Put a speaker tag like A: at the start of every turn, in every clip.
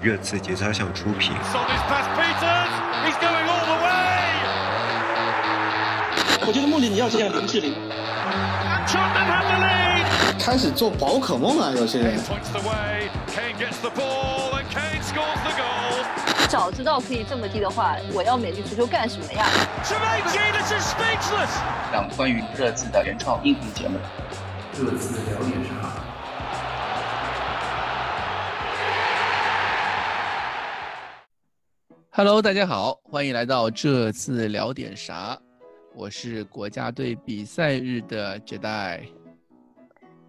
A: 热刺节操项出品。
B: Sold his past Peters. He's going all the way.
C: 我觉得穆里尼奥就像林志玲，
B: And Tottenham have the lead.
D: 开始做宝可梦啊，有些人
B: Kane points the way. Kane gets the ball, and Kane scores the goal.
E: 早知道可以这么低的话，我要美丽足球干什么呀？
B: Tremeji, this is speechless.
F: 档关于热刺的原创音频节目。
G: Hello，大家好，欢迎来到这次聊点啥。我是国家队比赛日的 Jedi。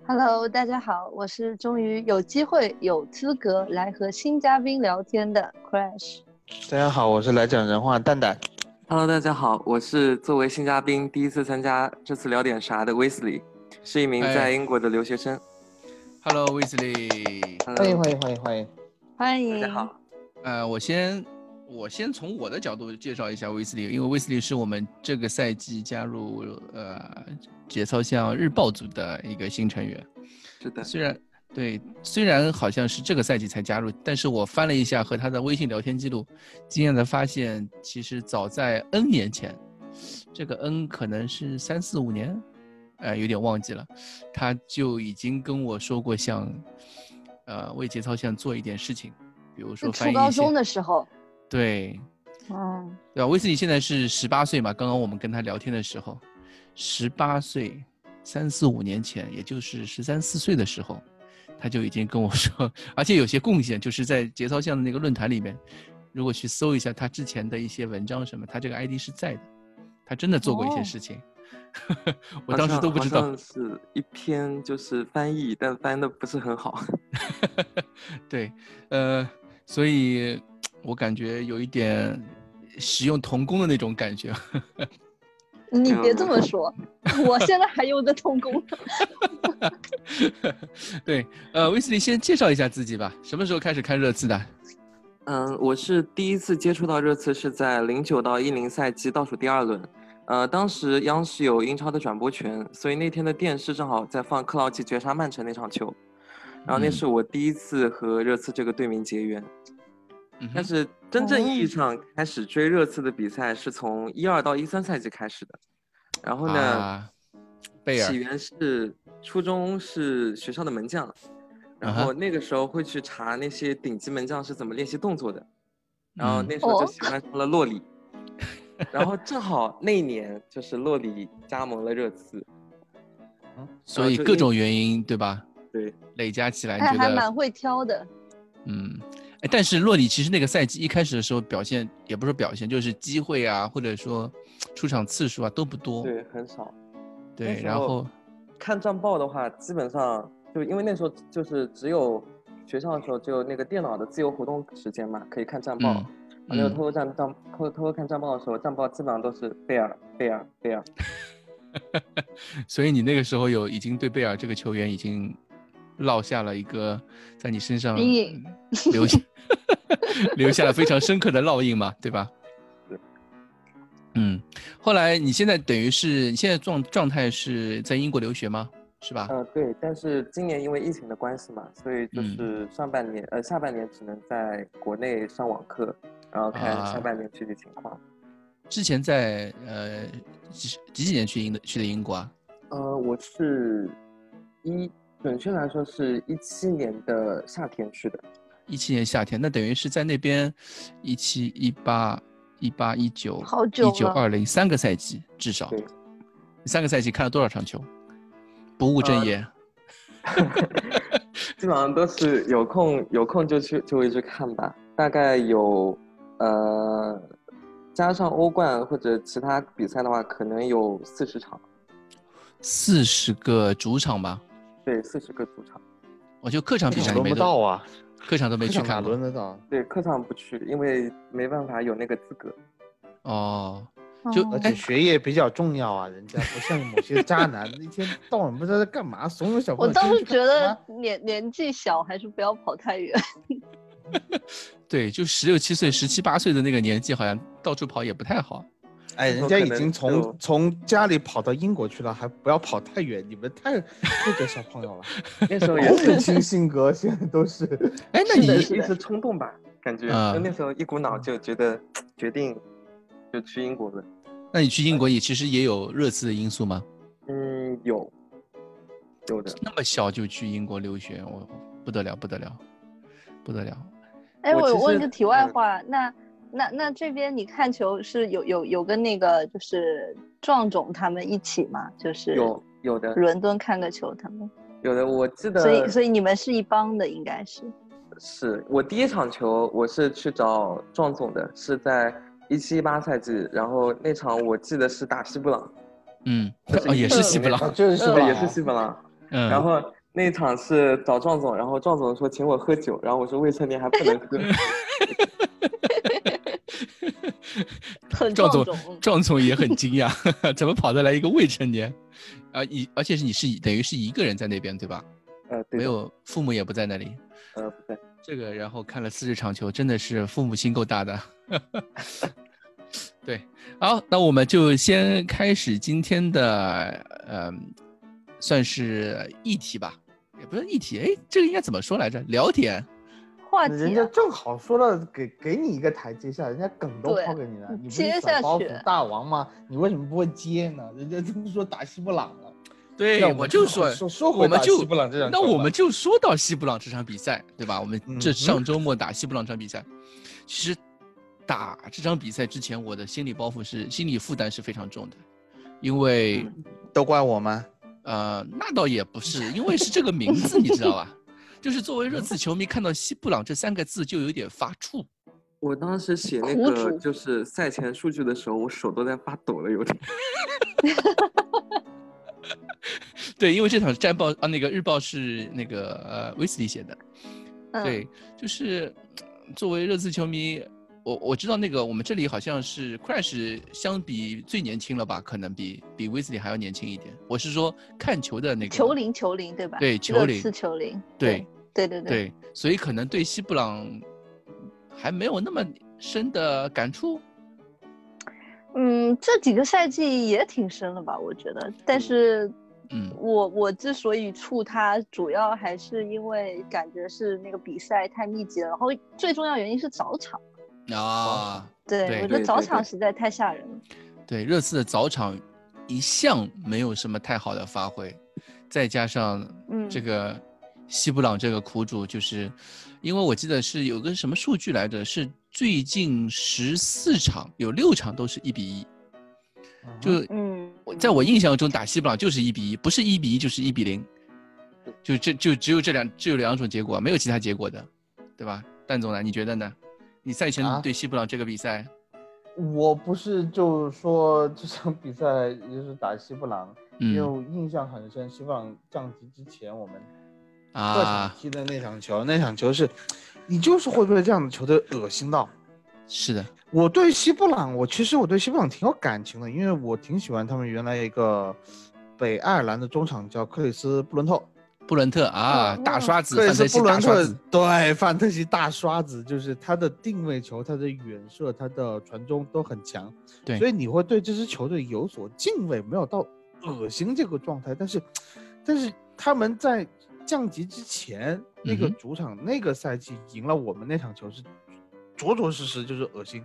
E: Hello，大家好，我是终于有机会、有资格来和新嘉宾聊天的 Crash。
H: 大家好，我是来讲人话的蛋蛋。
I: Hello，大家好，我是作为新嘉宾第一次参加这次聊点啥的 Wesley，是一名
G: 哎
I: 在英国的留学生。
G: Hello Wesley，
I: Hello，
H: 欢迎欢迎欢迎欢迎！
E: 欢迎，
I: 嗯大家好。
G: 呃，我先我先从我的角度介绍一下 Wesley，因为 Wesley 是我们这个赛季加入呃节操项日报组的一个新成员。
I: 是的，
G: 虽然对，虽然好像是这个赛季才加入，但是我翻了一下和他的微信聊天记录，惊讶的发现，其实早在 N 年前，这个 N 可能是三四五年，呃，有点忘记了，他就已经跟我说过想，呃，为节操项做一点事情，比如
E: 是
G: 说翻译
E: 初
G: 一
E: 高
G: 些
E: 中的时候，
G: 对
E: 嗯，
G: 对啊吧？威斯里现在是十八岁嘛，刚刚我们跟他聊天的时候，十八岁，三四五年前，也就是十三四岁的时候，他就已经跟我说， 而且有些贡献，就是在节操项的那个论坛里面，如果去搜一下他之前的一些文章什么，他这个 ID 是在的，他真的做过一些
E: 哦
G: 事情， 我当时都不知
I: 好
G: 道
I: 像。是一篇就是翻译，但翻的不是很好。
G: 对，呃，所以我感觉有一点使用童工的那种感觉。
E: 你别这么 说，我现在还用的童工。
G: 对，呃，威斯利先介绍一下自己吧，什么时候开始看热刺的？
I: 嗯，我是第一次接触到热刺是在零九到一零赛季倒数第二轮，呃，当时央视有英超的转播权，所以那天的电视正好在放克劳奇绝杀曼城那场球，然后那
G: 嗯
I: 是我第一次和热刺这个队名结缘。
G: 嗯
I: 但
G: 哼
I: 是真正意
E: 哦
I: 义上开始追热刺的比赛是从一二到一三赛季开始的，然后呢，
G: 啊贝
I: 起
G: 尔，
I: 源是初中是学校的门将，然
G: 啊哈
I: 后那个时候会去查那些顶级门将是怎么练习动作的，然后
G: 嗯
I: 那时候
E: 哦
I: 就喜欢上了 洛里，然后正好那一年就是洛里加盟了热刺，
G: 嗯所以
I: 啊就
G: 各
I: 因
G: 种原因对吧？
I: 对，
G: 累加起来，
E: 他
G: 你觉
E: 还蛮
G: 得
E: 会挑的，
G: 嗯，哎，但是洛里其实那个赛季一开始的时候表现，也不是表现，就是机会啊，或者说出场次数啊都不多，
I: 对，很少。那
G: 对，
I: 时
G: 然
I: 候
G: 后
I: 看战报的话，基本上就因为那时候就是只有学校的时候，只有那个电脑的自由活动时间嘛，可以看战报。
G: 嗯
I: 然后
G: 嗯
I: 偷偷战战偷偷看战报的时候，战报基本上都是贝尔贝尔贝尔。
G: 所以你那个时候有已经对贝尔这个球员已经落下了一个在你身上
E: 阴影
G: 留下 留下了非常深刻的烙印嘛，对吧？
I: 对。
G: 嗯，后来你现在等于是你现在状状态是在英国留学吗？是
E: 嗯
G: 吧？
I: 呃，对，但是今年因为疫情的关系嘛，所以就
G: 嗯
I: 是上半年、呃下半年只能在国内上网课，然后看
G: 啊
I: 下半年具体情况。
G: 之前在呃几十几几年去英的去的英国啊？
I: 呃，我是一准确来说是一七年的夏天去的。
G: 一七年夏天，那等于是在那边一七一八一八一九
E: 好久
G: 一九
E: 了
G: 二零三个赛季至少
I: 对，
G: 三个赛季看了多少场球？不务正
I: 呃
G: 业。
I: 基本上都是有空有空就去就会去看吧，大概有，呃，加上欧冠或者其他比赛的话，可能有四十场，
G: 四十个主场吧，
I: 对，四十个主场，
G: 我就客场比赛
H: 轮
G: 没
H: 不到啊，
G: 客场都没去
H: 哪
G: 看过
H: 轮得到？
I: 对，客场不去，因为没办法有那个资格。
G: 哦。就
H: 而
E: 嗯
H: 且学业比较重要啊，人家不像某些渣男，一天到晚不知道在干嘛，怂恿小朋
E: 我啊
H: 友
E: 倒
H: 出
E: 是
H: 去
E: 觉
H: 干
E: 得
H: 嘛
E: 年年纪小还是不要跑太远。
G: 对，就十六七岁、十七八岁的那个年纪，好像到处跑也不太好。
H: 哎，人
I: 有
H: 家
I: 可
H: 已
I: 能
H: 经
I: 就
H: 从从家里跑到英国去了，还不要跑太远，你们太那个小朋友了，
I: 那时候也
H: 好
I: 是
H: 母亲性格现在都是。
G: 哎，那
E: 是的嗯
G: 你
E: 是
I: 一时冲动吧，感觉、
G: 啊
I: 就那时候一股脑就觉得决定就去英国了。
G: 那你去英国也其实也有热刺的因素吗？
I: 嗯，有有的，
G: 那么小就去英国留学，我不得了，不得了，不得了。
E: 哎，
I: 我
E: 我
I: 其
E: 有问
I: 实
E: 个题外
I: 嗯
E: 话，那那那这边你看球是有有有跟那个就是壮总他们一起吗？就是
I: 有有的
E: 伦敦看个球，他们，
I: 有的，我记得
E: 所以所以你们是一帮的，应该是。
I: 是我第一场球，我是去找壮总的，是在一七一八赛季，然后那场我记得是打西布朗，
G: 嗯，
I: 就是
G: 哦，也是
E: 嗯
G: 西布
H: 啊，
G: 朗。
H: 就是西
I: 对，
H: 吧？
I: 也是西布朗。
G: 嗯，
I: 然后那场是找壮总，然后壮总说请我喝酒，然后我说未成年还不 能喝，
E: 很
G: 赵
E: 壮
G: 总
E: 总，
G: 壮总也很惊 讶，怎么跑得来一个未成年？啊，一而且是你是一等于是一个人在那边对吧？
I: 呃，对的，
G: 没有父母也不在那里。
I: 呃，不对，
G: 这个然后看了四十场球，真的是父母心够大的。 对，好，那我们就先开始今天的呃，算是议题吧，也不是议题，哎，这个应该怎么说来着？聊点，
E: 话
H: 人
E: 题
H: 家
E: 啊
H: 正好说到给给你一个台阶下，人家梗都
E: 对
H: 抛给你了，你不
E: 接
H: 是小
E: 下
H: 包
E: 去
H: 袱大王吗？你为什么不会接呢？人家都说打西布朗了，
G: 对
H: 那
G: 我就
H: 正好
G: 说，
H: 说说
G: 我
H: 回
G: 们
H: 打
G: 就
H: 西布朗这场
G: 那
H: 球
G: 我
H: 吧
G: 们就说到西布朗这场比赛，对吧？我们这
H: 嗯哼
G: 上周末打西布朗这场比赛，其实打这场比赛之前，我的心理包袱是心理负担是非常重的，因为、
I: 嗯
H: 都怪我吗？
G: 呃，那倒也不是，因为是这个名字，你知道吧？ 就是
H: 嗯
G: 作为热刺球迷，看到西布朗这三个字就有点发怵。
I: 我当时写那
E: 苦
I: 个
E: 主
I: 就是赛前数据的时候，我手都在发抖了，有点。
G: 对，因为这场战报啊，那个日报是那个呃威斯利写的，
E: 嗯，
G: 对，就是嗯作为热刺球迷，我我知道那个我们这里好像是 Crash 相比最年轻了吧，可能比比威斯利还要年轻一点。我是说看球的那个
E: 球龄球龄对吧？
G: 对球
E: 热
G: 龄
E: 刺球龄，
G: 对
E: 对对对，
G: 对，所以可能对西布朗还没有那么深的感触。
E: 嗯，这几个赛季也挺深了吧？我觉得，但是
G: 嗯，
E: 我我之所以触他，主要还是因为感觉是那个比赛太密集了，然后最重要原因是早场。哦
G: 啊，
E: 对，
G: 对
E: 我觉
I: 对
E: 得早
I: 对
E: 场
I: 对
E: 实在太吓人了。
G: 对，热刺的早场一向没有什么太好的发挥，再加上
E: 嗯
G: 这个西布朗这个苦主，就是因为我记得是有个什么数据来着，是最近十四场有六场都是一比一，就
E: 嗯，
G: 我在我印象中打西布朗就是一比一，不是一比一就是一比零，就这就只有这两只有两种结果，没有其他结果的，对吧？蛋总呢？你觉得呢？你赛前
H: 啊
G: 对西布朗这个比赛，
H: 我不是就说这场比赛就是打西布朗，因为
G: 嗯
H: 我印象很深，西布朗降级之前我们客场
G: 啊，
H: 踢的那场球，那场球是，你就是会被这样的球队恶心到。
G: 是的，
H: 我对西布朗，我其实我对西布朗挺有感情的，因为我挺喜欢他们原来一个北爱尔兰的中场叫克里斯布伦特，
G: 布伦特啊，
E: 嗯
G: 大刷子，
H: 克里
G: 范
H: 斯
G: 特西
H: 布伦
G: 大刷
H: 特
G: 子，
H: 对 范特西大刷子，就是他的定位球、他的远射、他的传中都很强，
G: 对
H: 所以你会对这支球队有所敬畏，没有到恶心这个状态，但是，但是他们在降级之前那个
G: 嗯哼
H: 主场、那个赛季赢了我们那场球是着着实实就是恶心，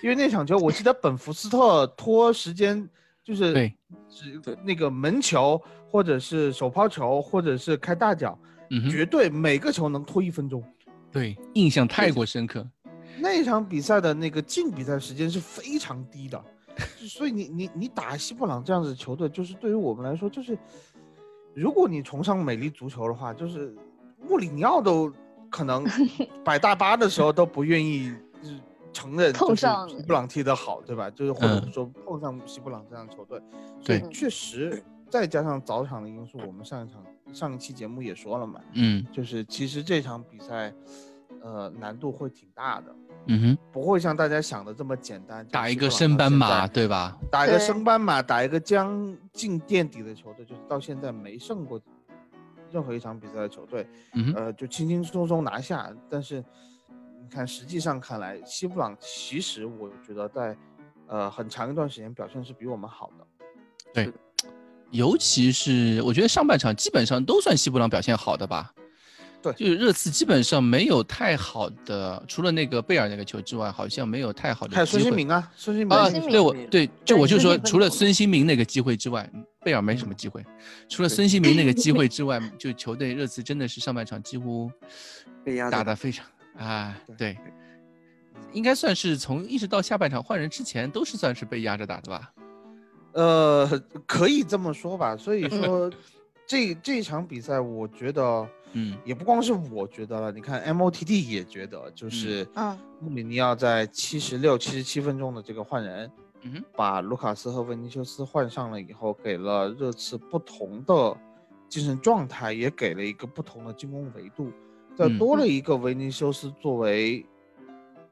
H: 因为那场球我记得本福斯特拖时间就是
G: 对
H: 只那个门球或者是手抛球或者是开大脚，
G: 嗯哼，
H: 绝对每个球能拖一分钟。
G: 对，印象太过深刻。
H: 那场比赛的那个进比赛时间是非常低 的，就所以你你你打西布朗这样子的球队，就是对于我们来说，就是如果你崇尚美丽足球的话，就是穆里尼奥都可能 摆大巴的时候都不愿意就是承认
E: 碰
H: 就是
E: 上
H: 西布朗踢得好，对吧？就是或者
G: 嗯
H: 说碰上西布朗这样的球队，所以
E: 对
H: 确实再加上早场的因素，我们上一场上一期节目也说了嘛，
G: 嗯
H: 就是其实这场比赛，呃，难度会挺大的。
G: 嗯哼，
H: 不会像大家想的这么简单，就
G: 打一
H: 西
G: 个
H: 布朗
G: 升
H: 到
G: 班
H: 啊现
G: 马，
H: 在，
G: 对吧？
H: 打一个
E: 对
H: 升班马，打一个将近垫底的球队，就是到现在没胜过任何一场比赛的球队，
G: 嗯哼，
H: 呃，就轻轻松松拿下。但是你看，实际上看来，西布朗其实我觉得在呃很长一段时间表现是比我们好的。
G: 尤其是我觉得上半场基本上都算西布朗表现好的吧。
H: 对
G: 就是热刺基本上没有太好的，除了那个贝尔那个球之外，好像没有太好的机
H: 还有
G: 会。
H: 孙兴民啊，孙兴民
G: 啊，
E: 孙兴
G: 对我
I: 民
G: 对，就我就
E: 孙
G: 说
E: 兴，民
G: 除了孙兴民那个机会之外，贝尔没什么机会。除了孙兴民那个机会之外，就球队热刺真的是上半场几乎
I: 被压
G: 打
I: 着
G: 得非常啊，对，应该算是从一直到下半场换人之前都是算是被压着打的吧？
H: 呃，可以这么说吧。所 以说，这这场比赛，我觉得
G: 嗯
H: 也不光是我觉得了，你看 MOTD 也觉得，就是
E: 嗯
H: 穆里尼奥在七十六、七十七分钟的这个换人，
G: 嗯哼
H: 把卢卡斯和维尼修斯换上了以后，给了热刺不同的精神状态，也给了一个不同的进攻维度，再
G: 嗯
H: 多了一个维尼修斯作为，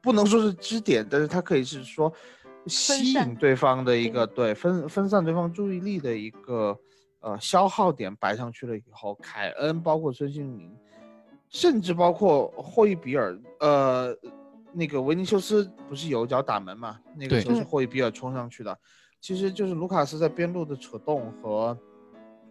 H: 不能说是支点，但是他可以是说吸引
E: 散
H: 对方的一个对分分散对方注意力的一个呃消耗点摆上去了以后，凯恩包括孙兴民，甚至包括霍伊比尔，呃，那个维尼修斯不是有一脚打门嘛？那
G: 对
H: 个球是霍伊比尔冲上去的，其实就是卢卡斯在边路的扯动和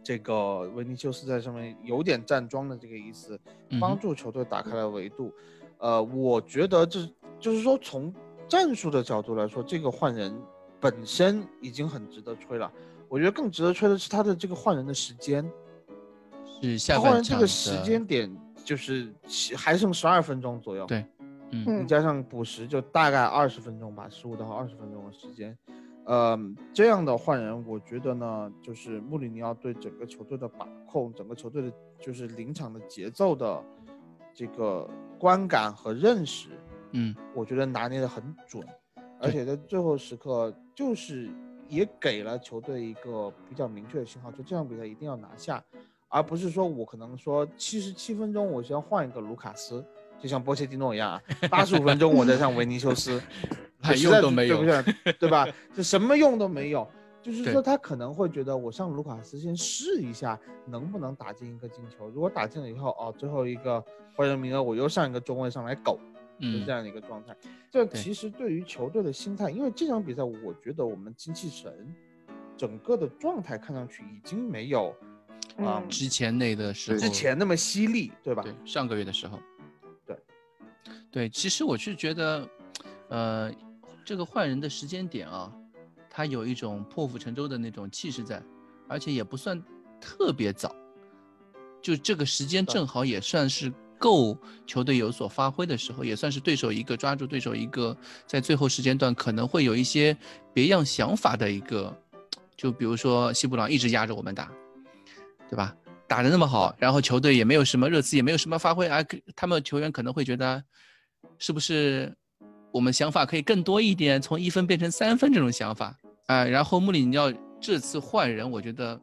H: 这个维尼修斯在上面有点站桩的这个意思，
G: 嗯哼
H: 帮助球队打开了维度。呃，我觉得这就是说从战术的角度来说，这个换人本身已经很值得吹了。我觉得更值得吹的是他的这个换人的时间，
G: 是下
H: 他换
G: 半
H: 人
G: 场
H: 这
G: 的
H: 个时间点就是其还剩十二分钟左右。
G: 对嗯
H: 你
E: 嗯
H: 加上补时就大概二十分钟吧，十五到二十分钟的时间。呃，这样的换人，我觉得呢，就是穆里尼奥对整个球队的把控，整个球队的就是临场的节奏的这个观感和认识，
G: 嗯
H: 我觉得拿捏的很准，而
G: 对，
H: 且在最后时刻就是也给了球队一个比较明确的信号，就这场比赛一定要拿下，而不是说我可能说七十七分钟我先换一个卢卡斯，就像波切蒂诺一样啊，八十五分钟我再上维尼修斯
G: 还
H: 实在
G: 用都没有
H: 对 不对？对吧？就什么用都没有。就是
G: 对
H: 说，他可能会觉得我上卢卡斯先试一下能不能打进一个进球，如果打进了以后，哦，最后一个换人名额我又上一个中卫上来苟，就是
G: 嗯
H: 这，样的一个状态。这
G: 对
H: 其实对于球队的心态，因为这场比赛，我觉得我们精气神整个的状态看上去已经没有啊、
E: 嗯
G: 之前那个时候
H: 之前那么犀利，对吧？
G: 对，上个月的时候。
H: 对，
G: 对，其实我是觉得，呃，这个换人的时间点啊，他有一种破釜沉舟的那种气势在，而且也不算特别早，就这个时间正好也算是够球队有所发挥的时候，也算是对手一个抓住对手一个在最后时间段可能会有一些别样想法的一个，就比如说西布朗一直压着我们打，对吧？打得那么好，然后球队也没有什么热刺也没有什么发挥，而可他们球员可能会觉得，是不是我们想法可以更多一点，从一分变成三分这种想法啊、然后穆里尼奥这次换人，我觉得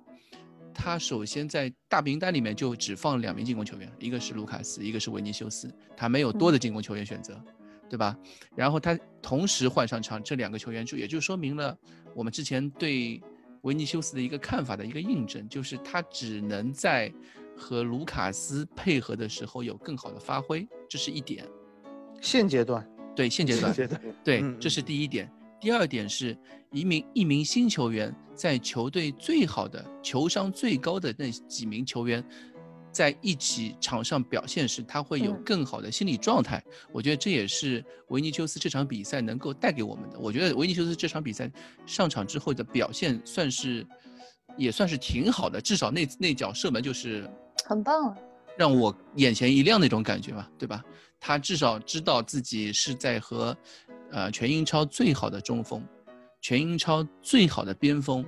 G: 他首先在大名单里面就只放两名进攻球员，一个是卢卡斯，一个是维尼修斯，他没有多的进攻球员选择，对吧？然后他同时换上场这两个球员，就也就说明了我们之前对维尼修斯的一个看法的一个印证，就是他只能在和卢卡斯配合的时候有更好的发挥，这是一点。
H: 现阶段，
G: 对现阶段
H: 现，阶段，
G: 对
H: 嗯，
G: 这
H: 嗯
G: 是第一点。第二点是，一名一名新球员在球队最好的、球商最高的那几名球员在一起场上表现时，他会有
E: 嗯
G: 更好的心理状态。我觉得这也是维尼修斯这场比赛能够带给我们的。我觉得维尼修斯这场比赛上场之后的表现算是，也算是挺好的，至少那那脚射门就是
E: 很棒啊了，
G: 让我眼前一亮那种感觉吧，对吧？他至少知道自己是在和，呃，全英超最好的中锋，全英超最好的边锋，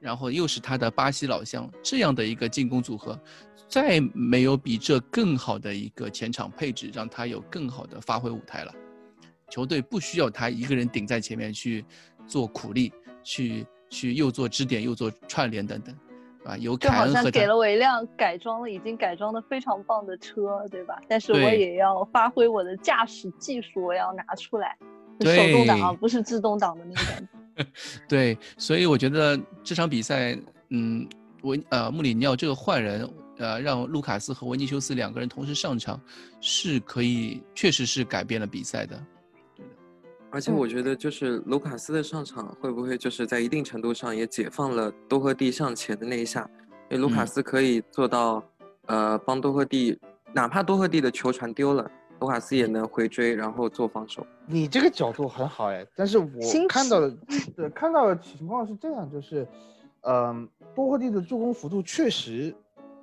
G: 然后又是他的巴西老乡，这样的一个进攻组合，再没有比这更好的一个前场配置，让他有更好的发挥舞台了。球队不需要他一个人顶在前面去做苦力，去去又做支点又做串联等等，啊，有
E: 就
G: 凯
E: 好
G: 恩
E: 像
G: 和他
E: 给了我一辆改装了已经改装的非常棒的车，对吧？但是我
G: 对
E: 也要发挥我的驾驶技术，我要拿出来。
G: 对
E: 手动挡啊，不是自动挡的那种。
G: 对，所以我觉得这场比赛，嗯，维呃穆里尼奥这个换人，呃，让卢卡斯和维尼修斯两个人同时上场，是可以，确实是改变了比赛的。
H: 嗯
I: 而且我觉得，就是卢卡斯的上场会不会就是在一定程度上也解放了多赫蒂上前的那一下？因为卢卡
G: 嗯
I: 斯可以做到，呃，帮多赫蒂，哪怕多赫蒂的球传丢了，卢卡
H: 嗯
I: 斯也能回追，然后做 防守。
H: 你这个角度很好哎，但是我
E: 新
H: 看
E: 奇
H: 到的，对，看到的情况是这样，就是，嗯、多赫蒂的助攻幅度确实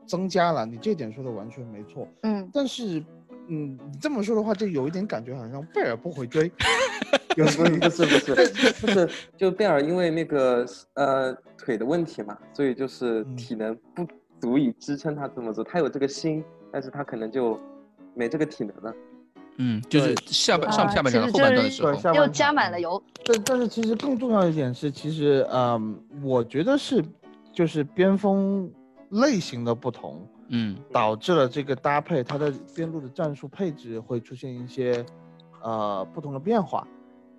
H: 增加了，你这点说的完全没错。
E: 嗯，
H: 但是，嗯，你这么说的话，就有一点感觉好像贝尔不回追，有
I: 不是不是不是不是， 就贝尔因为那个呃腿的问题嘛，所以就是
H: 嗯
I: 体能不足以支撑他这么做。他有这个心，但是他可能就没这个体能了。
G: 嗯，就是下半上
H: 呃
E: 啊
G: 下半
E: 其
G: 场
E: 实
G: 后半
E: 这
G: 段的
E: 是
G: 时
H: 对
G: 候，
H: 下
E: 又
H: 半嗯
E: 加
H: 场
E: 满了油。
H: 但但是其实更重要一点是，其实嗯，我觉得是就是边锋类型的不同，
G: 嗯
H: 导致了这个搭配它的边路的战术配置会出现一些呃不同的变化。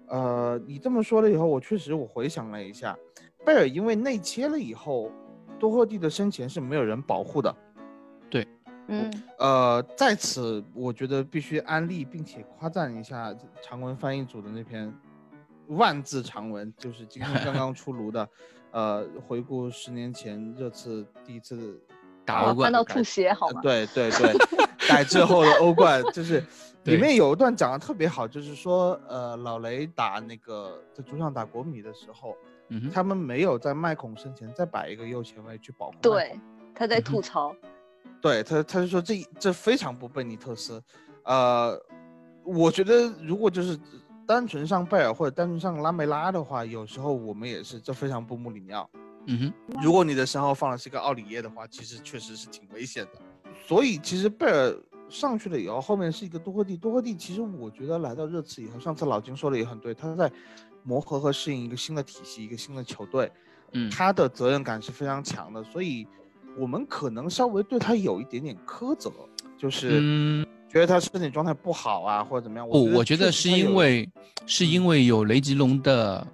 H: 呃，你这么说了以后，我确实我回想了一下，贝尔因为内切了以后，多赫蒂的身前是没有人保护的。
E: 嗯，
H: 呃，在此我觉得必须安利并且夸赞一下长文翻译组的那篇万字长文，就是今天刚刚出炉的， 呃，回顾十年前热刺第一次
G: 打
H: 欧
G: 欧
E: 我
G: 冠
E: 啊翻到
H: 改
E: 吐血好
H: 呃
E: 吗？
H: 对对对，改制后的欧冠就是
G: 对
H: 里面有一段讲的特别好，就是说呃老雷打那个在主场打国米的时候，
G: 嗯哼，
H: 他们没有在麦孔身前再摆一个右前卫去保护麦孔。
G: 嗯
E: 对，他在吐槽。
H: 对他，他就说这这非常不贝尼特斯，呃，我觉得如果就是单纯上贝尔或者单纯上拉梅拉的话，有时候我们也是这非常不穆里尼奥。
G: 嗯哼，
H: 如果你的身后放的是一个奥里耶的话，其实确实是挺危险的。所以其实贝尔上去了以后，后面是一个多赫蒂，多赫蒂其实我觉得来到热刺以后，上次老金说的也很对，他在磨合和适应一个新的体系，一个新的球队。
G: 嗯
H: 他的责任感是非常强的，所以我们可能稍微对他有一点点苛责，就是
G: 嗯，
H: 觉得他身体状态不好啊，或者怎么样。
G: 不，我觉
H: 确
G: 得
H: 实
G: 是
H: 他有
G: 因为是因为有雷吉隆的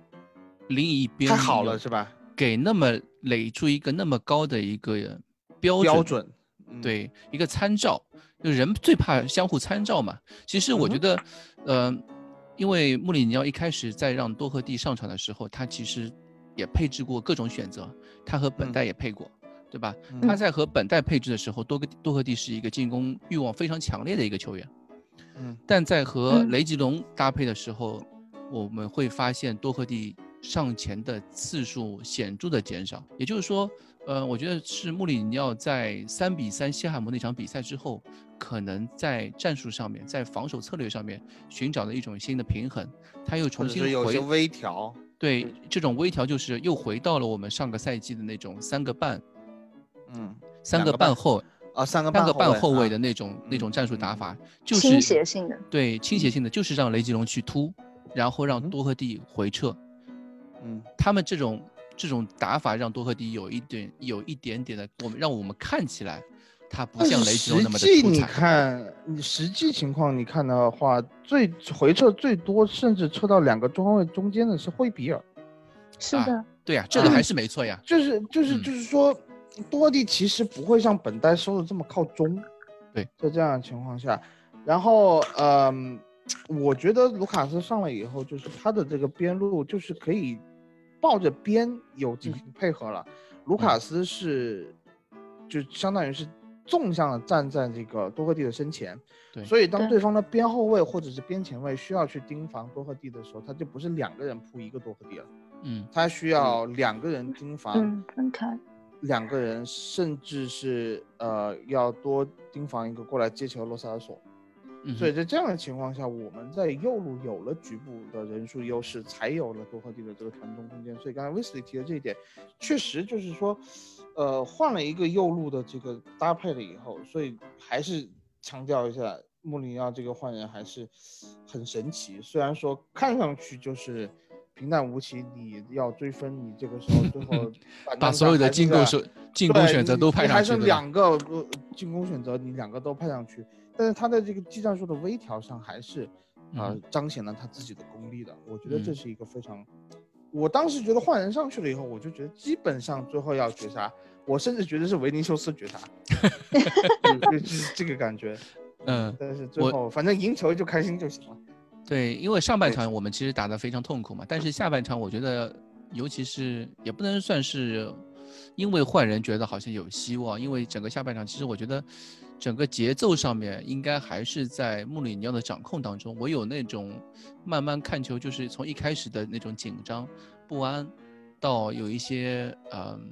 G: 另一边
H: 太好
G: 有
H: 了，是吧？
G: 给那么垒出一个那么高的一个标
H: 标准，嗯，
G: 对一个参照，就人最怕相互参照嘛。其实我觉得，呃，因为穆里尼奥一开始在让多赫蒂上场的时候，他其实也配置过各种选择，他和本
H: 嗯
G: 代也配过，对吧？
H: 嗯
G: 他在和本代配置的时候，多个多赫蒂是一个进攻欲望非常强烈的一个球员，
H: 嗯
G: 但在和
E: 嗯
G: 雷吉隆搭配的时候，我们会发现多赫蒂上前的次数显著的减少。也就是说，呃，我觉得是穆里尼奥在三比三西汉姆那场比赛之后，可能在战术上面，在防守策略上面寻找了一种新的平衡，他又
H: 或
G: 重
H: 者
G: 新
H: 是有
G: 回
H: 些微调，嗯
G: 对这种微调，就是又回到了我们上个赛季的那种三个半、
H: 嗯，
G: 三
H: 两
G: 个
H: 个
G: 半
H: 半
G: 后、
H: 啊，三个
G: 三个半
H: 半
G: 后卫
H: 啊
G: 的那种那种战术打
H: 嗯
G: 法，就是啊
E: 倾斜性的，
G: 对倾斜性的，就是让雷吉隆去突，然后让
H: 嗯
G: 多赫蒂回撤。
H: 嗯，
G: 他们这种这种打法让多赫蒂有一点有一点点的，我们让我们看起来他不
H: 但
G: 像
H: 是
G: 雷吉隆
H: 实
G: 那么的
H: 际
G: 出
H: 你
G: 彩。
H: 看，你实际情况你看的话，最回撤最多，甚至撤到两个中卫中间的是灰比尔。
E: 是
G: 啊
E: 的，
G: 对呀、这个
H: 嗯
G: 还是没错呀。
H: 就是就是
G: 嗯
H: 就是说，多特地其实不会像本代收的这么靠中。
G: 对，
H: 在这样的情况下，然后嗯、我觉得卢卡斯上来以后，就是他的这个边路就是可以抱着边有
G: 嗯
H: 进行配合了。卢卡斯是就相当于是纵向的站在这个多赫蒂的身前，
G: 对
H: 所以当
E: 对
H: 对方的边后卫或者是边前卫需要去盯防多赫蒂的时候，他就不是两个人扑一个多赫蒂了，
G: 嗯，
H: 他需要两个人盯
G: 啊
H: 防。
E: 嗯，分开，
H: 两个人，甚至是呃要多盯防一个过来接球的洛萨尔索。
G: 嗯
H: 所以
G: 哼
H: 在这样的情况下，我们在右路有了局部的人数优势，才有了多赫蒂的这个传中空间。所以刚才威斯利提的这一点，确实就是说，呃，换了一个右路的这个搭配了以后，所以还是强调一下，穆里尼奥这个换人还是很神奇。虽然说看上去就是。平淡无奇，你要追分，你这个时候最 后板
G: 把
H: 凳
G: 所有
H: 上
G: 的
H: 还是
G: 进
H: 在
G: 攻手进攻
H: 对
G: 选择
H: 你
G: 都派
H: 你
G: 上
H: 还
G: 去
H: 剩
G: 对吧。
H: 两个呃进攻选择，你两个都派上去，但是他在这个技战术的微调上还是啊、呃
G: 嗯
H: 彰显了他自己的功力的。我觉得这
G: 嗯
H: 是一个非常，我当时觉得换人上去了以后，我就觉得基本上最后要绝杀，我甚至觉得是维尼修斯 绝杀，嗯就是这个感觉。
G: 嗯，
H: 但是最
G: 我
H: 后反正赢球就开心就行了。
G: 对，因为上半
I: 对
G: 场我们其实打得非常痛苦嘛，但是下半场我觉得，尤其是也不能算是因为换人觉得好像有希望，因为整个下半场其实我觉得整个节奏上面应该还是在穆里尼奥的掌控当中。我有那种慢慢看球，就是从一开始的那种紧张、不安，到有一些嗯、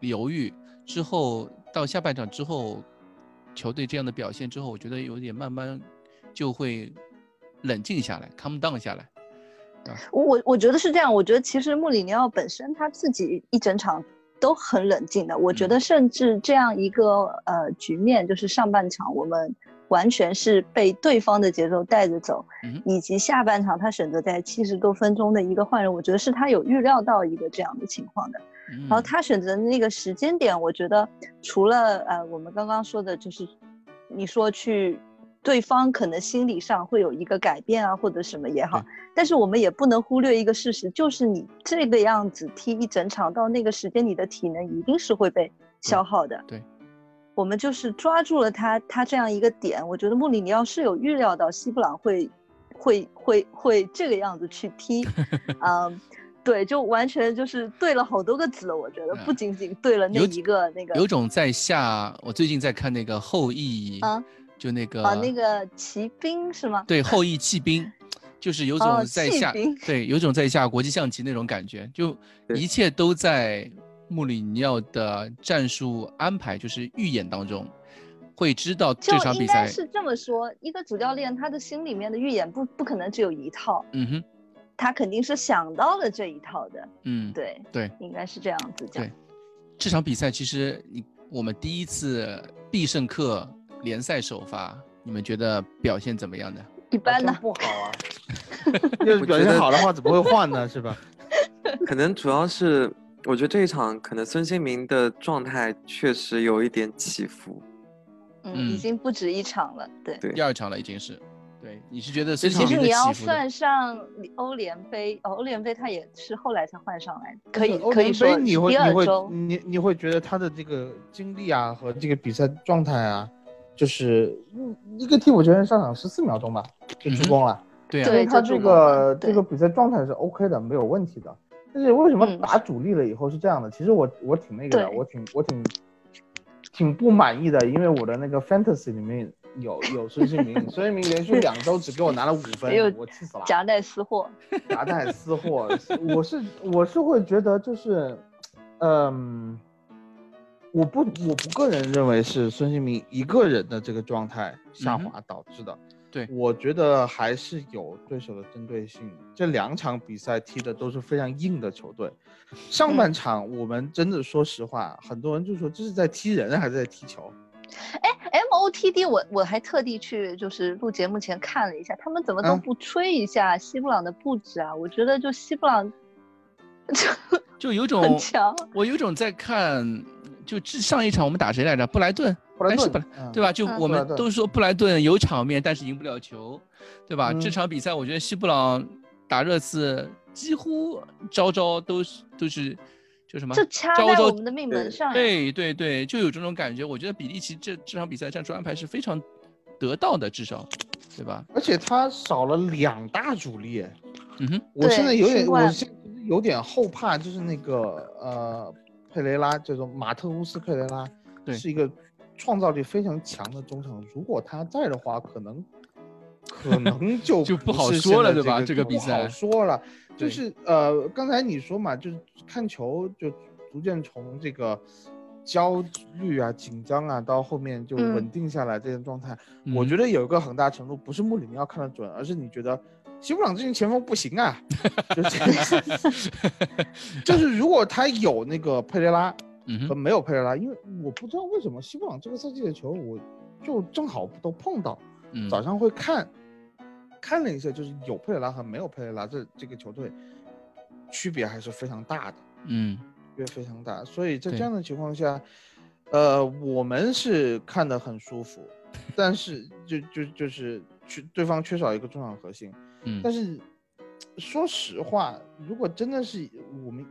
G: 犹豫，之后到下半场之后，球队这样的表现之后，我觉得有点慢慢就会冷静下来，calm down 下来。
E: 我我我觉得是这样，我觉得其实穆里尼奥本身他自己一整场都很冷静的。我觉
G: 嗯
E: 得甚至这样一个呃局面，就是上半场我们完全是被对方的节奏带着走，
G: 嗯哼
E: 以及下半场他选择在七十多分钟的一个换人，我觉得是他有预料到一个这样的情况的。
G: 然
E: 然后他选择的那个时间点，我觉得除了呃我们刚刚说的，就是你说去对方可能心理上会有一个改变啊，或者什么也好
G: 对，
E: 但是我们也不能忽略一个事实，就是你这个样子踢一整场到那个时间，你的体能一定是会被消耗的。
G: 对
E: 我们就是抓住了他他这样一个点，我觉得穆里尼奥是有预料到西布朗会会会会这个样子去 踢，嗯。对，就完全就是对了好多个字了，我觉得
G: 嗯
E: 不仅仅对了那
G: 有
E: 一个那个
G: 有种在下，我最近在看那个《后羿》
E: 啊，
G: 就那个
E: 啊那个骑兵是吗？
G: 对《后羿弃兵》，就是有
E: 哦
G: 种在
E: 弃
G: 下、
E: 兵
G: 对有种在下国际象棋那种感 觉，就
I: 对
G: 一切都在穆里尼奥的战术安排就是预演当中，会知道
E: 就
G: 这场比
E: 应该
G: 赛，
E: 是这么说，一个主教练他的心里面的预演不不可能只有一套，
G: 嗯哼，
E: 他肯定是想到了这一套的。
G: 嗯，
E: 对
G: 对，
E: 应该是这样子讲
G: 对。这场比赛其实你我们第一次必胜客联赛首发，你们觉得表现怎么样呢？
E: 一般
H: 真
E: 呢，
H: 不好啊。要是表现好的话，怎么会换呢？是吧？
I: 可能主要是我觉得这一场可能孙兴民的状态确实有一点起伏，
E: 嗯，已
G: 嗯
E: 经不止一场了。对，
I: 对
G: 第二场了已经是，对，你是觉得
I: 其
G: 孙
I: 实
G: 兴
E: 其
G: 民
E: 实
G: 的
E: 你要
G: 起伏的
E: 算上欧联杯，哦，欧联杯他也是后来才换上来的，可以
H: 欧
E: 可以
H: 联
E: 说
H: 杯
E: 是
H: 你会
E: 第
H: 你
E: 二
H: 会
E: 周。
H: 你你会觉得他的这个经历啊和这个比赛状态啊，就是嗯一个替补球员上场十四秒钟吧就助攻了，
G: 对啊，
H: 所以
E: 嗯对
H: 他
E: 就
H: 这
E: 助攻了
H: 个
E: 对
H: 这个比赛状态是 OK 的，没有问题的。但是为什么
E: 嗯
H: 打主力了以后是这样的？其实我我挺那个的，
E: 对
H: 我挺我挺挺不满意的，因为我的那个 fantasy 里面有有孙兴民，孙兴民连续两周只给我拿了五分
E: 哎呦，
H: 我气死了。
E: 夹带私货，
H: 夹带私货，我是我是会觉得就是，嗯，我不我不个人认为是孙兴民一个人的这个状态下滑导致的。
G: 嗯对
H: 我觉得还是有对手的针对性。这两场比赛踢的都是非常硬的球队，上
G: 嗯
H: 半场我们真的说实话，很多人就说这是在踢人还是在踢球？
E: MOTD，我我还特地去就是录节目前看了一下，他们怎么都
H: 嗯
E: 不吹一下西布朗的布置啊？我觉得就西布朗就
G: 就有
E: 很
G: 种
E: 强，
G: 我有种在看，就之上一场我们打谁来着？布莱顿，
H: 布莱
G: 还是
H: 顿
G: 布莱，
H: 嗯
G: 对吧？就
E: 嗯
G: 我
H: 布莱
G: 们
H: 顿
G: 都说布莱顿有场面，但是赢不了球，对吧？这
H: 嗯
G: 场比赛我觉得西布朗打热刺几乎招招都是都是就什么
E: 就掐
G: 招
E: 在
G: 招
E: 我们的命门上呀。
G: 对对对，就有这种感觉。我觉得比利奇这这场比赛战术安排是非常得当的，至少，对吧？
H: 而且他少了两大主力。
G: 嗯哼，
H: 我现
E: 对
H: 在有点，
E: 新冠
H: 我现在有点后怕，就是那个呃，佩雷拉这种马特乌斯佩雷拉，
G: 对
H: 是一个创造力非常强的中场。如果他在的话，可 能可能就
G: 就不
H: 不
G: 好
H: 是
G: 说了
H: 现在
G: 对吧
H: 这
G: 这个比
H: 不
G: 赛
H: 好说了。就
G: 对
H: 是呃，刚才你说嘛，就是看球就逐渐从这个焦虑啊、紧张啊，到后面就
E: 嗯
H: 稳定下来这种状态。我
G: 嗯
H: 觉得有一个很大程度不是穆里尼奥看得准，而是你觉得西布朗这名前锋不行 啊，就是就是如果他有那个佩雷拉
G: 嗯
H: 和
G: 哼，
H: 没有佩雷拉，因为我不知道为什么西布朗这个赛季的球我就正好都碰到，
G: 嗯
H: 早上会看看了一下，就是有佩雷拉和没有佩雷拉这这个球队区别还是非常大的。
G: 嗯
H: 约非常大，所以在
G: 对
H: 这样的情况下，呃，我们是看得很舒服，但是就就就是缺对方缺少一个中场核心，
G: 嗯
H: 但是说实话，如果真的是我们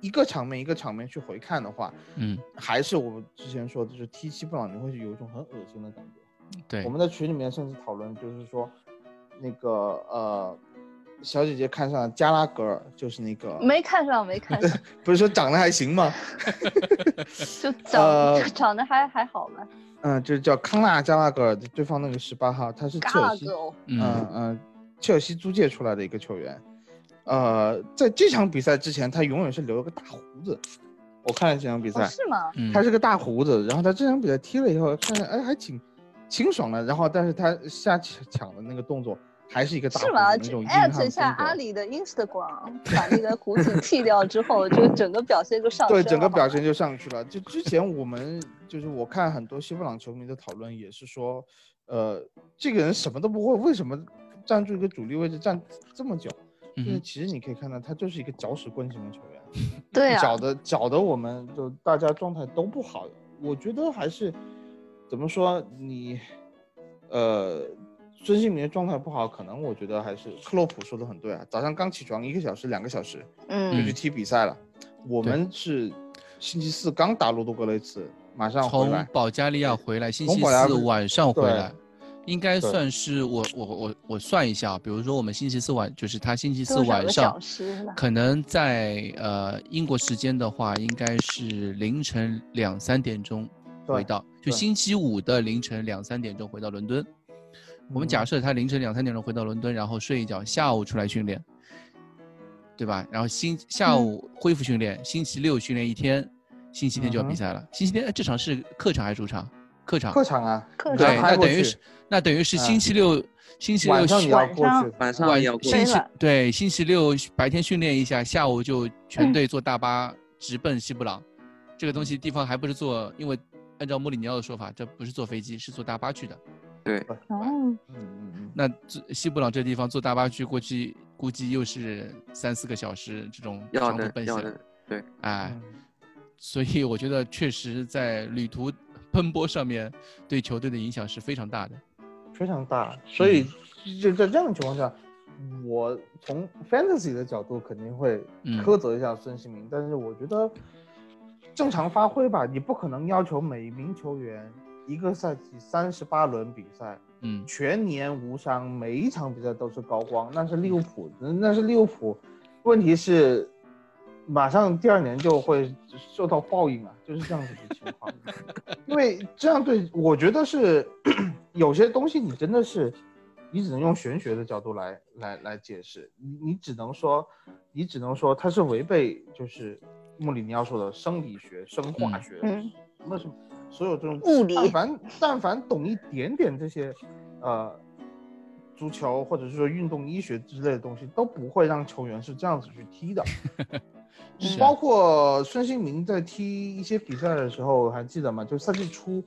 H: 一个场面一个场面去回看的话，
G: 嗯，
H: 还是我们之前说的，就是踢西布朗你会有一种很恶心的感觉。
G: 对
H: 我，们在群里面甚至讨论，就是说那个呃，小姐姐看上了加拉格尔，就是那个
E: 没看上，没看上，
H: 不是说长得还行吗？
E: 就长、
H: 呃
E: 就长得还还好吧。
H: 嗯，就是叫康纳加拉格尔的对方那个十八号，他是切尔
E: 尬
H: 西，
E: girl，
H: 嗯
G: 嗯
H: 嗯，切尔西租借出来的一个球员。呃，在这场比赛之前，他永远是留了个大胡子。我看了这场比赛，
E: 哦是吗？
G: 嗯，
H: 他是个大胡子，然后他这场比赛踢了以后，看着哎还挺清爽的，然后但是他下抢的那个动作还是一个大胡
E: 是
H: 子
E: 吗？
H: 那
E: 这
H: 种硬
E: 艾
H: 汉
E: 特一
H: 风
E: 下阿
H: 格。
E: 里的 Instagram，把那个胡子剃掉之后， 就整个表现就上
H: 对，
E: 升
H: 整个
E: 了好
H: 表
E: 吧
H: 现就上去了。就之前我们就是我看很多西布朗球迷的讨论也是说，呃，这个人什么都不会，为什么站住一个主力位置站这么久？就
G: 嗯
H: 是
G: 哼
H: 其实你可以看到，他就是一个搅屎棍型的球员。
E: 对啊，
H: 搅的搅的，我们就大家状态都不好。我觉得还是怎么说你，呃，孙兴民的状态不好，可能我觉得还是克洛普说的很对啊。早上刚起床一个小时、两个小时就
E: 嗯
H: 去踢比赛了，我们是星期四刚打卢多格雷茨，马上回
G: 从
H: 来。
G: 保加利亚回来，星
H: 从
G: 期
H: 保加
G: 四
H: 利亚
G: 晚上回
H: 对
G: 来，应该
H: 对
G: 算是我我我我算一下啊，比如说我们星期四晚，就是他星期四
E: 多少
G: 晚
E: 个
G: 上
E: 小，时呢？
G: 可能在呃英国时间的话，应该是凌晨两三点钟回
H: 对
G: 到，就
H: 对
G: 星期五的凌晨两三点钟回到伦敦。我们
H: 嗯
G: 假设他凌晨两三点钟回到伦敦，然后睡一觉，下午出来训练，对吧？然后星
E: 嗯
G: 下午恢复训练，星期六训练一天，星期天就要
H: 嗯
G: 比
H: 哼
G: 赛了。星期天、呃这场是客场还是主场？客场。
H: 客场啊，
E: 客
H: 你要
E: 场
G: 对，
H: 开
G: 那
H: 过
G: 等于
H: 去
G: 是，那等于是
H: 嗯
G: 星期六，星期六
H: 晚上你要
E: 晚
H: 过
E: 上
H: 去，
I: 晚上
G: 晚
I: 也要过
E: 对
G: 星
I: 去。
G: 期
E: 了
G: 对星期六白天训练一下，下午就
H: 嗯
G: 全队坐大巴直奔西布朗。这个东西地方还不是坐，因为按照穆里尼奥的说法，这不是坐飞机，是坐大巴去的。
I: 对，
E: 哦，
H: 嗯嗯嗯，
G: 那这西布朗这地方坐大巴去，过去估计又是三四个小时这种
I: 要
G: 长途
I: 的
G: 奔
I: 要
G: 袭，
I: 的，
G: 哎，
H: 嗯
G: 所以我觉得确实在旅途奔波上面对球队的影响是非常大的。
H: 非常大，所以就在这样的情况下，我从 fantasy 的角度肯定会
G: 嗯
H: 苛责一下孙兴民，但是我觉得正常发挥吧，你不可能要求每一名球员一个赛季三十八轮比赛
G: 嗯，
H: 全年无伤，每一场比赛都是高光，那是利物浦，嗯那是利物浦，问题是。马上第二年就会受到报应啊，就是这样子的情况。因为这样对我觉得是有些东西你真的是，你只能用玄学的角度来来来解释，你你只能说，你只能说它是违背就是穆里尼奥说的生理学、生化学，
E: 嗯
H: 那是所有这种
E: 物理
H: 但凡但凡懂一点点这些，呃。足球或者是说运动医学之类的东西都不会让球员是这样子去踢的，
G: 是
H: 包括孙兴民在踢一些比赛的时候，还记得吗？就赛季初，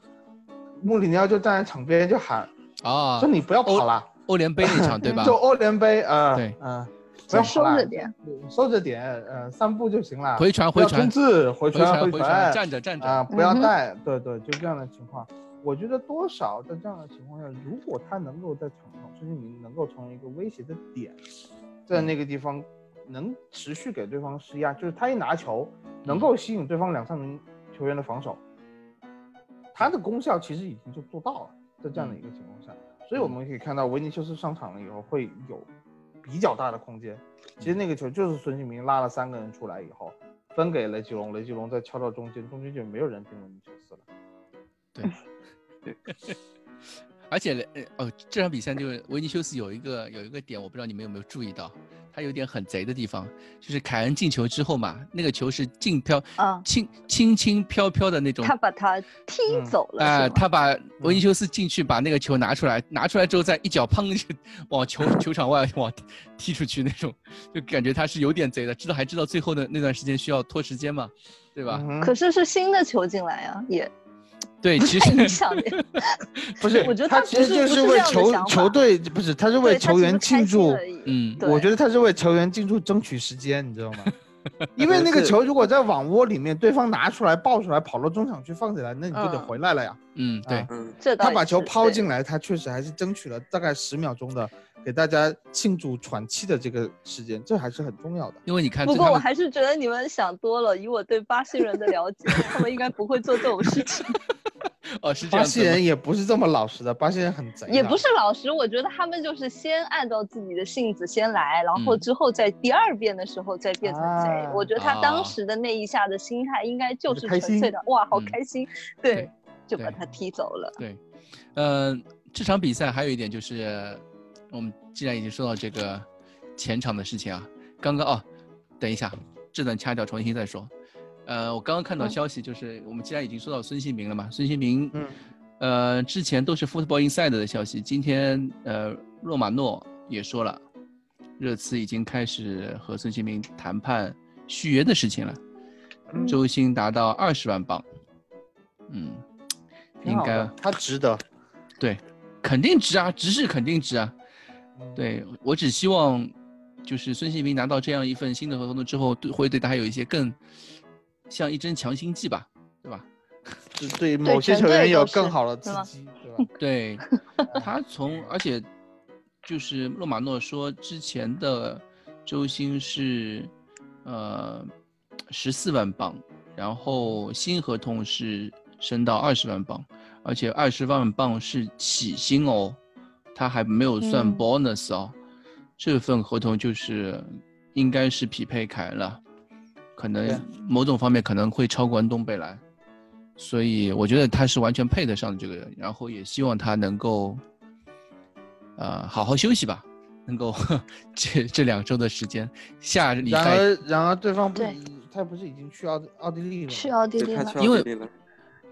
H: 穆里尼奥就站在场边就喊
G: 啊
H: 说：“，你不要跑了，
G: 欧联杯那场对 吧
H: 就？欧联杯啊，
G: 对
H: 嗯，不要
E: 再
H: 跑
E: 收
H: 了
E: 着，点，
H: 收着点，嗯，散步就行了，
G: 回传
H: 不
G: 回
H: 要
G: 传
H: 冲，刺，回
G: 回
H: 传
G: 传回传，站
H: 传
G: 着站着
H: 啊，不要
E: 嗯哼
H: 带，对对，就这样的情况。我觉得多少在这样的情况下，如果他能够在场上，孙兴民能够从一个威胁的点，
G: 嗯
H: 在那个地方能持续给对方施压，就是他一拿球
E: 嗯
H: 能够吸引对方两三名球员的防守，他的功效其实已经就做到了，在
E: 嗯
H: 这样的一个情况下，所以我们可以看到维尼修斯上场了以后会有比较大的空间。其实那个球就是孙兴民拉了三个人出来以后，分给雷吉隆，雷吉隆再敲到中间，中间就没有人盯维尼修斯了。
G: 而且呃哦，这场比赛就是维尼修斯有一个有一个点，我不知道你们有没有注意到，他有点很贼的地方，就是凯恩进球之后嘛，那个球是轻飘
E: 啊
G: 轻轻轻飘飘的那种
E: 他，把他踢
H: 嗯
E: 走了，
G: 哎、
E: 是吗
G: 他把维尼修斯进去把那个球拿出来，拿出来之后再一脚砰就往球球场外往踢踢出去那种，就感觉他是有点贼的，知道还知道最后的那段时间需要拖时间嘛，对吧？
H: 嗯哼
E: 可是是新的球进来啊， 也
G: 对， 其
E: 太
G: 实
E: 影响人。
H: 不是，
E: 我觉得
H: 他
E: 他
H: 其实
E: 不
H: 就是
E: 不是
H: 为
E: 这样的
H: 球
E: 想法
H: 球队，不是，他是为
E: 对他
H: 球
E: 只
H: 员
E: 是开
H: 庆
E: 心
H: 祝，
E: 而已
G: 嗯
E: 对
H: 我觉得他是为球员进入争取时间，你知道吗？因为那个
I: 是
H: 球如果在网窝里面，对方拿出来抱出来，跑到中场去放起来，那你就得
E: 嗯
H: 回来了呀。
G: 嗯对
H: 啊
I: 嗯，
E: 这倒
H: 他
E: 也
H: 把球
E: 是
H: 抛
E: 对
H: 进来，他确实还是争取了大概十秒钟的给大家庆祝喘气的这个时间，这还是很重要的。
G: 因为你看
E: 不
G: 对他
E: 过我
G: 们
E: 还是觉得你们想多了。以我对巴西人的了解，他们应该不会做这种事情。
G: 哦，是这
H: 巴
G: 样子
H: 西
G: 的吗。
H: 人也不是这么老实的，巴西人很贼的，啊
E: 也不是老实，我觉得他们就是先按照自己的性子先来，然后
G: 嗯
E: 之后在第二遍的时候再变成贼。
H: 啊
E: 我觉得他当
G: 啊
E: 时的那一下的心态应该就
H: 就是是开
E: 纯粹的，哇，好开心，对，
G: 对
E: 就把
G: 对
E: 他踢走了。
G: 对，呃，这场比赛还有一点就是，我们既然已经说到这个前场的事情啊，刚刚哦，等一下，这段掐掉，重新再说。呃，我刚刚看到消息，就是我们既然已经说到孙兴民了嘛，孙兴民，
H: 嗯，
G: 呃，之前都是 Football Inside 的消息，今天呃，洛马诺也说了，热刺已经开始和孙兴民谈判续约的事情了，
H: 嗯
G: 周薪达到二十万镑，嗯，
H: 挺
G: 应
H: 好的
G: 该。
H: 他值得。
G: 对，肯定值啊，值是肯定值啊。
H: 嗯，
G: 对我只希望，就是孙兴民拿到这样一份新的合同之后，对会对他有一些更像一针强心剂吧，对吧？
H: 就对某些
E: 全
H: 球
E: 队
H: 员
E: 都
H: 有
E: 是
H: 更好的刺
E: 对吧
H: 激，对吧？
G: 对他从，而且就是洛马诺说之前的周薪是呃十四万镑，然后新合同是升到二十万镑，而且二十万镑是起薪哦，他还没有算
E: 嗯
G: bonus 哦，这份合同就是应该是匹配凯恩了，可
H: 对
G: 能某种方面可能会超过恩东贝莱。所以我觉得他是完全配得上这个人，然后也希望他能够，呃，好好休息吧，能够 这这两周的时间，下礼
H: 然
G: 拜
H: 而，然而对方不
E: 对
H: 已，他不是已经去奥地奥地利了吗？
E: 去奥地利
I: 对，他
E: 了
I: 去，
G: 因
I: 奥
G: 为
I: 地利了。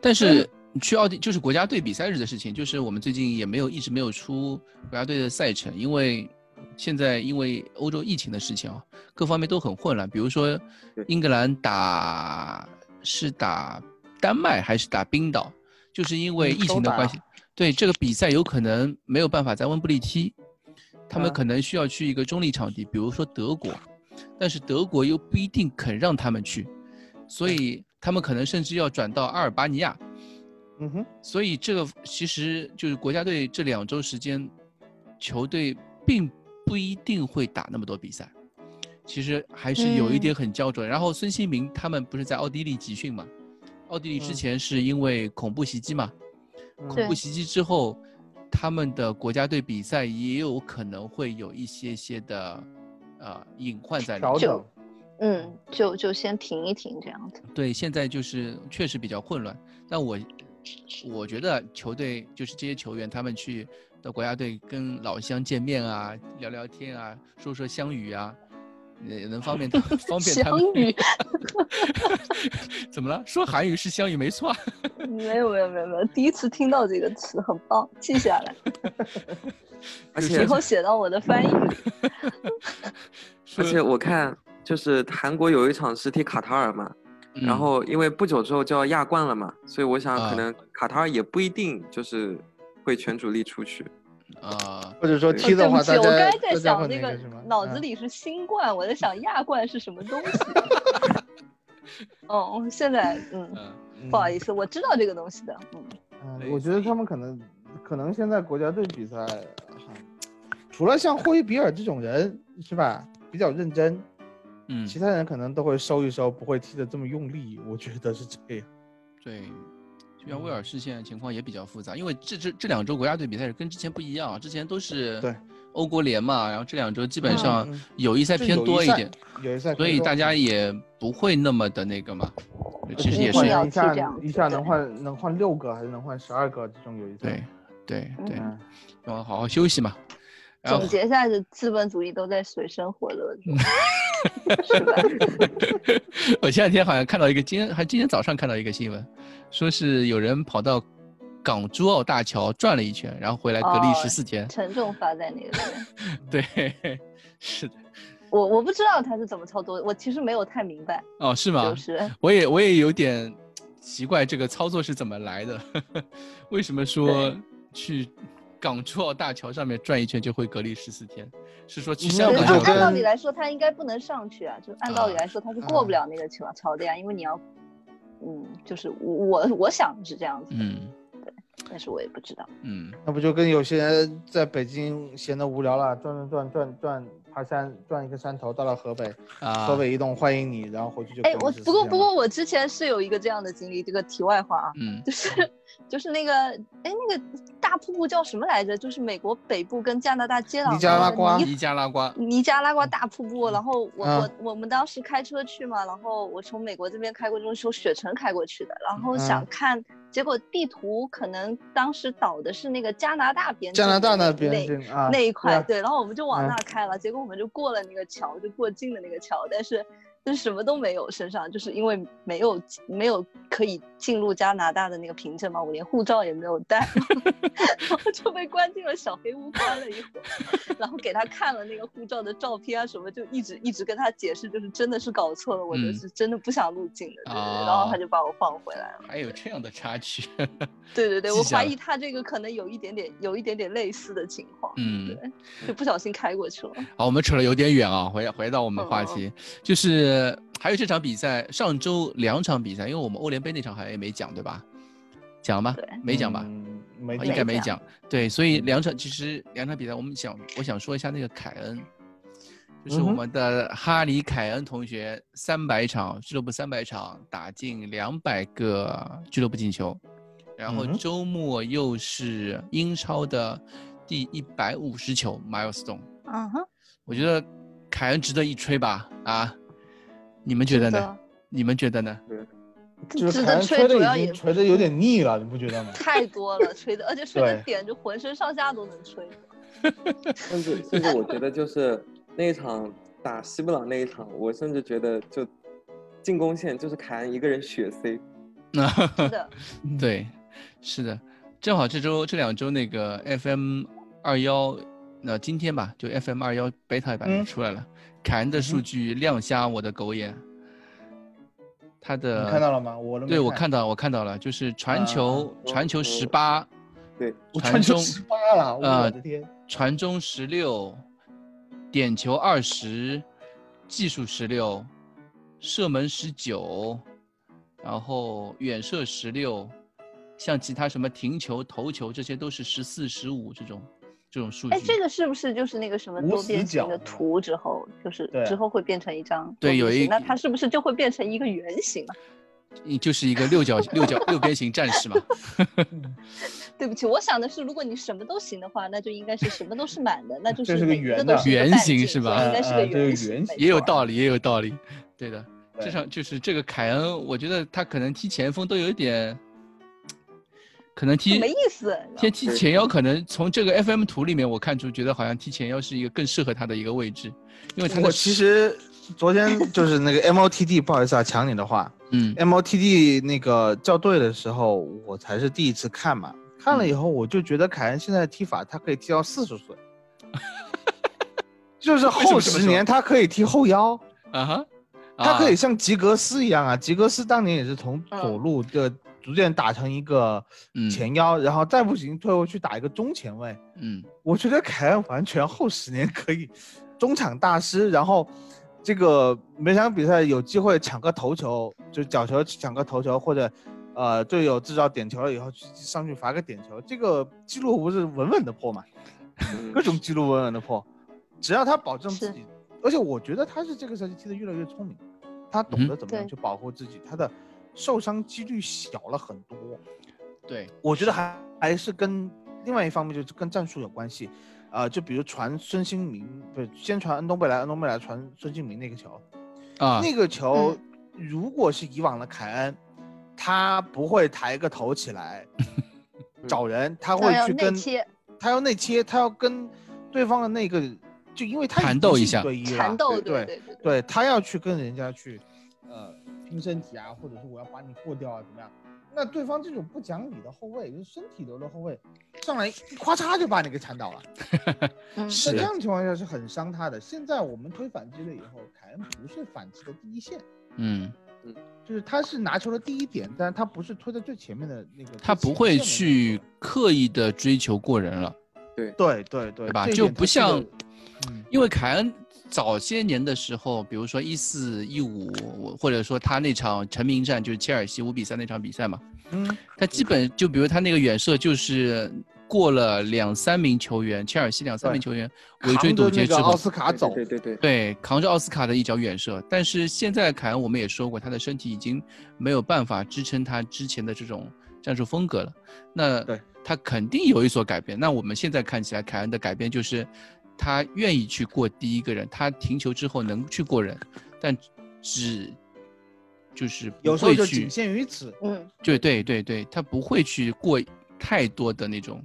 G: 但
H: 嗯
G: 是去奥地就是国家队比赛日的事情，就是我们最近也没有一直没有出国家队的赛程，因为现在因为欧洲疫情的事情啊，各方面都很混乱。比如说
I: 对
G: 英格兰打是打丹麦还是打冰岛，就是因为
H: 嗯
G: 疫情
H: 都
G: 的
H: 打
G: 关系，对这个比赛有可能没有办法在温布利踢，他们
H: 嗯
G: 可能需要去一个中立场地，比如说德国，但是德国又不一定肯让他们去，所以他们可能甚至要转到阿尔巴尼亚。
H: 嗯哼，
G: 所以这个其实就是国家队这两周时间，球队并不一定会打那么多比赛，其实还是有一点很焦灼。然后孙兴民他们不是在奥地利集训嘛？奥地利
H: 嗯
G: 之前是因为恐怖袭击嘛？
H: 嗯
G: 恐怖
E: 对
G: 袭击之后，他们的国家队比赛也有可能会有一些些的呃隐患在里
H: 调
G: 面。
H: 整，
E: 嗯，就就先停一停这样子。
G: 对，现在就是确实比较混乱。但我我觉得球队就是这些球员，他们去到国家队跟老乡见面啊，聊聊天啊，说说乡语啊，也能方便他方便他
E: 相
G: 们。
E: 遇
G: 怎么了？说韩语是乡语没错 啊。
E: 没有没有没有没有，第一次听到这个词，很棒，记下来，
G: 就
I: 而
G: 是
I: 且
E: 以后写到我的翻译里。
I: 而
G: 说
I: 且我看就是韩国有一场是踢卡塔尔嘛，然
G: 嗯
I: 后因为不久之后就要亚冠了嘛，所以我想
G: 啊
I: 可能卡塔尔也不一定就是会全主力出去。
G: 啊、
H: 或者说
I: 对
H: 踢的
E: 对不
H: 话，
E: 起，
H: 大家
E: 我刚才
H: 大
E: 在
H: 家
E: 想
H: 会
E: 那
H: 那
E: 个
H: 什么，
E: 脑子
H: 嗯
E: 里是新冠，我在想亚冠是什么东西。 哦，现在嗯，
G: 嗯
H: 嗯
E: 不好意思，我知道这个东西的，嗯，
H: 嗯，
G: 对
H: 我觉得他们可能可能现在国家队比赛，啊除了像霍伊比尔这种人是吧，比较认真，
G: 嗯
H: 其，他人可能都会收一收，不会踢得这么用力。我觉得是这样。
G: 对。就像威尔士现在情况也比较复杂，因为这这这两周国家队比赛跟之前不一样啊，之前都是
H: 对
G: 欧国联嘛，然后这两周基本
E: 嗯
G: 上
H: 嗯
G: 友谊赛
H: 就
G: 偏
H: 友谊
G: 多一
H: 赛
G: 点，
H: 有一赛，
G: 所以大家也不会那么的那个嘛。其实
E: 一
G: 也
E: 定
G: 是
E: 要
H: 一
E: 踢
H: 下
E: 这样
H: 一
E: 子
H: 下
E: 对
H: 能换能换六个还是能换十二个这种友谊赛
G: 对？对对，
H: 嗯，
G: 要好好休息嘛。然后
E: 总结一下，就资本主义都在水深火热中，
H: 嗯
E: 是吧？
G: 我前两天好像看到一个，今天还今天早上看到一个新闻，说是有人跑到港珠澳大桥转了一圈，然后回来隔离
E: 哦
G: 十四天。
E: 陈重发在那个里面，
G: 对，是的，
E: 我我不知道他是怎么操作，我其实没有太明白，
G: 哦，是吗？
E: 就是
G: 我也我也有点奇怪这个操作是怎么来的， 为什么说去港珠澳大桥上面转一圈就会隔离十四天？是说去
H: 因为
G: 香
E: 对，
G: 港
H: 就
E: 按按
G: 就隔离
H: 跟
E: 道理来说，他应该不能上去啊，就按道理
G: 啊
E: 来说，他是过不了那个啊桥桥的呀，因为你要，嗯，就是我我我想是这样子的，
G: 嗯
E: 但是我也不知道。
G: 嗯，
H: 那不就跟有些人在北京闲得无聊了，转转转转转，爬山转一个山头，到了河北，
G: 啊，
H: 河北移动欢迎你，然后回去就
E: 哎
H: 隔，离
E: 我
H: 14
E: 不过
H: 天
E: 不
H: 了
E: 过我之前是有一个这样的经历，这个题外话啊，
G: 嗯
E: 就是就是那个哎那个大瀑布叫什么来着？就是美国北部跟加拿大接壤
H: 尼加拉
E: 的
H: 瓜
E: 尼
G: 尼加拉瓜，
E: 尼加拉瓜大瀑布，然后我、
H: 嗯
E: 我我们当时开车去嘛，然后我从美国这边开过去，就是从雪城开过去的，然后
H: 嗯
E: 想看，结果地图可能当时导的是那个加拿大边境
H: 加拿大那
E: 那
H: 边这个啊
E: 那一块，
H: 对
E: 对，然后我们就往
H: 嗯
E: 那儿开了，结果我们就过了那个桥，就过境的那个桥，但是就是什么都没有身上，就是因为没有没有可以进入加拿大的那个凭证嘛，我连护照也没有带， 然后就被关进了小黑屋，关了一会儿，然后给他看了那个护照的照片啊什么，就一直一直跟他解释，就是真的是搞错了，我就
G: 嗯
E: 是真的不想入境的，对对对，
G: 哦
E: 然后他就把我放回来了，
G: 还有这样的 插曲，
E: 对对对，我
G: 记下
E: 怀
G: 了
E: 疑他这个可能有一点点有一点点类似的情况，
G: 嗯。
E: 就不小心开过去了。
G: 好，我们扯了有点远啊，回回到我们话
E: 哦
G: 题，就是还有这场比赛，上周两场比赛，因为我们欧联杯那场好像也没讲，对吧？讲吗
E: 对？
G: 没讲吧？
H: 嗯没
G: 啊
H: 讲
G: 应该没
E: 没
G: 讲。对，所以两场其实两场比赛，我们想我想说一下那个凯恩，就是我
H: 嗯哼
G: 们的哈里凯恩同学，三百场俱乐部三百场打进两百个俱乐部进球，然后
H: 嗯哼
G: 周末又是英超的第一百五十球 milestone。
E: 嗯哼，
G: 我觉得凯恩值得一吹吧，啊，你们觉得
E: 值
G: 呢
E: 得？
G: 你们觉得呢？
H: 就是
E: 值
H: 凯
E: 得
H: 恩
E: 吹
H: 吹
E: 主
H: 的
E: 要
H: 已
E: 也？
H: 经吹的有点腻了，你不觉得 吗
E: 太多了，吹的，而且吹的
H: 对
E: 点就浑身上下都能 吹。
I: 甚至甚至我觉得就是那一场打西布朗那一场，我甚至觉得就进攻线就是凯恩一个人血塞，
E: 是的，
H: 嗯
G: 对，是的，正好这周这两周那个 FM 二幺，那今天吧，就 FM 二幺 beta 版也
H: 嗯
G: 出来了，凯恩的数据亮瞎我的狗眼，他的
H: 你看到了吗？呃我都没
G: 对我看到我看到了，就是传球
I: 啊
G: 传球
I: 我
G: 十八，
I: 对，
H: 我
G: 传
H: 传球
G: 中
H: 十八了，
G: 呃
H: 我的天！
G: 传中十六，点球二十，技术十六，射门十九，然后远射十六，像其他什么停球、头球，这些都是十四、十五这种这种数据。
E: 哎，这个是不是就是那个什么
H: 嗯无
E: 多
H: 死
E: 边形
H: 角
E: 的
H: 嘛
E: 图之后，就是
H: 对
E: 之后会变成一张
G: 对
E: 多边
G: 有一
E: 形那它是不是就会变成一个圆形啊？
G: 你就是一个六角六角六边形战 士嘛？
E: 对不起，我想的是，如果你什么都行的话，那就应该是什么都是满的，那就
H: 这是
E: 是
H: 个
E: 每一
H: 圆
E: 都
H: 的
E: 是一个
G: 圆
E: 半
G: 形
E: 径
G: 是
E: 对
G: 吧
E: 应该是
H: 啊
E: 个
H: 啊这个
E: 圆形
H: 圆，
E: 没
G: 也有
E: 错
G: 道理，也有道理。对的，这
H: 对
G: 场就是这个凯恩，我觉得他可能踢前锋都有一点，可能
E: 就
G: 踢
E: 没意思。
H: 啊
G: 先踢前腰，可能从这个 FM 图里面我看出，觉得好像踢前腰是一个更适合他的一个位置，因为他
H: 我
G: 的
H: 其实昨天就是那个 MOTD，不好意思啊，抢你的话
G: 嗯
H: ，MOTD 那个校对的时候，我才是第一次看嘛。看了以后，我就觉得凯恩现在的踢法，他可以踢到四十岁，就是
G: 为什
H: 后
G: 么这么
H: 十年他可以踢后腰，
G: 啊哈，
H: 他可以
G: 啊
H: 像吉格斯一样啊。吉格斯当年也是从左路的逐渐打成一个
G: 嗯
H: 前腰，然后再不行退回去打一个中前卫。
G: 嗯
H: 我觉得凯恩完全后十年可以中场大师，然后这个每场比赛有机会抢个头球，就角球抢个头球，或者呃队友制造点球了以后去上去罚个点球，这个记录不是稳稳的破嘛？
I: 嗯
H: 各种记录稳稳的破，只要他保证自
E: 是
H: 己，而且我觉得他是这个赛季踢得越来越聪明，他懂得
G: 嗯
H: 怎么样
E: 对
H: 去保护自己，他的受伤几率小了很多。
G: 对
H: 我觉得还还是跟另外一方面就是跟战术有关系，呃，就比如传孙兴民，不是先传恩东贝莱，恩东贝莱传孙兴民那个球，
G: 啊
H: 那个球
E: 嗯
H: 如果是以往的凯恩，他不会抬个头起来
G: 嗯
H: 找人，他
E: 他
H: 会
E: 要
H: 去
E: 内
H: 跟
E: 切
H: 他要内切，他要跟对方的那个，就因为他已
G: 缠
H: 经
G: 斗
H: 是
G: 一下
H: 对一了
E: 缠斗，
H: 啊对
E: 对对。
G: 嗯
H: 对他要去跟人家去，呃，拼身体啊，或者是我要把你过掉啊，怎么样？那对方这种不讲理的后卫，就是身体流的后卫，上来一咔嚓就把你给铲倒了。
E: 嗯
H: 那
G: 是
H: 这
G: 的
H: 样的情况下是很伤他的。现在我们推反击了以后，凯恩不是反击的第一线，
G: 嗯，
H: 就是他是拿球的第一点，但是他不是推在最前面的那个。
G: 他
H: 最
G: 不
H: 前线
G: 会
H: 的那
G: 去
H: 个
G: 刻意的追求过人了，
H: 对对对，
G: 对吧？
H: 这一
G: 就
H: 点
G: 不
H: 他这
G: 像
H: 个嗯，
G: 因为凯恩早些年的时候，比如说一四一五，我或者说他那场成名战就是切尔西五比三那场比赛嘛，
H: 嗯，
G: 他基本就比如他那个远射就是过了两三名球员，切尔西两三名
H: 对
G: 球员围
H: 扛
G: 追
H: 着
G: 堵
H: 那
G: 截之
H: 个
G: 后
H: 奥，斯卡走，
I: 对对对对，
G: 对，扛着奥斯卡的一脚远射。但是现在凯恩我们也说过，他的身体已经没有办法支撑他之前的这种战术风格了。那
H: 对
G: 他肯定有一所改变。那我们现在看起来，凯恩的改变就是他愿意去过第一个人，他停球之后能去过人，但只就是不
H: 有时候
G: 会
H: 就
G: 去
H: 仅限于此，
E: 嗯，
G: 对对对对，他不会去过太多的那种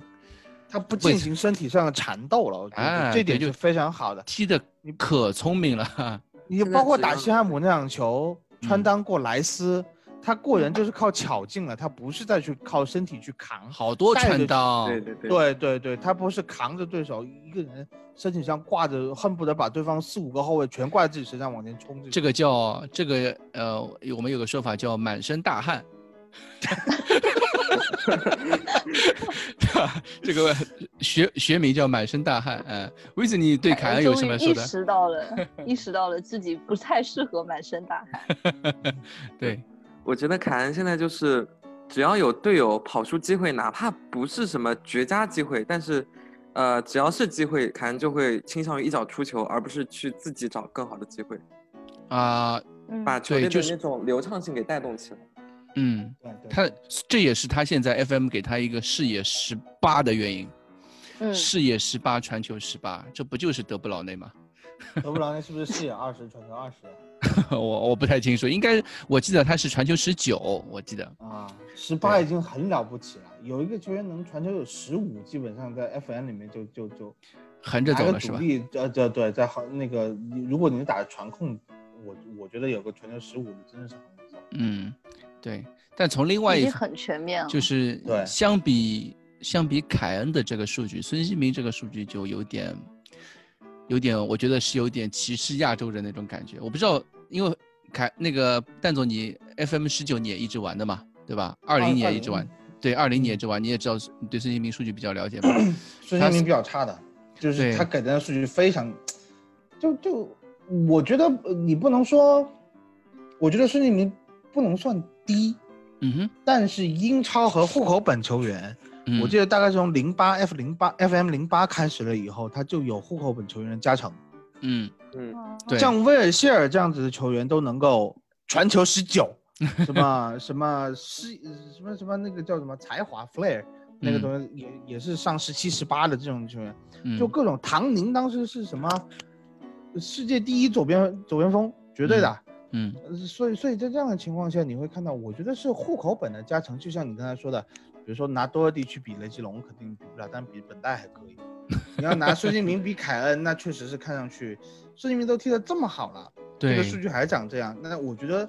H: 他不
G: 会
H: 进行身体上的缠斗了，我觉
G: 哎
H: 得这点
G: 对就是
H: 非常好的。
G: 踢的可聪明了。
H: 你
I: 现在
H: 包括
I: 只
H: 打
I: 要
H: 西汉姆那场球，
G: 嗯
H: 穿裆过莱斯，他过人就是靠巧劲了，他不是再去靠身体去扛。
G: 好多
H: 带着
G: 穿
H: 去
G: 裆，
I: 对对对，
H: 对对对，他不是扛着对手一个人身体上挂着，恨不得把对方四五个后卫全挂在自己身上往前冲种。
G: 这个叫这个呃，我们有个说法叫满身大汗。 对吧这个学学名叫满身大汗。嗯、呃，威斯，你对凯恩有
E: 哎终
G: 什
E: 于
G: 么说
E: 意
G: 的？
E: 识到 了，意识到了自己不太适合满身大汗。
G: 对，
I: 我觉得凯恩现在就是，只要有队友跑出机会，哪怕不是什么绝佳机会，但是，呃，只要是机会，凯恩就会倾向于一脚出球，而不是去自己找更好的机会，
G: 啊、
E: 嗯，
I: 把球
G: 对
I: 队
G: 就
I: 的
G: 是
I: 那种流畅性给带动起来。
G: 嗯，
H: 对对
G: 他这也是他现在 FM 给他一个视野十八的原因，
E: 嗯，
G: 视野十八，传球十八，这不就是德布劳内吗？
H: 德布劳内是不是视野二十，传球二十
G: 我我不太清楚，应该我记得他是传球十九，我记得。
H: 啊？十八已经很了不起了，有一个球员能传球有十五，基本上在 FN 里面就就就
G: 横着
H: 拿
G: 走
H: 个
G: 了是
H: 主
G: 吧？
H: 力，呃，对对，在好那个，你如果你打传控，我我觉得有个传球十五的真的是很不错。
G: 嗯，对。但从另外
E: 已
G: 一
E: 经
G: 方，
E: 很全面了。
G: 就是
H: 对
G: 相比相比凯恩的这个数据，孙兴民这个数据就有点有点，我觉得是有点歧视亚洲人那种感觉。我不知道，因为凯那个蛋总你 FM 十九你也一直玩的嘛，对吧？二零年也一直玩，对，二零年也一嗯直玩，你也知道你对孙兴民数据比较 了解嘛。
H: 孙
G: 他
H: 兴
G: 是
H: 民比较差的，就
G: 对
H: 是他给的数据非常，就就我觉得呃你不能说，我觉得孙兴民不能算低，
G: 嗯哼，
H: 但是英超和户口本球员，
G: 嗯
H: 我记得大概从零八 F 零八 FM 零八开始了以后，他就有户口本球员的加成，
G: 嗯，
I: 嗯，
G: 对，
H: 像威尔希尔这样子的球员都能够传球十 九，什么什么是什么什么那个叫什么才华 flair 那个
G: 嗯
H: 东西也、也是上十七十八的这种球员。
G: 嗯
H: 就各种唐宁当时是什么世界第一左边左边锋，绝对的。
G: 嗯
H: 呃所以所以在这样的情况下，你会看到，我觉得是户口本的加成，就像你刚才说的，比如说拿多尔蒂去比雷吉隆肯定比不了，但比本代还可以。你要拿孙兴民比凯恩，那确实是看上去孙兴民都踢得这么好了，这
G: 对
H: 个数据还长这样，那我觉得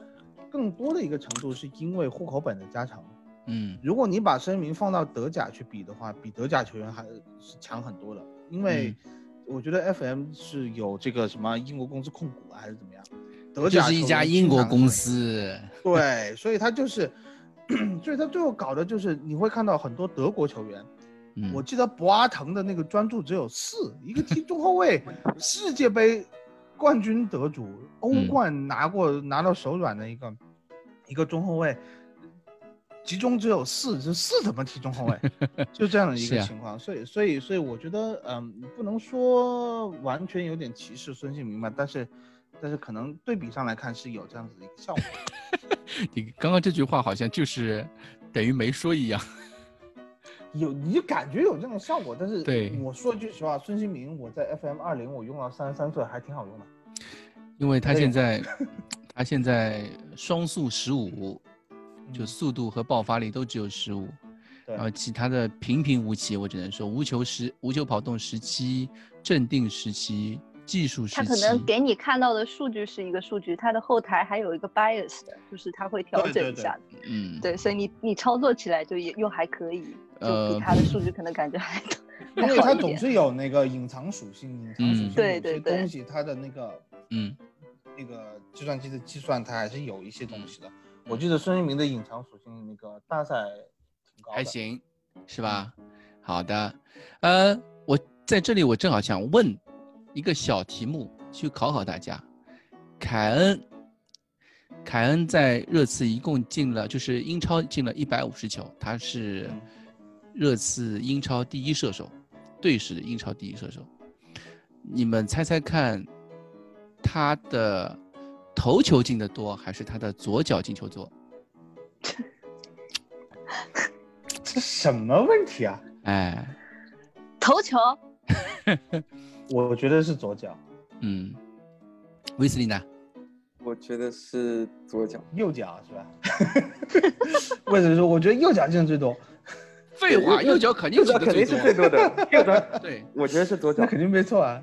H: 更多的一个程度是因为户口本的加成。
G: 嗯
H: 如果你把孙兴民放到德甲去比的话，比德甲球员还是强很多的，因为
G: 嗯
H: 我觉得 FM 是有这个什么英国公司控股啊还是怎么样，德
G: 就
H: 甲
G: 是一
H: 球
G: 家
H: 员
G: 英
H: 经
G: 国
H: 常
G: 公
H: 是
G: 司。
H: 对，所以他就是， 所以他最后搞的就是你会看到很多德国球员，
G: 嗯，
H: 我记得博阿滕的那个专注只有四，一个踢中后卫，世界杯冠军得主，欧
G: 嗯
H: 冠拿过、拿到手软的一个一个中后卫，集中只有四，这四怎么踢中 后卫？就这样的一
G: 是
H: 个
G: 啊
H: 情况。所以，所以，所以我觉得，嗯，不能说完全有点歧视孙兴民吧，但是，但是可能对比上来看是有这样子的一个效果。
G: 你刚刚这句话好像就是等于没说一样。
H: 有你就感觉有这种效果，但是
G: 对
H: 我说句实话，孙兴民我在 FM 二零我用到三十三岁还挺好用的。
G: 因为他
H: 哎呦
G: 现在，他现在双速十五，就速度和爆发力都只有十五，
H: 对
G: 然后其他的平平无奇，我只能说无球十无球跑动十七，镇定十七，技术十
E: 他可
G: 七，
E: 能给你看到的数据是一个数据，它的后台还有一个 bias 的，就是他会调
H: 对对
E: 整一
H: 对
E: 下。
G: 嗯，
E: 对，所以你你操作起来就也又还可以，就
G: 呃
E: 比他的数据可能感觉还
H: 因为
E: 还好
H: 它
E: 一
H: 总
E: 点。
H: 是有那个隐藏属性，隐藏属性
G: 嗯
E: 对
H: 有
E: 对
H: 些
E: 对
H: 东西它的那个
G: 嗯，
H: 那个计算机的计算，它还是有一些
G: 嗯
H: 东西的。我记得孙兴民的隐藏属性那个大赛挺高的，嗯
G: 还行，是吧？好的，呃，我在这里我正好想问一个小题目，去考考大家。凯恩，凯恩在热刺一共进了，就是英超进了一百五十球，他是
H: 嗯
G: 热刺英超第一射手，队史英超第一射手。你们猜猜看，他的头球进的多，还是他的左脚进球多？
H: 什么问题啊？
G: 哎，
E: 头球，
H: 我觉得是左脚，
G: 嗯，威斯利呢？
I: 我觉得是左脚。
H: 右脚是吧？ 为什么说？我觉得右脚进的最多，
G: 废话，右脚肯定
I: 右脚肯定是最多的，右脚
G: 对，
I: 我觉得 是左脚
H: 那。肯定没错啊。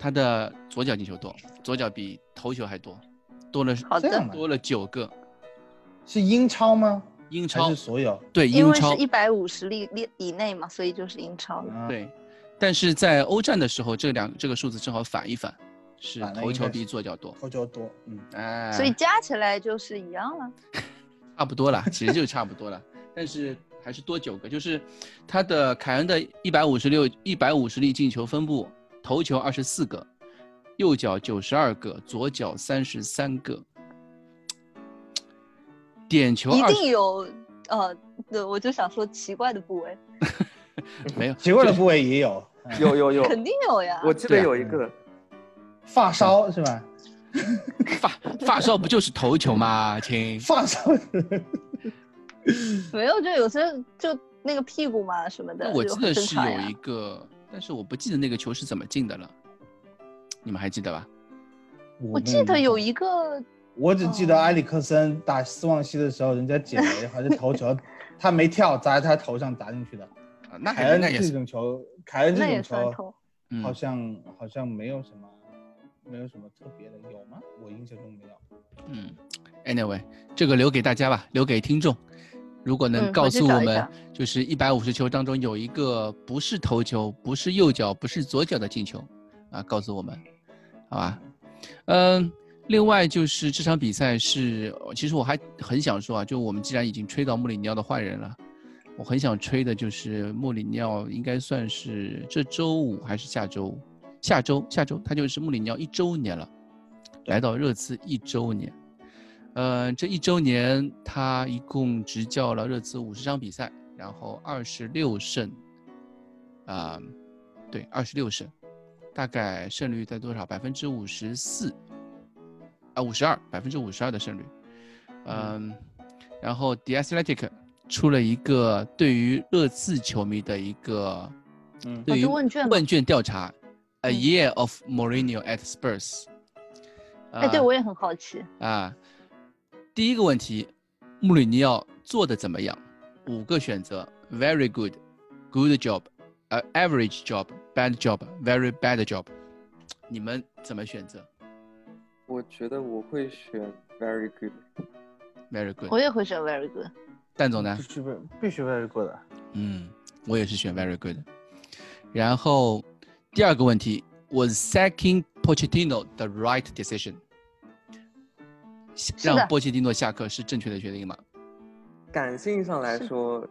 G: 他的左脚进球多，左脚比头球还多，多了
E: 好
H: 这
E: 的
H: 样，吗？
G: 多了九个。
H: 是英超吗？
G: 英
H: 还
G: 超
H: 是所 有？
G: 对
E: 因
G: 英
E: 为是
G: 超
E: 一百五十粒粒以内嘛，所以就是英超了。
H: 啊，
G: 对，但是在欧战的时候，这两这个数字正好反一反，是
H: 反了
G: 头
H: 应
G: 球
H: 该
G: 比
H: 是
G: 左脚多，
H: 头球多，嗯，
G: 哎，
E: 所以加起来就是一样了，
G: 差不多了，其实就差不多了，但是还是多九个，就是他的凯恩的一百五十六、一百五十粒进球分布，头球二十四个，右脚九十二个，左脚三十三个，点球
E: 一
G: 二
E: 定有呃，对，我就想说奇怪的部位，
G: 没有，
H: 奇怪的部位也有，嗯
I: 有有有，
E: 肯定有呀。
I: 我记
G: 对
I: 得
G: 啊
I: 有一个，
H: 发梢是吧？
G: 发发梢不就是头球吗？ 亲，
H: 发梢，
E: 没有，就有些就那个屁股嘛什么的，
G: 那我
E: 就
G: 记
E: 很
G: 得
E: 正
G: 是
E: 常
G: 有
E: 呀
G: 一个，但是我不记得那个球是怎么进的了，你们还记得吧？
E: 我记得有，一个
H: 我只记
G: 哦
H: 得埃里克森打斯旺西的时候，人家解围还是头球，他没跳，砸在他头上砸进去的。
G: 啊，那
H: 凯
G: 还
H: 恩
G: 那也
H: 这
G: 是，
H: 种球，凯恩
E: 那也
H: 这种
E: 算头
H: 球，
G: 嗯
H: 好像好像没有什么，没有什么特别的，有吗？我印象中没有。
G: 嗯，anyway，这个留给大家吧，留给听众。如果能
E: 嗯
G: 告
E: 回去
G: 诉
E: 找
G: 我
E: 一
G: 们
E: 下，
G: 就是一百五十球当中有一个不是头球，不是右脚，不是左脚的进球，啊，告诉我们，好吧？嗯，另外就是这场比赛是，其实我还很想说啊，就我们既然已经吹到穆里尼奥的坏人了，我很想吹的就是穆里尼奥应该算是这周五还是下周五？下周下周他就是穆里尼奥一周年了，来到热刺一周年。呃，这一周年他一共执教了热刺五十场比赛，然后二十六胜，啊、对，二十六胜，大概胜率在多少？百分之五十四，啊，五十二，百分之五十二的胜率。嗯，然后 The Athletic 出了一个对于热刺球迷的一个
H: 嗯，
G: 对
E: 哦
G: 于
E: 就问卷吗
G: 问卷调查，A
E: 嗯
G: Year of Mourinho at Spurs。呃
E: 哎，对我也很好奇，
G: 啊，第一个问题，穆里尼奥做的怎么样？五个选择：very good、good job、呃 average job、bad job、very bad job。你们怎么选择
I: 我觉得我会选 very good。
G: ？very
E: 我
G: good。
E: 也会选 very good。
G: 蛋总呢
H: 必？须被必须被过 的。
G: 嗯，我也是选 very good。然后第二个问题，was sacking Pochettino the right decision？
E: 是的
G: 让波切蒂诺下课是正确的决定吗？
I: 感性上来说，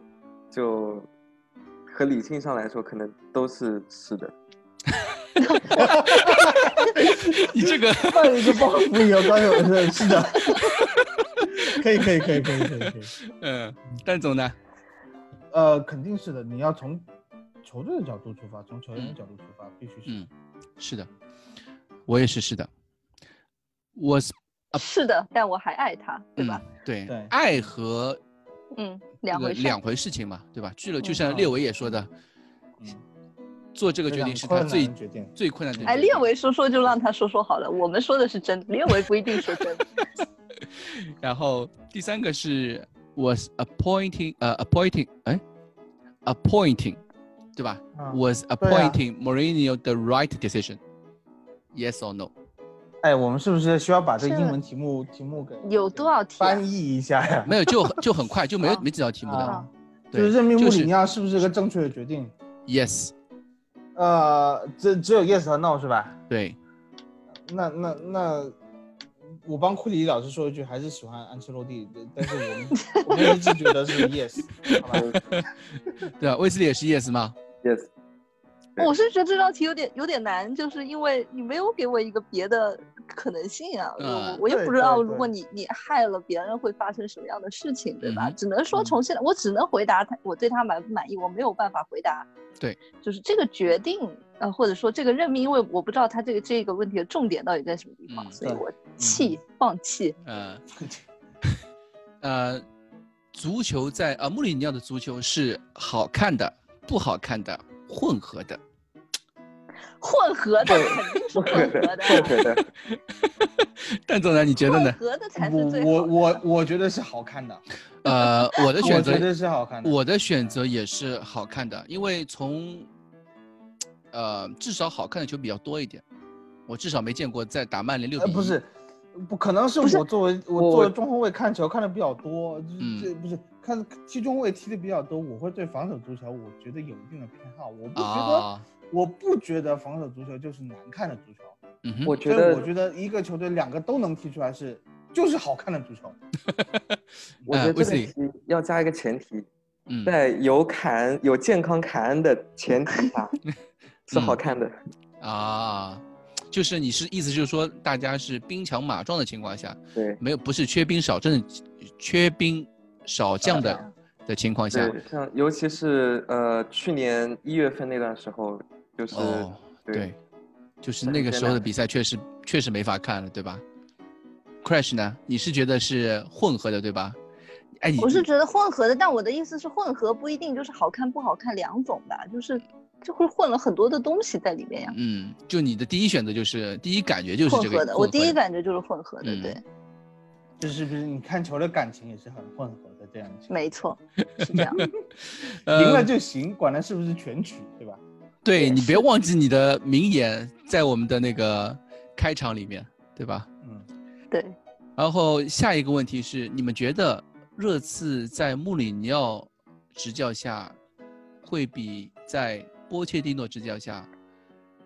I: 就和理性上来说，可能都是是的。
G: 你这个
H: 换一个包袱有关我的， 是的。可以可以可以可以可以可以，
G: 嗯，蛋总呢？
H: 呃，肯定是的。你要从球队的角度出发，从球员的角度出发，必须是。
G: 嗯，是的，我也是是的，我是
E: 是的，但我还爱他，对吧？
G: 嗯对
H: 对
G: 爱和
E: 嗯，
G: 这
E: 两
G: 个
E: 回事。
G: 两回事情嘛，对吧？俱乐就
E: 嗯
G: 像列维也说的，
H: 嗯
G: 做这个决定是他
H: 非
G: 最
H: 常困难的决定
G: 最困难的决定。
E: 哎，列维说说就让他说说好了，我们说的是真的，列维不一定说真 的。
G: 然后第三个是 was appointing 呃 appointing 哎 appointing 对吧、
H: 嗯
G: was
H: 对啊
G: appointing Mourinho the right decision yes or no
H: 哎，我们是不是需要把这个
E: 这
H: 英文题目题目给
E: 有多少题啊
H: 翻译一下呀？
G: 没有就就很快就没有、
E: 啊
G: 没几道题目的，
H: 啊就
G: 对，
H: 是任命穆
G: 就
H: 里
G: 是
H: 尼奥是不是个正确的决定？
G: yes
H: 呃，这只有 yes 和 no 是吧？
G: 对
H: 那那那，我帮库里老师说一句，还是喜欢安切洛蒂，但是我 们我们一直觉得是 yes，好吧？
G: 嗯对啊，威斯利也是 yes 吗？
I: Yes，对
E: 我是觉得这道题有点有点难，就是因为你没有给我一个别的可能性啊，
G: 嗯
E: 我我也
H: 对
E: 不知道
H: 对
E: 如果
H: 对
E: 你你害了别人会发生什么样的事情，对吧？
G: 嗯哼
E: 只能说从现在，我只能回答他，我对他满不满意，我没有办法回答。
G: 对，
E: 就是这个决定，呃，或者说这个任命，因为我不知道他这个这个问题的重点到底在什么地方，
G: 嗯
E: 所以
H: 对
E: 我弃、放弃。
G: 呃呃，呃，足球在啊，穆里尼奥的足球是好看的、不好看的、混合的。
E: 混合的肯定是混合的，
I: 混合的，
G: 蛋总呢？你觉得
E: 混
G: 呢？
E: 合的才是最好
H: 我我
E: 的
H: 我我觉得是好看的，
G: 呃，我的
H: 我
G: 选
H: 觉
G: 择
H: 得是好看的。
G: 我的选择也是好看的，因为从，呃，至少好看的球比较多一点。我至少没见过在打曼联六
H: 呃
G: 比一、
H: 不是，不可能是
E: 不是
H: 我作为我
I: 我
H: 作为中后卫看球看的比较多，
G: 嗯
H: 这不是看踢中卫踢的比较多，我会对防守足球我觉得有一定的偏好，我不觉得、
G: 啊，
H: 我不觉得防守足球就是难看的足球，
G: 嗯哼，
I: 我觉
H: 所以我
I: 得
H: 觉得一个球队两个都能踢出来是就是好看的足球，
I: 我觉得这个
G: Wesley
I: 题要加一个前提，
G: 嗯，
I: 在有凯恩有健康凯恩的前 提下是
G: 嗯
I: 好看的。
G: 啊，就是你是意思就是说大家是兵强马壮的情况下，
I: 对
G: 没有不是缺兵少阵的，缺兵少将的的情况下，
I: 对，像尤其是呃去年一月份那段时候，就是
G: 哦，对，就是那个时候的比赛确实确实没法看了，对吧？Crash 呢？你是觉得是混合的对吧？哎，你
E: 我是觉得混合的，但我的意思是混合不一定就是好看不好看两种吧，就是就会混了很多的东西在里面呀。
G: 嗯，就你的第一选择就是第一感觉就是
E: 混
G: 这个
E: 合的，我第一
G: 的
E: 感觉就是混合的，
G: 嗯
E: 对，
H: 这是不是你看球的感情也是很混合的这样子？
E: 没错，是这样。
G: 呃
H: 赢了就行，管他是不是全取，对吧？
G: 对你别忘记你的名言在我们的那个开场里面，对吧？
H: 嗯，
E: 对，
G: 然后下一个问题是，你们觉得热刺在穆里尼奥执教下，会比在波切蒂诺执教下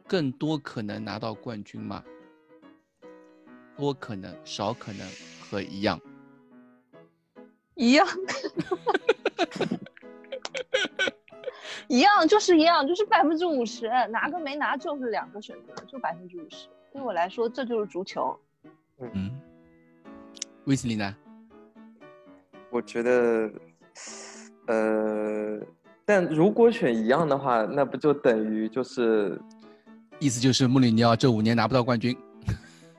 G: 更多可能拿到冠军吗？多可能、少可能和一样。
E: 一样，一样就是一样，就是百分之五十，拿跟没拿就是两个选择，就百分之五十。对我来说，这就是足球。
G: 嗯，威斯利呢？
I: 我觉得，呃，但如果选一样的话，那不就等于就是
G: 意思就是穆里尼奥这五年拿不到冠军。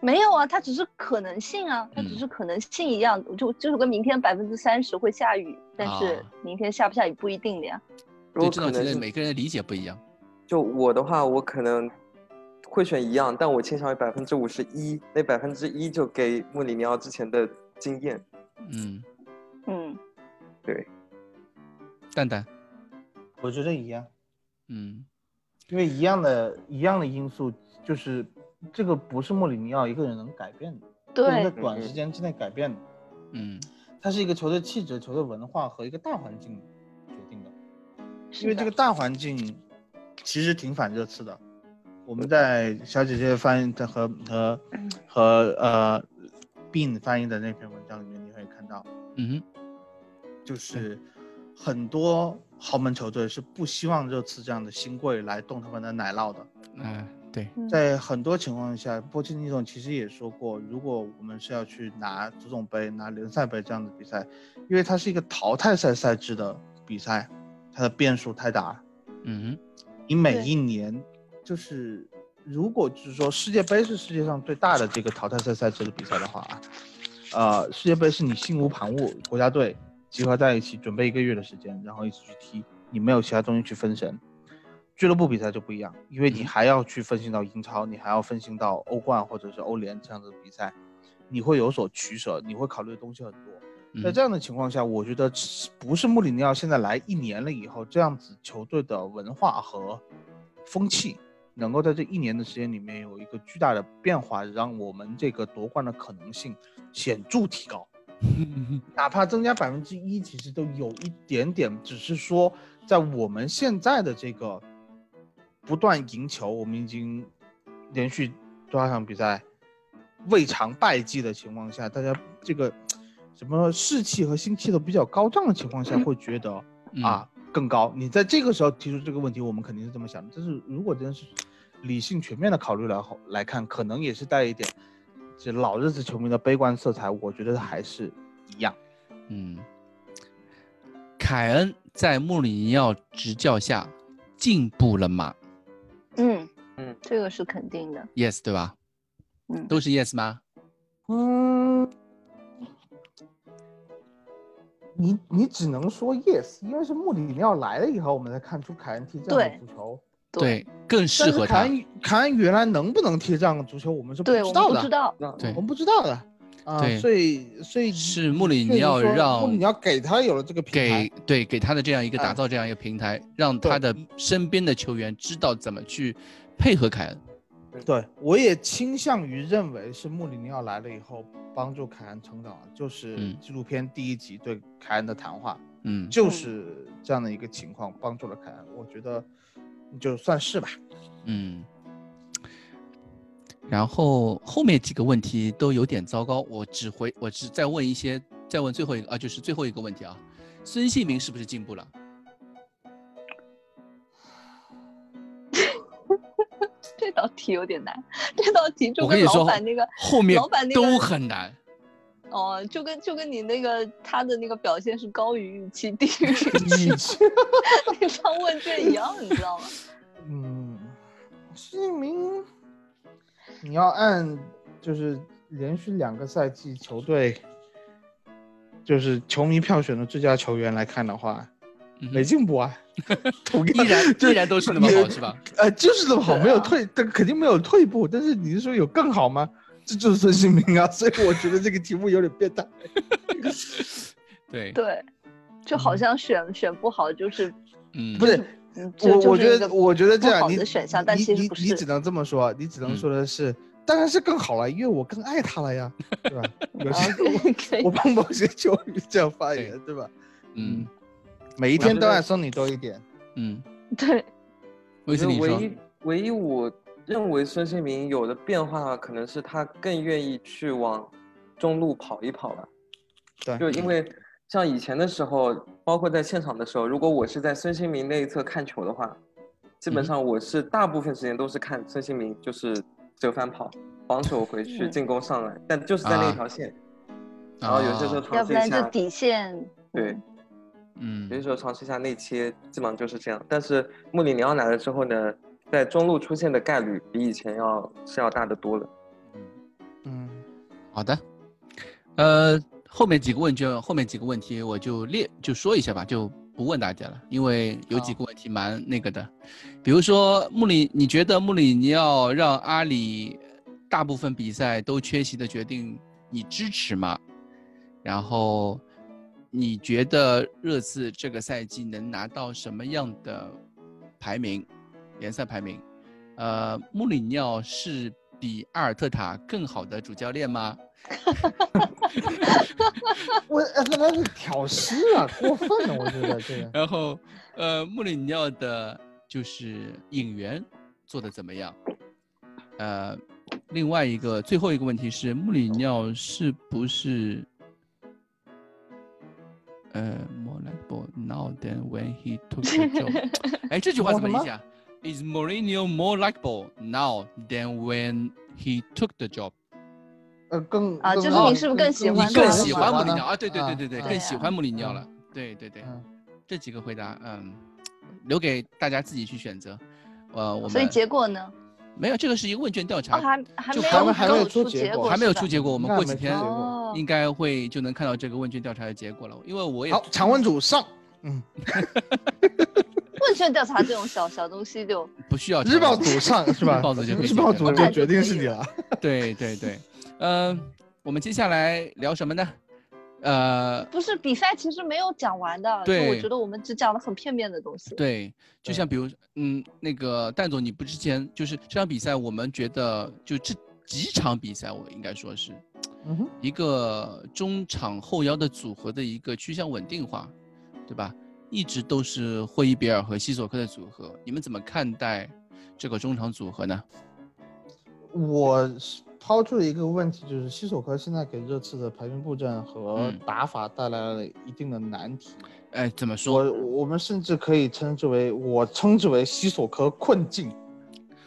E: 没有啊，它只是可能性啊，它只
G: 嗯
E: 是可能性一样，就就是跟明天百分之三十会下雨，但是
G: 啊
E: 明天下不下雨不一定的呀。
I: 如
G: 对
I: 果
G: 这
I: 可
G: 道题
I: 能
G: 的
I: 是
G: 每个人的理解不一样。
I: 就我的话，我可能会选一样，但我倾向于百分之五十一，那百分之一就给穆里尼奥之前的经验。
G: 嗯，
E: 嗯，
G: 蛋蛋，
H: 我觉得一样。
G: 嗯
H: 因为一样的一样的因素，就是这个不是穆里尼奥一个人能改变的，不能在
E: 对，
H: 短时间之内改变的，
G: 嗯
H: 它是一个球队气质、球队文化和一个大环境决定的。
E: 是
H: 因为这
E: 的
H: 个大环境其实挺反热刺的。我们在小姐姐翻译的和和
E: 嗯
H: 和呃 Bean 翻译的那篇文章里面，你会看到，
G: 嗯
H: 就是很多豪门球队是不希望热刺这样的新贵来动他们的奶酪的。
G: 哼，哎、对，
E: 嗯
H: 在很多情况下，波切蒂诺其实也说过，如果我们是要去拿足总杯、拿联赛杯这样的比赛，因为它是一个淘汰赛赛制的比赛，它的变数太大。
G: 嗯
H: 你每一年就是，如果就是说世界杯是世界上最大的这个淘汰赛赛制的比赛的话啊，呃，世界杯是你心无旁骛，国家队集合在一起准备一个月的时间，然后一起去踢，你没有其他东西去分神。俱乐部比赛就不一样，因为你还要去分心到英超，你还要分心到欧冠或者是欧联这样的比赛，你会有所取舍，你会考虑的东西很多。
G: 哼，
H: 在这样的情况下，我觉得是不是穆里尼奥现在来一年了以后，这样子球队的文化和风气能够在这一年的时间里面有一个巨大的变化，让我们这个夺冠的可能性显著提高。
G: 嗯
H: 哪怕增加百分之一，其实都有一点点，只是说在我们现在的这个不断赢球，我们已经连续多少场比赛未尝败绩的情况下，大家这个什么士气和心气都比较高涨的情况下，会觉得
G: 嗯
H: 啊更高。你在这个时候提出这个问题，我们肯定是这么想的。但是如果真是理性全面的考虑来后来看，可能也是带一点这老日子球迷的悲观色彩。我觉得还是一样。
G: 嗯，凯恩在穆里尼奥执教下进步了吗
E: 嗯
I: 嗯
E: 这个是肯定的。
G: ？Yes，对吧？
E: 嗯
G: 都是 Yes 吗？
H: 嗯，你你只能说 yes，因为是穆里尼奥来了以后，我们才看出凯恩踢这样的
E: 对
H: 足球。
G: 对，更适
H: 但是
G: 合
H: 凯
G: 他。
H: 恩凯恩原来能不能踢这样的足球，我们是不
E: 对
H: 知
E: 我
H: 道
E: 们
H: 的，
E: 不知道，
G: 对
H: 我们不知道的。啊、
G: 对
H: 所以所以
G: 是穆里尼
H: 确实
G: 奥
H: 说
G: 让
H: 穆里尼奥给他有了这个平
G: 给
H: 台，
G: 对给他的这样一个打
H: 啊
G: 造这样一个平台，让他的身边的球员知道怎么去配合凯恩。
H: 对我也倾向于认为是穆里尼奥来了以后帮助凯恩成长的，就是
G: 嗯
H: 纪录片第一集对凯恩的谈话，
G: 嗯，
H: 就是这样的一个情况帮助了凯恩，我觉得就算是 吧。
G: 嗯，然后后面几个问题都有点糟糕，我只回我只再问一些，再问最后一个啊，就是最后一个问题啊，孙兴民是不是进步了？
E: 这道题有点难，这道题就
G: 我跟你
E: 老
G: 说
E: 板那个，
G: 后面
E: 老板那
G: 都
E: 个
G: 很难。
E: 哦，就跟就跟你那个他的那个表现是高于预期、 低于预期那张问卷一样，你知道吗？
H: 嗯，孙兴民，你要按就是连续两个赛季球队就是球迷票选的最佳球员来看的话，
G: 嗯哼
H: 没进步啊，同
G: 依
H: 样
G: 然
H: 就
G: 依然都是那么好，是吧？
H: 呃就是这么好，
E: 对啊
H: 没有退，但肯定没有退步。但是你是说有更好吗？这就是孙兴民啊，所以我觉得这个题目有点变态。
G: 对，
E: 对，就
H: 嗯
E: 好像选、选不好就是
G: 嗯，
H: 不是，
E: 嗯，这
H: 我我
E: 就是
H: 觉
E: 一
H: 得
E: 个
H: 我觉得这
E: 不
H: 样
E: 好
H: 你
E: 的选项，但
H: 你
E: 其实
H: 你
E: 不
H: 你
E: 是
H: 只。能这么说，你只能
G: 嗯
H: 说的是，当然是更好了，因为我更爱他了呀，对吧？有
E: 啊
H: 些
E: 可以 可以
H: 我 帮某些球迷这样发言，对吧？
G: 嗯
H: 每一
I: 天
H: 天
I: 都
H: 都
I: 爱
H: 爱送你多一点。
G: 嗯，
E: 对，
G: 威斯
I: 觉得
G: 你
I: 唯
G: 说，
I: 一唯一我认为孙兴民有的变化，可能是他更愿意去往中路跑一跑了。
H: 对
I: 就因为像以前的时候，包括在现场的时候，如果我是在孙兴民那一侧看球的话，基本
G: 嗯
I: 上我是大部分时间都是看孙兴民，就是折返跑、防守回去、
E: 嗯
I: 进攻上来，但就是在那
G: 啊
I: 一条线，然后有些时候
G: 啊
I: 尝
E: 要
I: 试
E: 不
I: 一
E: 然就
I: 下，
E: 底线。
I: 对，
G: 嗯
I: 有些时候尝试一下内切，基本上就是这样。但是穆里尼奥来了之后呢，在中路出现的概率比以前要是要大得多了。
H: 嗯，
G: 好的，呃，后面几个问卷，后面几个问题我就列就说一下吧，就不问大家了，因为有几个问题蛮那个的，比如说穆里，你觉得穆里尼奥让阿里大部分比赛都缺席的决定，你支持吗？然后你觉得热刺这个赛季能拿到什么样的排名？联赛排名？呃，穆里尼奥是比阿尔特塔更好的主教练吗？
H: 我呃那那是挑事啊，过分了，我觉得这个。
G: 然后，呃，穆里尼奥的就是引援做的怎么样？呃，另外一个最后一个问题是，穆里尼奥是不是呃 more like ball now than when he took the job？哎，这句话怎么理解啊？Is Mourinho more likable now than when he took the job？
H: 呃，更
E: 啊就是
G: 你
E: 是不是更喜欢
G: 你
E: 他
G: 更
E: 了
G: 喜欢穆里
H: 呢
G: 尼奥啊？对对对对对，
E: 啊
G: 更喜欢穆里尼奥
H: 嗯
G: 了。对对对，
H: 嗯
G: 这几个回答，嗯，留给大家自己去选择。呃，我们
E: 所以结果呢？
G: 没有，这个是一个问卷调查，
E: 啊，还还
G: 就
E: 没
G: 还没
E: 有
H: 还
E: 给
H: 没有
E: 我
H: 出
E: 出
H: 结
E: 结
H: 果
E: 果，
G: 还没有出结果，我们
H: 那
G: 过
H: 还
G: 几
H: 没
G: 天
H: 出结果
E: 哦，
G: 应该会就能看到这个问卷调查的结果了。因为我也
H: 好，常温组上。
G: 啊
H: 嗯，
E: 问卷调查这种小小东西就
G: 不需要
H: 日报
G: 查
H: 组上是吧？
G: 日报组就可以
H: 日报
G: 解决
H: 组
G: 了
H: 就决定是你了。
G: 对对对，嗯、我们接下来聊什么呢？呃，
E: 不是比赛，其实没有讲完的。就我
G: 对
E: 觉得我们只讲了很片面的东西。
G: 对，就
H: 对
G: 像比如，嗯，那个蛋总，你不之前就是这场比赛，我们觉得就这几场比赛，我应该说是
H: 嗯哼，
G: 一个中场后腰的组合的一个趋向稳定化，对吧？一直都是霍伊比尔和西索科的组合，你们怎么看待这个中场组合呢？
H: 我是抛出了一个问题，就是西索科现在给热刺的排兵布阵和
G: 嗯
H: 打法带来了一定的难题。
G: 哎，怎么说？
H: 我我们甚至可以称之为，我称之为西索科困境。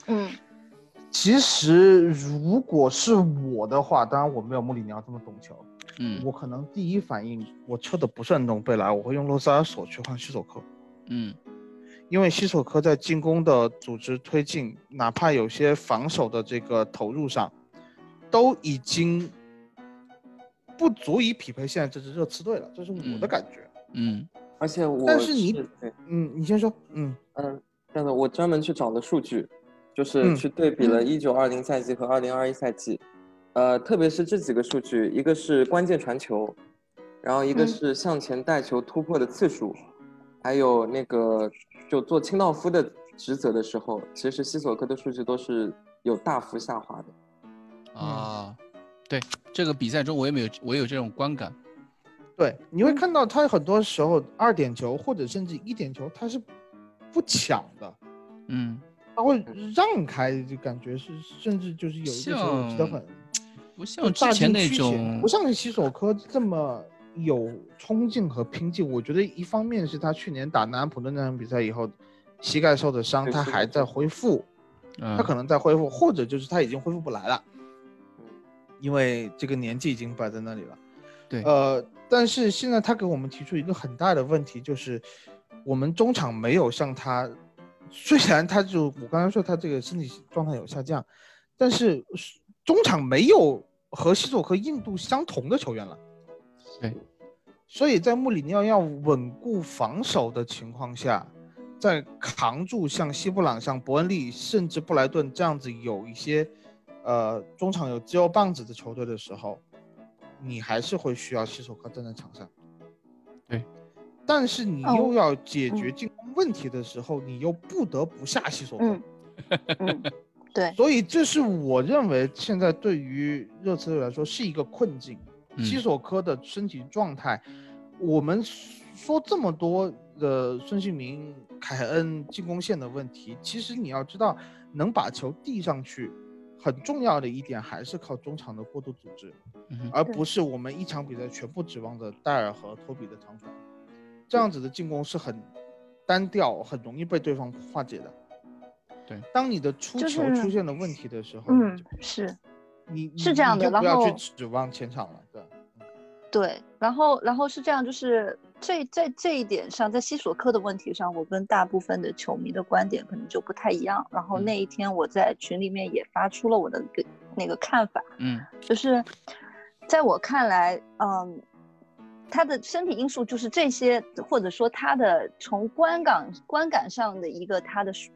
E: 嗯，
H: 其实如果是我的话，当然我没有穆里尼奥这么懂球，
G: 嗯
H: 我可能第一反应我车的不是安东贝莱，我会用洛塞尔索去换西索科，
G: 嗯
H: 因为西索科在进攻的组织推进，哪怕有些防守的这个投入上，都已经不足以匹配现在这支热刺队了，这是我的
G: 嗯
H: 感觉。
G: 嗯
I: 而且我
H: 但是你
I: 对
H: 嗯，你先说。嗯
I: 嗯，这样的，我专门去找了数据，就
H: 嗯
I: 是去对比了一九二零赛季和二零二一赛季，呃，特别是这几个数据，一个是关键传球，然后一个
E: 嗯
I: 是向前带球突破的次数，还有那个就做清道夫的职责的时候，其实西索科的数据都是有大幅下滑的。
H: 嗯
G: 啊，对这个比赛中我也没有我也有这种观感，
H: 对，你会看到他很多时候二点球或者甚至一点球，他是不抢的，
G: 嗯，
H: 他会让开，就感觉是甚至就是有一个球我记得
G: 像
H: 很，
G: 不像
H: 就
G: 之
H: 大禁
G: 前那
H: 区
G: 种
H: 前不像西索科这么有冲劲和拼劲。我觉得一方面是他去年打南安普顿那场比赛以后，膝盖受的伤，
I: 对
H: 他
I: 膝盖
H: 还
I: 受
H: 在
I: 伤
H: 恢复，
G: 嗯，
H: 他可能在恢复，或者就是他已经恢复不来了，因为这个年纪已经摆在那里了。
G: 对
H: 呃，但是现在他给我们提出一个很大的问题，就是我们中场没有像他，虽然他就我刚才说他这个身体状态有下降，但是中场没有和西索科硬度相同的球员了。
G: 对，
H: 所以在穆里尼奥要稳固防守的情况下，在扛住像西布朗、像伯恩利甚至布莱顿这样子有一些，呃，中场有肌肉棒子的球队的时候，你还是会需要西索科站在场上。
G: 对，
H: 但是你
E: 哦
H: 又要解决进攻问题的时候，你又不得不下西索科。
E: 嗯嗯， 对，
H: 所以这是我认为现在对于热刺队来说是一个困境。
G: 嗯
H: 西索科的身体状态，我们说这么多的孙兴民、凯恩进攻线的问题，其实你要知道，能把球递上去，很重要的一点还是靠中场的过度组织，
G: 嗯哼
H: 而不是我们一场比赛全部指望着戴尔和托比的长传，这样子的进攻是很单调，很容易被对方化解的。
G: 对，
H: 当你的出
E: 就
H: 球
E: 是
H: 出现了问题的时候，
E: 嗯，是。
H: 你就，你
E: 是这样
H: 你
E: 的
H: 就不要
E: 然
H: 去
E: 后
H: 指望前场了，对。
E: 对，然后然后是这样，就是这在这一点上，在西索科的问题上，我跟大部分的球迷的观点可能就不太一样。然后
G: 嗯
E: 那一天我在群里面也发出了我的一个那个看法，
G: 嗯
E: 就是在我看来，嗯，他的身体因素就是这些，或者说他的从观感观感上的一个他的水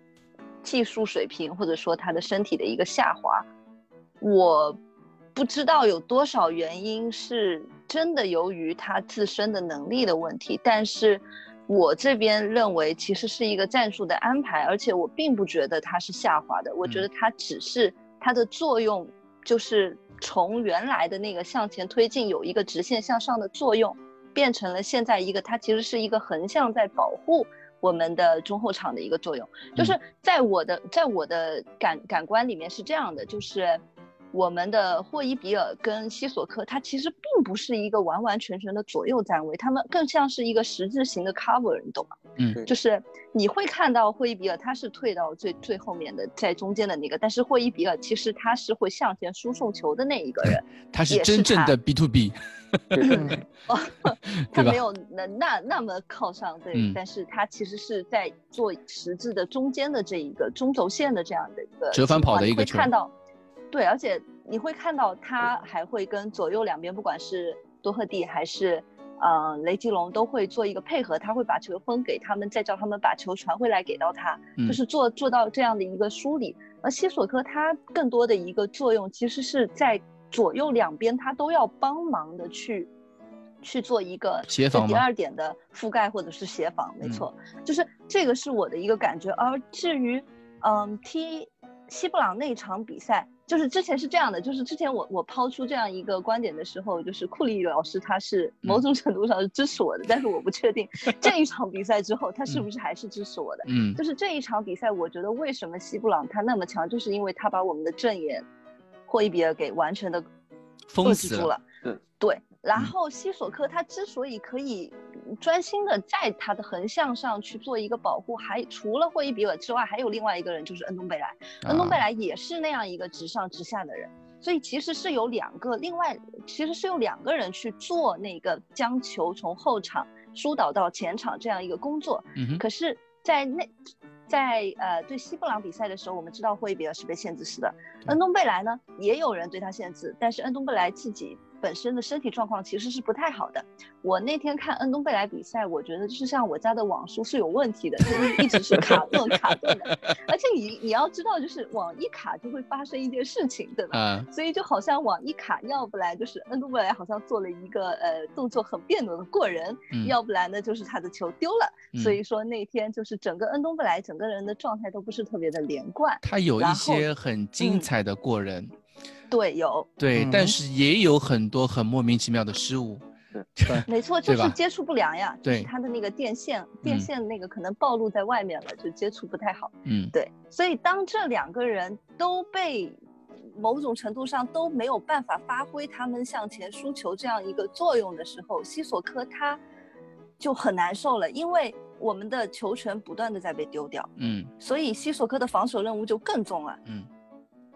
E: 技术水平，或者说他的身体的一个下滑，我不知道有多少原因是真的由于他自身的能力的问题，但是。我这边认为其实是一个战术的安排，而且我并不觉得它是下滑的，我觉
G: 嗯
E: 得它只是它的作用就是从原来的那个向前推进有一个直线向上的作用，变成了现在一个它其实是一个横向在保护我们的中后场的一个作用。就是在我的在我的感感官里面是这样的，就是我们的霍伊比尔跟西索科，他其实并不是一个完完全全的左右站位，他们更像是一个十字形的 cover，你懂吗？
G: 嗯
E: 就是你会看到霍伊比尔他是退到最最后面的，在中间的那个，但是霍伊比尔其实他是会向前输送球的那一个 人，
G: 他是
E: 也是
G: 真正
E: 他
G: 的 B to B，
E: 他
G: 对吧
E: 没有那那那么靠上对，
G: 嗯
E: 但是他其实是在做十字的中间的这一个中轴线的这样的一个
G: 折返
E: 情况
G: 跑的一个
E: 你
G: 球
E: 会看到，对，而且你会看到他还会跟左右两边，不管是多赫蒂还是。呃，雷吉隆都会做一个配合，他会把球分给他们，再叫他们把球传回来给到他。
G: 嗯
E: 就是做做到这样的一个梳理。而西索科它更多的一个作用，其实是在左右两边它都要帮忙的去去做一个
G: 协
E: 这
G: 防
E: 第
G: 吗
E: 二点的覆盖或者是协防，没
G: 嗯
E: 错，就是这个是我的一个感觉。而至于嗯踢西布朗那场比赛。就是之前是这样的，就是之前我我抛出这样一个观点的时候，就是库里老师他是某
G: 嗯
E: 种程度上是支持我的，但是我不确定这一场比赛之后他是不是还是支持我的。
G: 嗯
E: 就是这一场比赛，我觉得为什么西布朗他那么强，就是因为他把我们的阵眼霍伊比尔给完全的
G: 封
E: 遏
G: 死
E: 制住
G: 了
E: 了。
I: 对
E: 对，然
G: 嗯
E: 后西索科他之所以可以专心的在他的横向上去做一个保护，还除了霍伊比尔之外，还有另外一个人就是恩东贝莱。恩东贝
G: 啊
E: 莱也是那样一个直上直下的人，所以其实是有两个，另外其实是有两个人去做那个将球从后场疏导到前场这样一个工作。
G: 嗯哼
E: 可是，在那，在呃对西布朗比赛的时候，我们知道霍伊比尔是被限制式的，
G: 对
E: 恩东贝莱呢也有人对他限制，但是恩东贝莱自己本身的身体状况其实是不太好的。我那天看恩东贝莱比赛，我觉得就像我家的网速是有问题的，就是一直是卡顿卡顿的。而且你你要知道，就是网一卡就会发生一件事情，对吧？
G: 啊，
E: 所以就好像网一卡，要不然就是恩都贝莱好像做了一个呃动作很别扭的过人，
G: 嗯
E: 要不然呢就是他的球丢了。
G: 嗯
E: 所以说那天就是整个恩东贝莱整个人的状态都不是特别的连贯。
G: 他有一
E: 然后
G: 些很精
E: 嗯
G: 彩的过人，
E: 对，有
G: 对，但
I: 嗯
G: 是也有很多很莫名其妙的失误。
E: 没错，就
G: 对吧
E: 是接触不良呀，就是
G: 对
E: 他的那个电线
G: 嗯
E: 电线那个可能暴露在外面了，就接触不太好。
G: 嗯，
E: 对，所以当这两个人都被某种程度上都没有办法发挥他们向前输球这样一个作用的时候，西索科他就很难受了，因为我们的球权不断的在被丢掉，
G: 嗯
E: 所以西索科的防守任务就更重了，
G: 嗯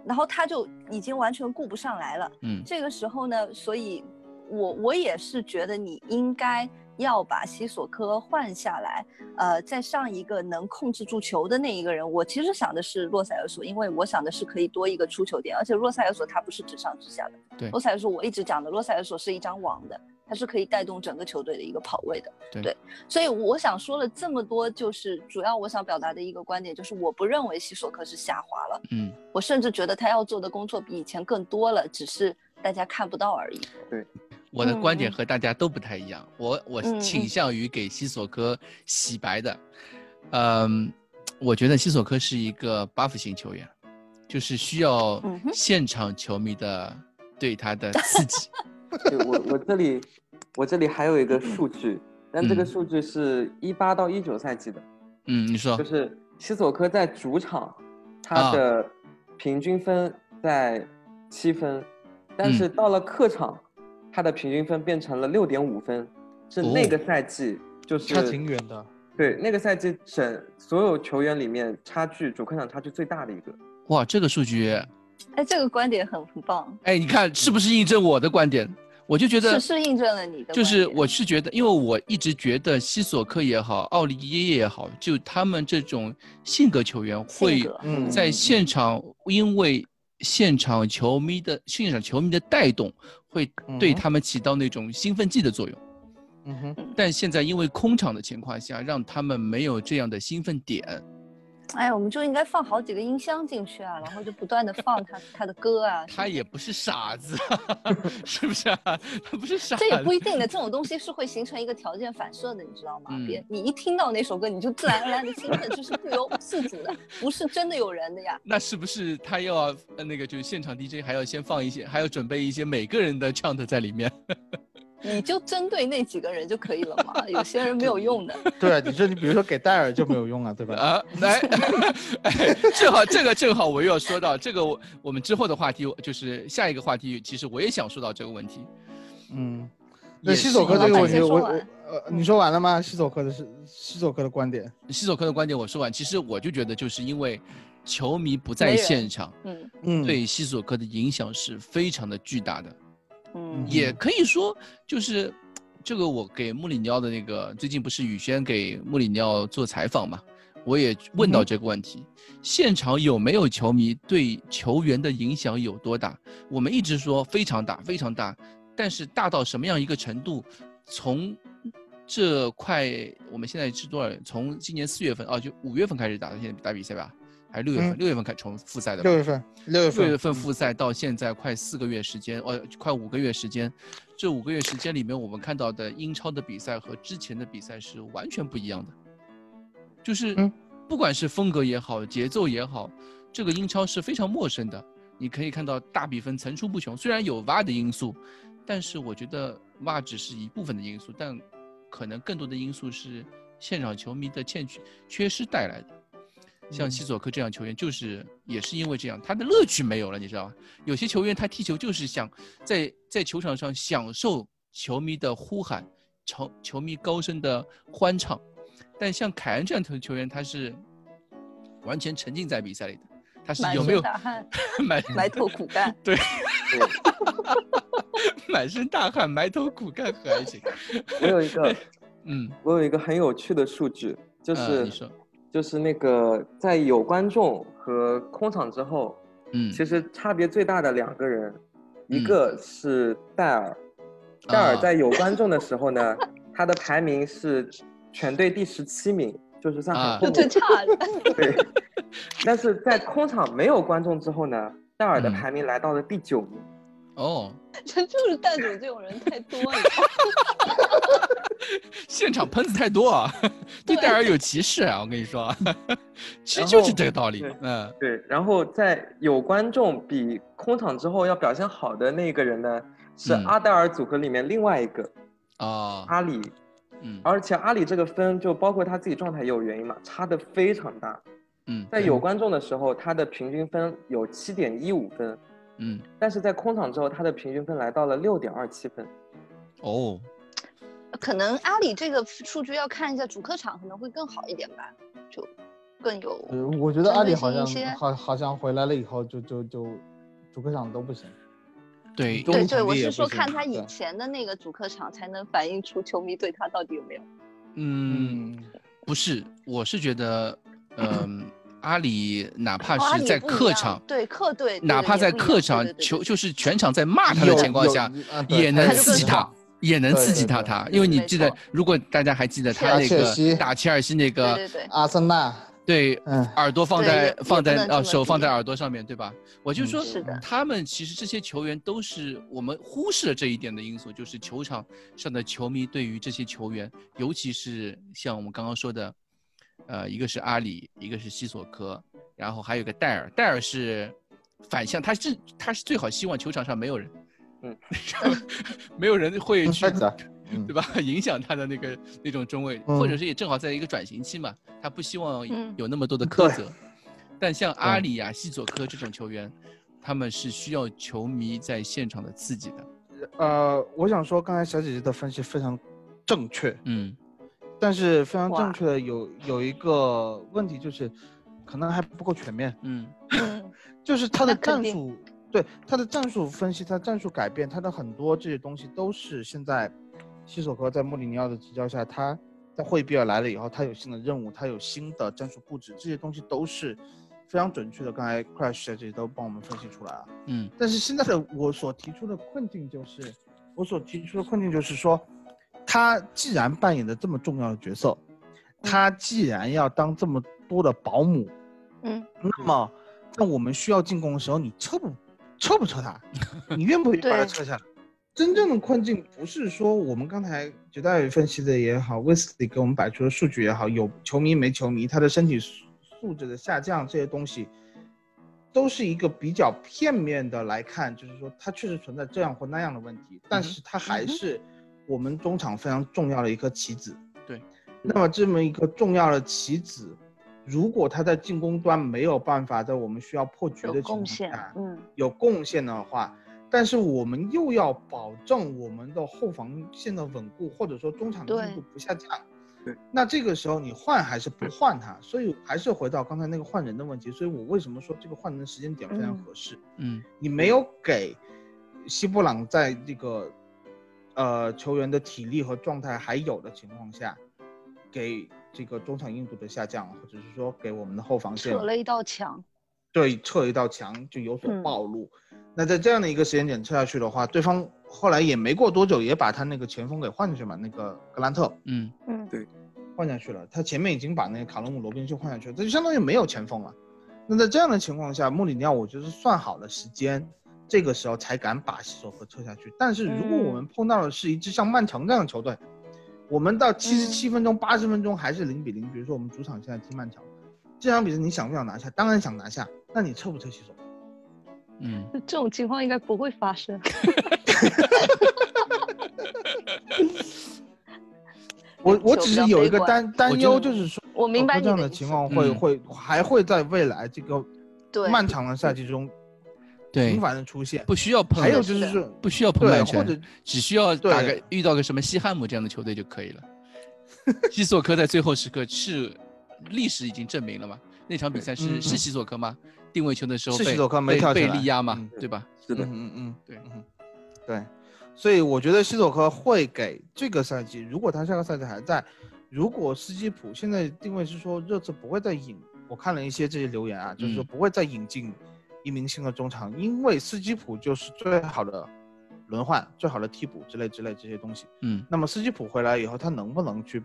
E: 然后他就已经完全顾不上来了。
G: 嗯
E: 这个时候呢，所以我我也是觉得你应该要把西索科换下来，呃，再上一个能控制住球的那一个人。我其实想的是洛塞尔索，因为我想的是可以多一个出球点，而且洛塞尔索他不是直上直下的。
G: 对
E: 洛塞尔索我一直讲的，洛塞尔索是一张网的。他是可以带动整个球队的一个跑位的，
G: 对
E: 所以我想说了这么多，就是主要我想表达的一个观点，就是我不认为西索科是下滑了，
G: 嗯，
E: 我甚至觉得他要做的工作比以前更多了，只是大家看不到而已。
G: 我的观点
E: 嗯嗯
G: 和大家都不太一样，我我
E: 嗯嗯
G: 倾向于给西索科洗白的。嗯，我觉得西索科是一个 buff 型球员，就是需要
E: 嗯哼
G: 现场球迷的对他的刺激。
I: 对我我这里我这里还有一
G: 嗯
I: 个数据，但这个数据是一八到一九赛季的，
G: 嗯，你说
I: 就，是西索科在主场
G: 啊
I: 他的平均分在七分，但是
G: 嗯
I: 到了客场，他的平均分变成了六点五分，是
G: 哦
I: 那个赛季就是
H: 差挺远的。
I: 对那个赛季整所有球员里面差距主客场差距最大的一个。
G: 哇，这个数据，
E: 哎，这个观点很很棒，
G: 哎，你看是不是印证我的观点？我就觉得
E: 是是印证了你的观点。
G: 就是我是觉得，因为我一直觉得西索科也好，奥利耶耶也好，就他们这种性格球员
E: 性
G: 会
E: 格，
H: 嗯
G: 在现场，因为现场球迷的现场球迷的带动，会对
H: 嗯哼
G: 他们起到那种兴奋剂的作用。
H: 嗯哼，
G: 但现在因为空场的情况下，让他们没有这样的兴奋点。
E: 哎，我们就应该放好几个音箱进去啊，然后就不断的放他他的歌啊。
G: 他也不是傻子， 是不是啊？ 他不是傻子。
E: 这也不一定的，这种东西是会形成一个条件反射的，你知道吗？
G: 嗯
E: 别，你一听到那首歌，你就自然而然的兴奋，这是不由自主的，不是真的有人的呀。
G: 那是不是他要呃那个就是现场 DJ 还要先放一些，还要准备一些每个人的 chant 在里面？
E: 你就针对那几个人就可以了嘛，有些人没有用的。
H: 对啊，你说你比如说给戴尔就没有用啊，对 吧？
G: 啊，来，哎，正好这个正好我又要说到这个我，我们之后的话题就是下一个话题，其实我也想说到这个问题。
H: 嗯，那
G: 也是
H: 西索科这
E: 一
H: 个
E: 样
H: 问题，
E: 先说
H: 我我
E: 完
H: 呃，你说完了吗？西索科的是西索科的观点，
G: 西索科的观点我说完，其实我就觉得就是因为球迷不在
E: 没人
G: 现场，
E: 嗯
H: 嗯，
G: 对西索科的影响是非常的巨大的。
E: 嗯
G: 也可以说就是这个我给穆里尼奥的那个最近不是宇轩给穆里尼奥做采访嘛，我也问到这个问题，现场有没有球迷对球员的影响有多大？我们一直说非常大，非常大，但是大到什么样一个程度？从这快我们现在是多少？从今年四月份哦，就五月份开始打，现在打比赛吧，还是六月份？
H: 嗯
G: 六月份开始从复赛的吧
H: 六月份，六月
G: 六月
H: 份，
G: 份复赛到现在快四个月时间，呃，快五个月时间。这五个月时间里面，我们看到的英超的比赛和之前的比赛是完全不一样的，就是
H: 嗯
G: 不管是风格也好，节奏也好，这个英超是非常陌生的。你可以看到大比分层出不穷，虽然有 VAR 的因素，但是我觉得 VAR 只是一部分的因素，但可能更多的因素是现场球迷的欠缺缺失带来的。像西索科这样球员，就是也是因为这样，他的乐趣没有了，你知道吧？有些球员他踢球就是想在在球场上享受球迷的呼喊，球球迷高声的欢唱，但像凯恩这样的球员，他是完全沉浸在比赛里的，他是
E: 满
G: 有没
E: 身
G: 有
E: 大汗，
G: 满
E: 埋头苦干。
G: 满身大汗、埋头苦干和爱情？
I: 我有一个
G: 嗯，
I: 我有一个很有趣的数据，就
G: 呃
I: 是
G: 你说，
I: 就是那个在有观众和空场之后，
G: 嗯，
I: 其实差别最大的两个人，
J: 一个是戴
G: 啊
J: 尔，戴尔在有观众的时候呢， 他的排名是全队第十七名，就是算很
G: 啊
J: 后
E: 就最
J: 面。
E: 差的。
J: 对，但是在空场没有观众之后呢，戴尔的
G: 嗯
J: 排名来到了第九名。
G: 哦，
E: 这就是蛋总这种人太多了，
G: 现场喷子太多啊，
E: 对
G: 对戴尔有歧视啊！我跟你说，其实
J: 然
G: 就是
J: 后
G: 这个道理
J: 对。
G: 嗯，
J: 对，然后在有观众比空场之后要表现好的那个人呢，是
G: 嗯
J: 阿黛尔组合里面另外一个、
G: 哦，
J: 阿里，
G: 嗯
J: 而且阿里这个分就包括他自己状态也有原因嘛，差的非常大。
G: 嗯，
J: 在有观众的时候，他的平均分有七点一五分，
G: 嗯
J: 但是在空场之后，他的平均分来到了六点二七分。
G: 哦，
E: 可能阿里这个数据要看一下主客场可能会更好一点吧，就更有。
H: 呃，我觉得阿里好
E: 针对性一些
H: 像好好像回来了以后就就就主客场都不行，
G: 对，
H: 中
E: 对
H: 场
E: 对，我
H: 力也
E: 是
H: 不
E: 说
H: 行
E: 看他以
H: 对
E: 前的那个主客场，才能反映出球迷对他到底有没有。
G: 嗯，不是，我是觉得，嗯，阿里哪怕
E: 哦阿
G: 是
E: 里
G: 在
E: 不一
G: 客
E: 样
G: 场，
E: 对客队，对
G: 哪
E: 对
G: 怕
E: 也
G: 在
E: 不一样
G: 客
E: 对
G: 场
E: 对对
G: 球
E: 对
G: 就是全场在骂他的
H: 有
G: 情况
H: 有
G: 下，
H: 啊对
G: 也能
E: 他就
G: 刺
E: 更
G: 激
E: 爽
G: 他，也能
H: 对
G: 刺
H: 对
G: 激到
H: 对
G: 他，因为你
E: 没
G: 记得
E: 错，
G: 如果大家还记得他
E: 打
G: 那
H: 切尔
G: 个
H: 西
G: 打切尔西
E: 对
G: 那个，
E: 对对，
H: 阿森纳，
G: 对，
H: 嗯，
G: 耳朵放
E: 对
G: 在
E: 也
G: 放
E: 也不
G: 在
E: 能
G: 呃
E: 这么
G: 手放
E: 比
G: 在耳朵上面对吧？我就说
E: 嗯是的，
G: 他们其实这些球员都是我们忽视了这一点的因素，就是球场上的球迷对于这些球员，尤其是像我们刚刚说的，呃，一个是阿里，一个是西索科，然后还有一个戴尔，戴尔是反向，他是他是最好希望球场上没有人，
J: 嗯，
G: 没有人会去
H: 是的，嗯
G: 对吧？ 影响他的那个那种中卫，
H: 嗯
G: 或者是也正好在一个转型期嘛，他不希望
E: 嗯
G: 有那么多的苛责。但像阿里呀、西佐科这种球员，他们是需要球迷在现场的刺激的。
H: 呃，我想说刚才小姐姐的分析非常正确，
G: 嗯
H: 但是非常
E: 哇
H: 正确的有有一个问题就是，可能还不够全面，
G: 嗯
E: 嗯
H: 就是他的
E: 那肯
H: 战
E: 定
H: 术，对他的战术分析，他战术改变，他的很多这些东西都是现在西索科在穆里尼奥的执教下，他在惠比尔来了以后，他有新的任务，他有新的战术布置，这些东西都是非常准确的。刚才 Crash 在这里都帮我们分析出来啊了。
G: 嗯
H: 但是现在的我所提出的困境就是，我所提出的困境就是说，他既然扮演的这么重要的角色，他既然要当这么多的保姆，
E: 嗯，
H: 那么在我们需要进攻的时候，你撤不撤不撤他？你愿不愿意把他
E: 对
H: 撤下来？真正的困境不是说我们刚才绝大宇分析的也好，威斯里给我们摆出的数据也好，有球迷没球迷，他的身体素素质的下降这些东西，都是一个比较片面的来看，就是说它确实存在这样或那样的问题，但是它还是我们中场非常重要的一颗棋子。
G: 对，
H: 那么这么一个重要的棋子，如果他在进攻端没有办法在我们需要破局的
E: 有
H: 情
E: 贡
H: 况
E: 献
H: 下，
E: 嗯，
H: 有贡献的话，但是我们又要保证我们的后防线的稳固，或者说中场
E: 对
H: 硬度不下降。
J: 对，
H: 那这个时候你换还是不换他？所以还是回到刚才那个换人的问题。所以我为什么说这个换人的时间点非常
E: 嗯
H: 合适？
G: 嗯
H: 你没有给西布朗在这个呃球员的体力和状态还有的情况下，给这个中场硬度的下降，或者是说给我们的后防线
E: 扯了一道墙，
H: 对撤一道墙就有所
E: 嗯
H: 暴露。那在这样的一个时间点撤下去的话，对方后来也没过多久也把他那个前锋给换下去嘛，那个格兰特
G: 嗯
E: 嗯，
H: 换下去了，他前面已经把那个卡隆姆罗宾逊换下去了，这就相当于没有前锋了。那在这样的情况下，穆里尼奥我觉得是算好了时间，这个时候才敢把西索科撤下去。但是如果
E: 嗯
H: 我们碰到的是一支像曼城这样的球队，我们到七十七分钟、八十分钟还是零比零，比如说我们主场现在踢曼城，这场比赛你想不想拿下？当然想拿下。那你撤不撤西索科？
G: 嗯，
E: 这种情况应该不会发生。
H: 我我
E: 就
H: 只
E: 比较
H: 是有
E: 悲
H: 一个
E: 观
H: 担担
G: 我觉
H: 忧，
G: 得
H: 就是说呃
E: 我明白
H: 这样
E: 你的
H: 的
E: 意
H: 情
E: 思
H: 况会
G: 嗯
H: 会还会在未来这个
E: 对，
H: 漫长的赛季中
G: 对
H: 频，繁的出现。
G: 不需要碰，
H: 还有就是说，
G: 不需要碰
H: 对，
G: 曼
H: 或
G: 城
H: 者，
G: 只需要打
H: 对
G: 个遇到个什么西汉姆这样的球队就可以了。西索科在最后时刻是历史已经证明了嘛？那场比赛是
H: 嗯
G: 是西索科吗？定位球的时候
H: 是
G: 被
H: 西索科没
G: 被
H: 跳起
G: 被
H: 来
G: 力压嘛
H: 嗯，
G: 对吧？
J: 是的，
H: 嗯嗯嗯，
G: 对
H: 嗯对，所以我觉得西索科会给这个赛季，如果他下个赛季还在，如果斯基普现在定位是说热刺不会再引，我看了一些这些留言啊，就是说
G: 嗯
H: 不会再引进一名新的中场，因为斯基普就是最好的轮换、最好的替补之类之类这些东西。
G: 嗯，
H: 那么斯基普回来以后，他能不能去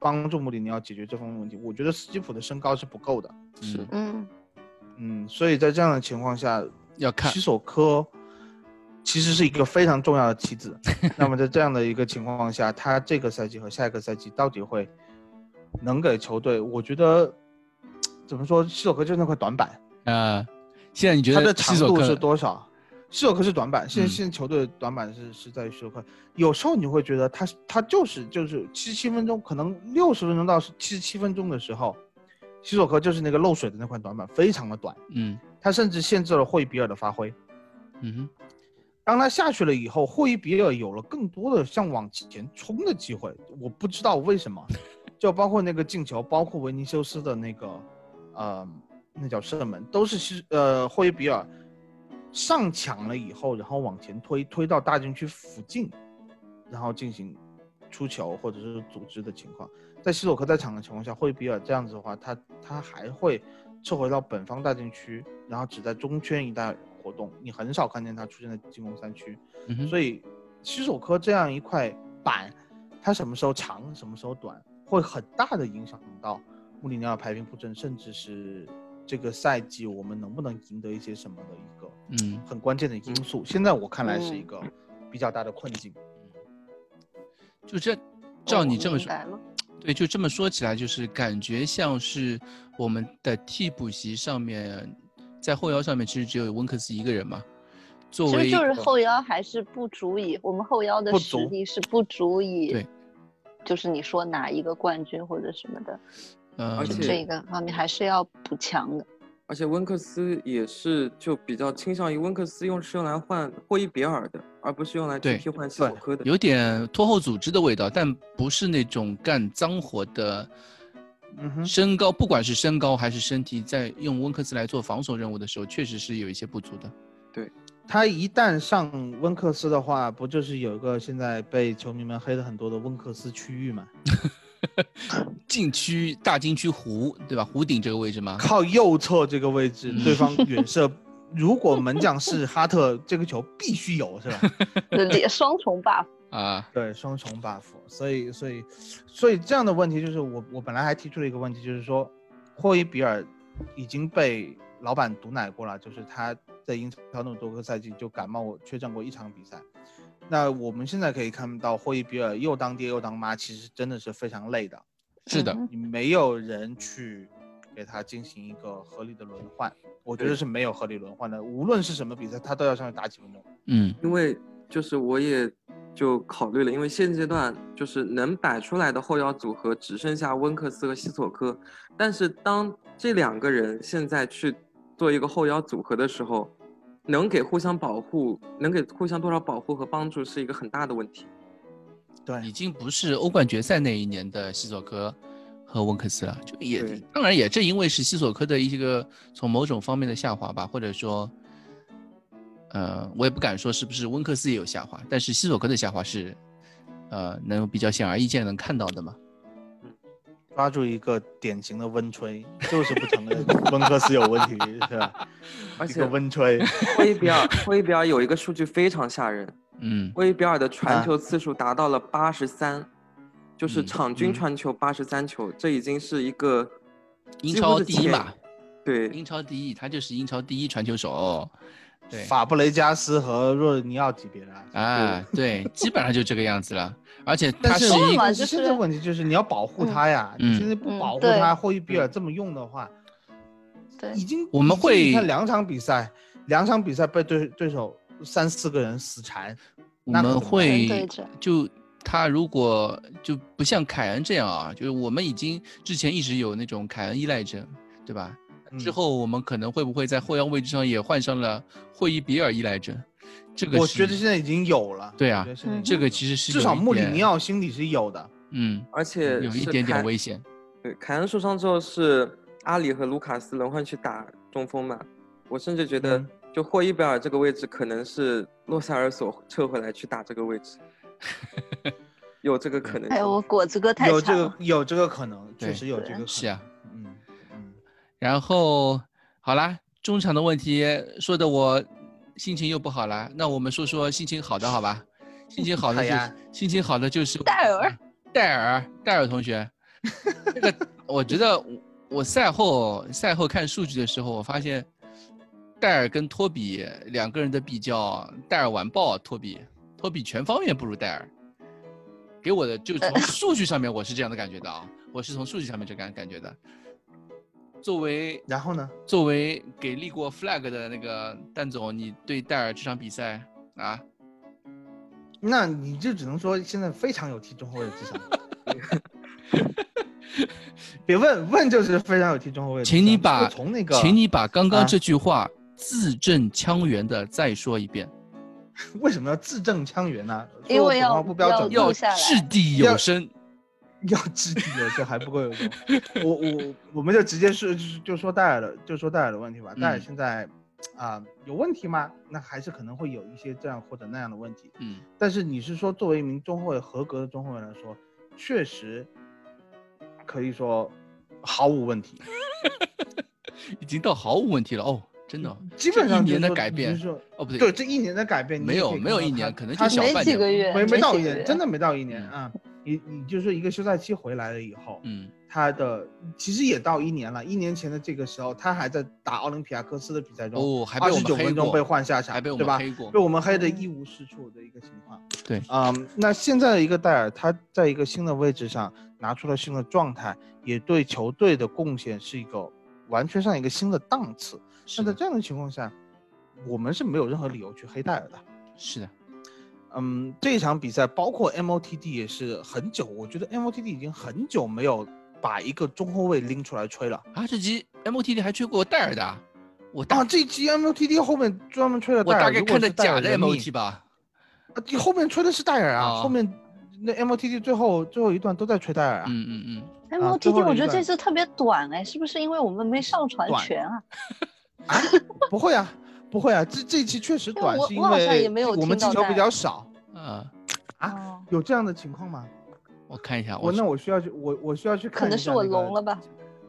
H: 帮助穆里尼奥解决这方面问题？我觉得斯基普的身高是不够的。
G: 是
E: 嗯，
H: 嗯，所以在这样的情况下，
G: 要看
H: 起手科其实是一个非常重要的棋 子。那么在这样的一个情况下，他这个赛季和下一个赛季到底会能给球队？我觉得怎么说，西索科就是那块短板，
G: 啊。现在你觉
H: 它
G: 得
H: 的
G: 西
H: 长
G: 索
H: 度
G: 克
H: 是多少？西索科是短板，现
G: 嗯
H: 在现在球队的短板是是在于西索科。有时候你会觉得他他就是就是七十七分钟，可能六十分钟到七十七分钟的时候，西索科就是那个漏水的那块短板，非常的短。
G: 嗯
H: 他甚至限制了霍伊比尔的发挥。
G: 嗯
H: 当他下去了以后，霍伊比尔有了更多的向往前冲的机会。我不知道为什么，就包括那个进球，包括维尼修斯的那个，呃，那叫射门，都是西呃霍伊比尔上抢了以后，然后往前推，推到大禁区附近，然后进行出球或者是组织的情况。在西索科在场的情况下，霍伊比尔这样子的话，他他还会撤回到本方大禁区，然后只在中圈一带活动，你很少看见他出现在进攻三区。
G: 哼嗯哼，
H: 所以，西索科这样一块板，它什么时候长，什么时候短，会很大的影响到穆里尼奥排兵布阵，甚至是这个赛季我们能不能赢得一些什么的一个
G: 嗯，
H: 很关键的因素。现在我看来是一个比较大的困境。
G: 就这，照你
E: 哦
G: 这么说，
E: 明白了
G: 对，就这么说起来，就是感觉像是我们的替补席上面，在后腰上面其实只有温克斯一个人嘛。作
E: 其
G: 为
E: 实
G: 一
E: 就是
G: 个
E: 后腰还是不足以，我们后腰的
H: 不
E: 实
H: 足
E: 力是不足以，
G: 对，
E: 就是你说拿一个冠军或者什么的，
G: 呃
I: 而
E: 就
I: 且
E: 这一个方面还是要补强的。
I: 而且温克斯也是就比较倾向于温克斯用是用来换霍伊比尔的，而不是用来
G: 对
I: 去替换西索科的。
G: 有点拖后组织的味道，但不是那种干脏活的。
H: 嗯哼
G: 身高，不管是身高还是身体，在用温克斯来做防守任务的时候，确实是有一些不足的。
H: 他一旦上温克斯的话，不就是有一个现在被球迷们黑的很多的温克斯区域吗？
G: 禁区大禁区弧，对吧？弧顶这个位 置吗？
H: 靠右侧这个位置
G: 嗯，
H: 对方远射，如果门将是哈特，这个球必须有，是吧？
E: 这双重 buff，
G: 啊，
H: 对，双重 buff，所以所以所以这样的问题就是我我本来还提出了一个问题，就是说霍伊比尔已经被老板毒奶过了，就是他在英超那么多个赛季就感冒缺阵过一场比赛。那我们现在可以看到，霍伊比尔又当爹又当妈，其实真的是非常累的。
G: 是
E: 嗯
G: 的，
H: 你没有人去给他进行一个合理的轮换，我觉得是没有合理轮换的。无论是什么比赛，他都要上去打几分钟。
G: 嗯
I: 因为就是我也就考虑了，因为现阶段就是能摆出来的后腰组合只剩下温克斯和西索科，但是当这两个人现在去做一个后腰组合的时候，能给互相保护，能给互相多少保护和帮助是一个很大的问题。
G: 已经不是欧冠决赛那一年的西索科和温克斯了，就也
I: 对
G: 当然也正因为是西索科的一个从某种方面的下滑吧，或者说，呃，我也不敢说是不是温克斯也有下滑，但是西索科的下滑是，呃，能比较显而易见能看到的嘛。
H: 抓住一个典型的温吹，就是不承认温克斯有问 题，是吧？
I: 而
H: 一
I: 且
H: 个温吹，
I: 霍伊比尔，霍伊比尔有一个数据非常吓人，
G: 嗯，
I: 霍伊比尔的传
H: 啊
I: 球次数达到了八十三，就是
G: 嗯
I: 场
H: 嗯
I: 均传球八十三球，这已经是一个
G: 英
I: 几乎
G: 超
I: 是
G: 第一
I: 前
G: 嘛，
I: 对
G: 英超第一，他就是英超第一传球手， 对，
H: 法布雷加斯和若尼奥级别的。
G: 啊，对，基本上就这个样子了。而且他
H: 但
G: 是
H: 是
G: 一个
E: 嘛就是
H: 现在问题就是你要保护他呀，
G: 嗯
H: 你现在不保护
E: 嗯
H: 他，霍伊比尔这么用的话，
E: 对
H: 已经
G: 我们
H: 已经
G: 会
H: 你看两场比赛，两场比赛被对对手三四个人死缠，
G: 我
H: 那可
G: 们
H: 怎么办
E: 对
G: 会
E: 着
G: 就他如果就不像凯恩这样啊，就是我们已经之前一直有那种凯恩依赖症，对吧？之
H: 嗯
G: 后我们可能会不会在后腰位置上也换上了霍伊比尔依赖症？这个
H: 我
G: 是
H: 觉得现在已经有了。
G: 对
H: 我
G: 啊
H: 觉得现在已经
G: 这个
H: 有
G: 其实是
H: 至
G: 有
H: 少
G: 一
H: 穆里尼
G: 点，
H: 奥心里是有的。
G: 嗯，
I: 而且
G: 有一
I: 是
G: 点点
I: 凯
G: 危险。
I: 对，凯恩受伤之后是阿里和卢卡斯轮换去打中锋嘛，我甚至觉得
H: 嗯
I: 就霍伊比尔这个位置可能是洛塞尔索撤回来去打这个位 置，有这个可能性。
E: 哎呦，我果子哥太
H: 有这
E: 强
H: 个
E: 了，
H: 有这个可能，
G: 对啊
H: 确实有这个可能。嗯
G: 是啊，
H: 嗯嗯，
G: 然后好啦，中场的问题说的我心情又不好了，那我们说说心情好的好吧？心情好的是、
H: 好呀
G: 心情好的就是啊
E: 戴尔，
G: 戴尔，戴尔同学，这个我觉得我我赛后赛后看数据的时候，我发现戴尔跟托比两个人的比较，戴尔完爆托比，托比全方面不如戴尔。给我的就从数据上面，我是这样的感觉的啊，我是从数据上面这感感觉的。作为
H: 然后呢？
G: 作为给立过 flag 的那个蛋总，你对戴尔这场比赛啊，
H: 那你就只能说现在非常有踢中后卫的智商。别问问就是非常有踢中后卫的智商。
G: 请你把
H: 就从那个，
G: 请你把刚刚
H: 啊
G: 这句话字正腔圆的再说一遍，
H: 为什么要字正腔圆呢？说
E: 因
H: 我
E: 为
H: 普通
E: 要
H: 话不标准吗，
E: 要
G: 要
E: 录下来
G: 掷地有声。
H: 要掷地有声还不够有用。我我我们就直接是就说戴尔的，就说戴尔的问题吧。
G: 嗯
H: 戴尔现在啊、有问题吗？那还是可能会有一些这样或者那样的问题。
G: 嗯，
H: 但是你是说作为一名中后卫合格的中后卫来说，确实可以说毫无问题，
G: 已经到毫无问题了哦，真的哦
H: 基本上
G: 这一
H: 就是
G: 年的
H: 说
G: 改变
H: 你是说
G: 哦不对，
H: 对这一年的改变，你
G: 没
H: 也
G: 有
H: 可以
G: 没
H: 看
G: 有
H: 到
G: 一
H: 他
G: 年，可能
H: 他
G: 就小
H: 没
G: 半
E: 几个
G: 年。
E: 月，
H: 没没到
E: 几
H: 一
E: 个月
H: 年，真的没到一年
G: 嗯
H: 啊。你你就是一个休赛期回来了以后，
G: 嗯
H: 他的其实也到一年了，一年前的这个时候，他还在打奥林匹亚科斯的比赛中，
G: 哦，还被
H: 二
G: 我
H: 十
G: 们
H: 九
G: 黑
H: 分钟
G: 过，
H: 被换下场，
G: 还被我
H: 对
G: 们
H: 吧？
G: 黑过
H: 被。我们黑的一无是处的一个情况。
G: 对
H: 嗯，那现在的一个戴尔，他在一个新的位置上拿出了新的状态，也对球队的贡献是一个完全上一个新的档次。
G: 是
H: 那在
G: 的，
H: 这样的情况下，我们是没有任何理由去黑戴尔的。
G: 是的，
H: 嗯，这一场比赛包括 MOTD 也是很久，我觉得 MOTD 已经很久没有把一个中后卫拎出来吹了。
G: 啊，这集 MOTD 还缺过戴尔的啊，我大
H: 啊，这期 MOTD 后面专门吹了
G: 我
H: 戴尔，
G: 大概
H: 如果
G: 看的
H: 是戴尔
G: 假的
H: 人命
G: MOT 吧，
H: 啊，你后面吹的是戴尔啊，
G: 啊
H: 后面那 MOTD 最后最后一段都在吹戴尔啊。
G: 嗯嗯嗯。
E: 哎，
H: 啊
E: 毛
H: 最
E: T
H: 后
E: T，
H: 的
E: 我
H: 一
E: 觉得
H: 段
E: 这次特别短哎，是不是因为我们没上传
H: 短
E: 全啊？
H: 啊，不会啊，不会啊，这这一期确实
E: 因为
H: 短，
E: 我
H: 是因
E: 我好像
H: 为
E: 也没有
H: 我们
E: 听
H: 进
E: 到
H: 球比
E: 戴
H: 较
E: 尔
H: 少，
G: 啊，
H: 啊
E: 哦
H: 有这样的情况吗？
G: 我看一下，
H: 我
G: 哦是
H: 那我需要去，我我需要去看、
E: 可能是我聋了吧？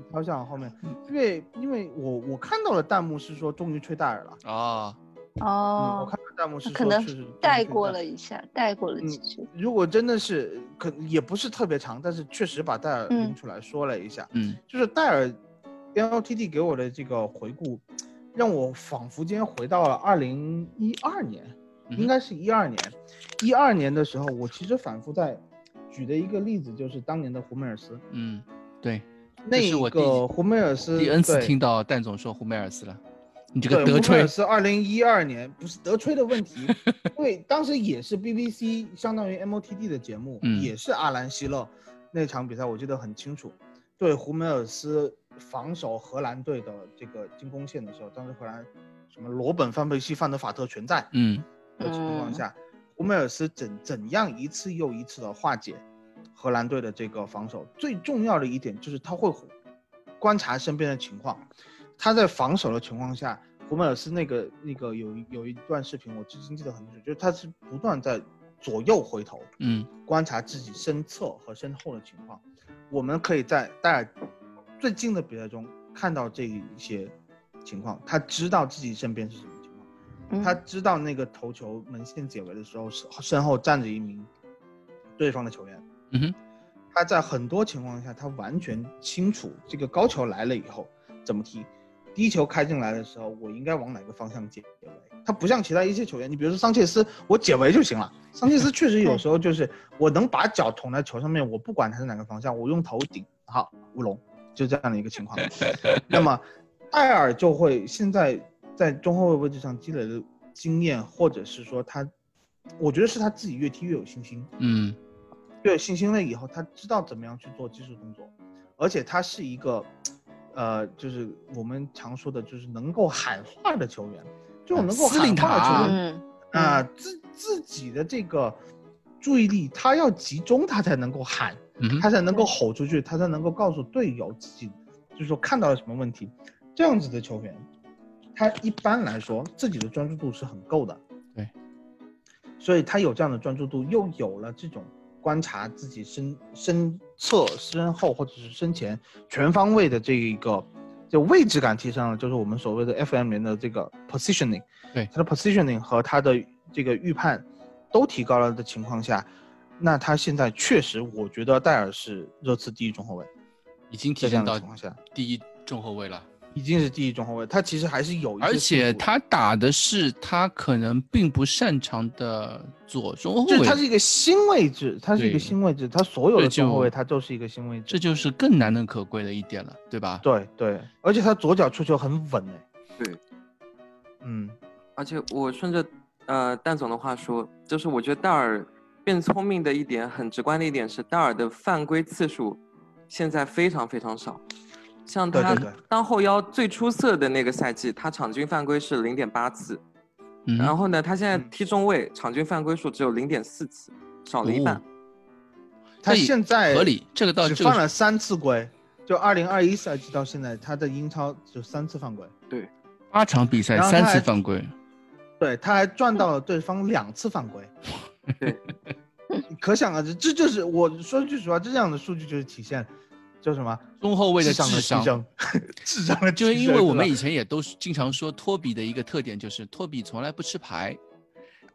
H: 调向后面，因为因为我我看到了弹幕是说终于吹戴尔了，
G: 啊，
H: 嗯，我
E: 哦
H: 看，到弹幕是
E: 那可
H: 说
E: 能
H: 是终于
E: 带
H: 吹戴
E: 过
H: 尔
E: 了。一下，带过了
H: 嗯
E: 几句。
H: 如果真的是可也不是特别长，但是确实把戴尔
E: 嗯
H: 拎出来说了一下，
G: 嗯
H: 就是戴尔 LTD 给我的这个回顾，让我仿佛间回到了二零一二年，
G: 嗯哼
H: 应该是一二年。一二年的时候，我其实反复在举的一个例子就是当年的胡梅尔斯，
G: 嗯，对，
H: 那
G: 这是我
H: 一
G: 第
H: 个胡梅尔斯
G: 第 N 次
H: 对
G: 听到蛋总说胡梅尔斯了，你这
H: 对，
G: 个德
H: 胡梅
G: 吹
H: 尔斯二零一二年不是德吹的问 题，因为当时也是 BBC 相当于 MOTD 的节目，
G: 嗯
H: 也是阿兰希勒那场比赛，我记得很清楚。对胡梅尔斯防守荷兰队的这个进攻线的时候，当时荷兰什么罗本、范佩西、范德法特全在
G: 嗯
H: 的情况下，胡梅尔斯怎怎样一次又一次的化解荷兰队的这个防守？最重要的一点就是他会观察身边的情况，他在防守的情况下，胡梅尔斯那个那个有一有一段视频我至今记得很清楚，就是他是不断在左右回头
G: 嗯
H: 观察自己身侧和身后的情况。我们可以在戴尔最近的比赛中看到这一些情况，他知道自己身边是什么情况。
E: 嗯
H: 他知道那个头球门线解围的时候，身身后站着一名对方的球员。
G: 嗯哼
H: 他在很多情况下，他完全清楚这个高球来了以后怎么踢，低球开进来的时候，我应该往哪个方向解围。他不像其他一些球员，你比如说桑切斯，我解围就行了。桑切斯确实有时候就是我能把脚捅在球上面，我不管它是哪个方向，我用头顶，好乌龙，就这样的一个情况。那么戴尔就会现在在中后卫位置上积累的经验，或者是说他，我觉得是他自己越踢越有信心，
G: 嗯
H: 越有信心了以后，他知道怎么样去做技术动作，而且他是一个，呃，就是我们常说的，就是能够喊话的球员，这种能够
G: 嗯司令
H: 喊话
G: 塔
H: 的球员
E: 嗯，
H: 啊、自自己的这个注意力，他要集中，他才能够喊。
G: 嗯
H: 他
G: 哼，
H: 才能够吼出去，他才能够告诉队友自己，就是说看到了什么问题。这样子的球员，他一般来说自己的专注度是很够的，
G: 对，
H: 所以他有这样的专注度，又有了这种观察自己身身侧、身后或者是身前全方位的这一个就位置感提升了，就是我们所谓的 FM 里面的这个 positioning，
G: 对
H: 它的 positioning 和它的这个预判都提高了的情况下，那他现在确实，我觉得戴尔是热刺第一中后卫，
G: 已经提
H: 在这样的
G: 升到
H: 情况下，
G: 第一中后卫了。
H: 已经是第一中后卫，他其实还是有一些
G: 而且
H: 进步的
G: 他打的是他可能并不擅长的左中后
H: 就是
G: 卫，
H: 他是一个新位置，他是一
G: 对
H: 个新位置，他所有
G: 这
H: 的
G: 就
H: 中后卫他都是一个新位置，
G: 这就是更难能可贵的一点了，对吧？
H: 对对，而且他左脚出球很稳哎，
I: 对，
H: 嗯，
I: 而且我顺着呃蛋总的话说，就是我觉得戴尔变聪明的一点，很直观的一点是戴尔的犯规次数现在非常非常少。像
H: 对
I: 他
H: 对对
I: 当后腰最出色的那个赛季，他场均犯规是零点八次，
G: 嗯，
I: 然后呢，他现在
H: 嗯
I: 踢中卫场均犯规数只有零点四次，少了一半
G: 哦。
H: 他
G: 这也
H: 现在
G: 合理，这个到
H: 只
G: 这
H: 犯
G: 个
H: 了三次规，就二零二一赛季到现在，他在英超就三次犯规，
G: 八场比赛
H: 然后他
G: 三次
H: 还
G: 犯规，
H: 对，他还赚到了对方两次犯 规，
I: 对，
H: 可想而知，这就是我说句实话，这样的数据就是体现叫什么
G: 中后卫的
H: 智
G: 智
H: 商的提
G: 商，
H: 升，智商的提升，
G: 就是因为我们
H: 是
G: 以
H: 吧
G: 前也都是经常说托比的一个特点就是托比从来不吃牌，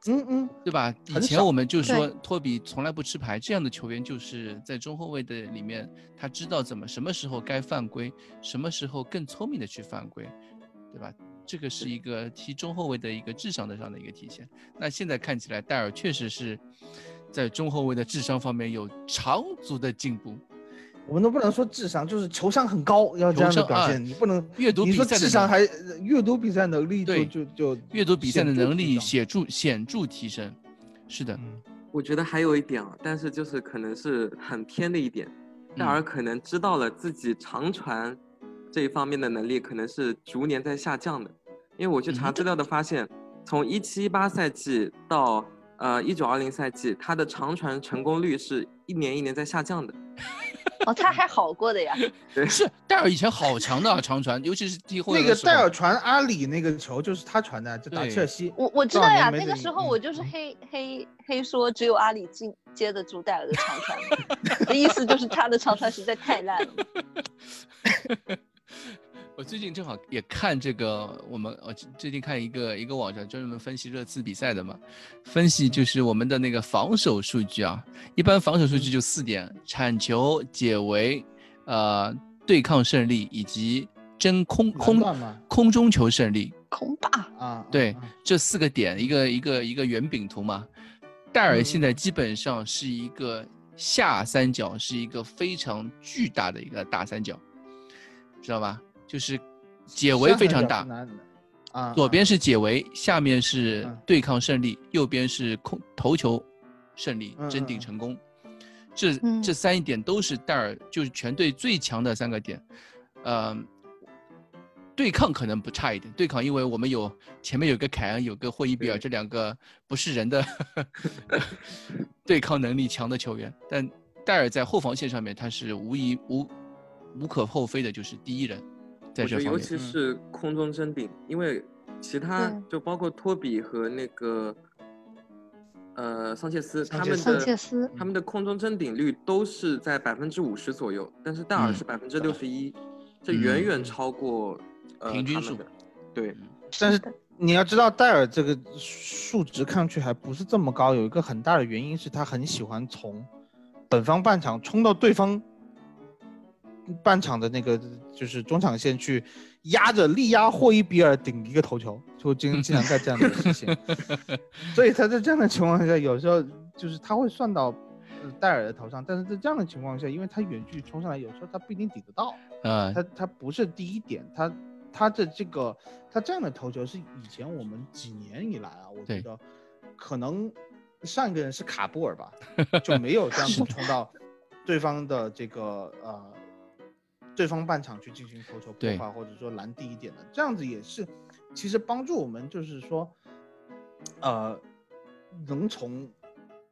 H: 嗯嗯，
G: 对吧？以
H: 很
G: 前
H: 少
G: 我们就说托比从来不吃牌，这样的球员就是在中后卫的里面，他知道怎么什么时候该犯规，什么时候更聪明的去犯规，对吧？这个是一个踢中后卫的一个智商的上的一个体现。那现在看起来，戴尔确实是在中后卫的智商方面有长足的进步。
H: 我们都不能说智商，就是球商很高，要这样的
G: 球商
H: 表
G: 啊
H: 现，你不能
G: 阅读
H: 你
G: 比
H: 说
G: 赛的
H: 智商
G: 能
H: 还阅读比赛能力就
G: 对
H: 就就
G: 阅读比赛的
H: 显著
G: 能
H: 提
G: 力
H: 升
G: 显著显著提升。是的，
H: 嗯
I: 我觉得还有一点啊，但是就是可能是很偏的一点，戴
G: 嗯
I: 尔可能知道了自己长传这一方面的能力可能是逐年在下降的，因为我去查
G: 嗯
I: 资料的发现，从一七一八赛季到呃一九二零赛季，他的长传成功率是一年一年在下降的。
E: 哦，他还好过的呀，
G: 是戴尔以前好强的啊长传，尤其是踢后腰
H: 那
G: 的
H: 个
G: 时
H: 戴
G: 候
H: 尔传阿里那个球就是他传的，就打
G: 对
H: 切尔西。
E: 我我知道
H: 多少年
E: 呀，
H: 没
E: 那个
H: 怎
E: 时候
H: 嗯
E: 我就是黑黑黑说只有阿里进接得住戴尔的长传的，的意思就是他的长传实在太烂了。
G: 我最近正好也看这个，我们我最最近看一个一个网站专门分析热刺比赛的嘛，分析就是我们的那个防守数据啊，一般防守数
H: 嗯
G: 据就四点：铲球、解围、呃对抗胜利以及真空空
H: 断嘛
G: 空中球胜利。
E: 恐怕
H: 啊，
G: 对
H: 啊，
G: 这四个点，一个一个一个圆饼图嘛。戴尔现在基本上是一个下三角，是一个非常巨大的一个大三角，知道吧？就是解围非常大，，
H: 啊，
G: 左边是解围，下面是
H: 嗯
G: 对抗胜利，右边是控头球胜利
H: 嗯，
G: 争
H: 嗯
G: 顶
H: 嗯
G: 成功。这
E: 嗯
G: 这三点都是戴尔就是全队最强的三个点，呃，对抗可能不差一点，对抗因为我们有前面有个凯恩，有个霍伊比尔，这两个不是人的 对抗能力强的球员，但戴尔在后防线上面他是无疑无无可厚非的，就是第一人，在
I: 我觉
G: 这
I: 得
G: 方
I: 尤
G: 面。嗯
I: 其是空中争顶，因为其他
E: 对
I: 就包括托比和那个呃桑切斯，
H: 桑
I: 他
H: 切
I: 们
H: 斯
E: 桑切
I: 的
E: 斯
I: 他们的空中争顶率都是在百分之五十左右，但是戴尔
G: 嗯
I: 是百分之六十一，这
G: 嗯
I: 远远超过、呃
G: 平均
I: 他们
G: 数嗯
I: 的对，
H: 但是你要知道，戴尔这个数值看上去还不是这么高，有一个很大的原因是他很喜欢从本方半场冲到对方半场的那个就是中场线去压着力压霍伊比尔顶一个头球，就经经常干这样的事情。所以他在这样的情况下，有时候就是他会算到呃戴尔的头上，但是在这样的情况下，因为他远距离冲上来，有时候他不一定抵得到。
G: 呃，
H: 他他不是第一点，他他的这个他这样的头球是以前我们几年以来啊，我觉
G: 对
H: 得可能上一个人是卡布尔吧，就没有这样子冲到对方的这个呃对方半场去进行头球破
G: 对
H: 坏或者说拦低一点的，这样子也是其实帮助我们就是说呃能从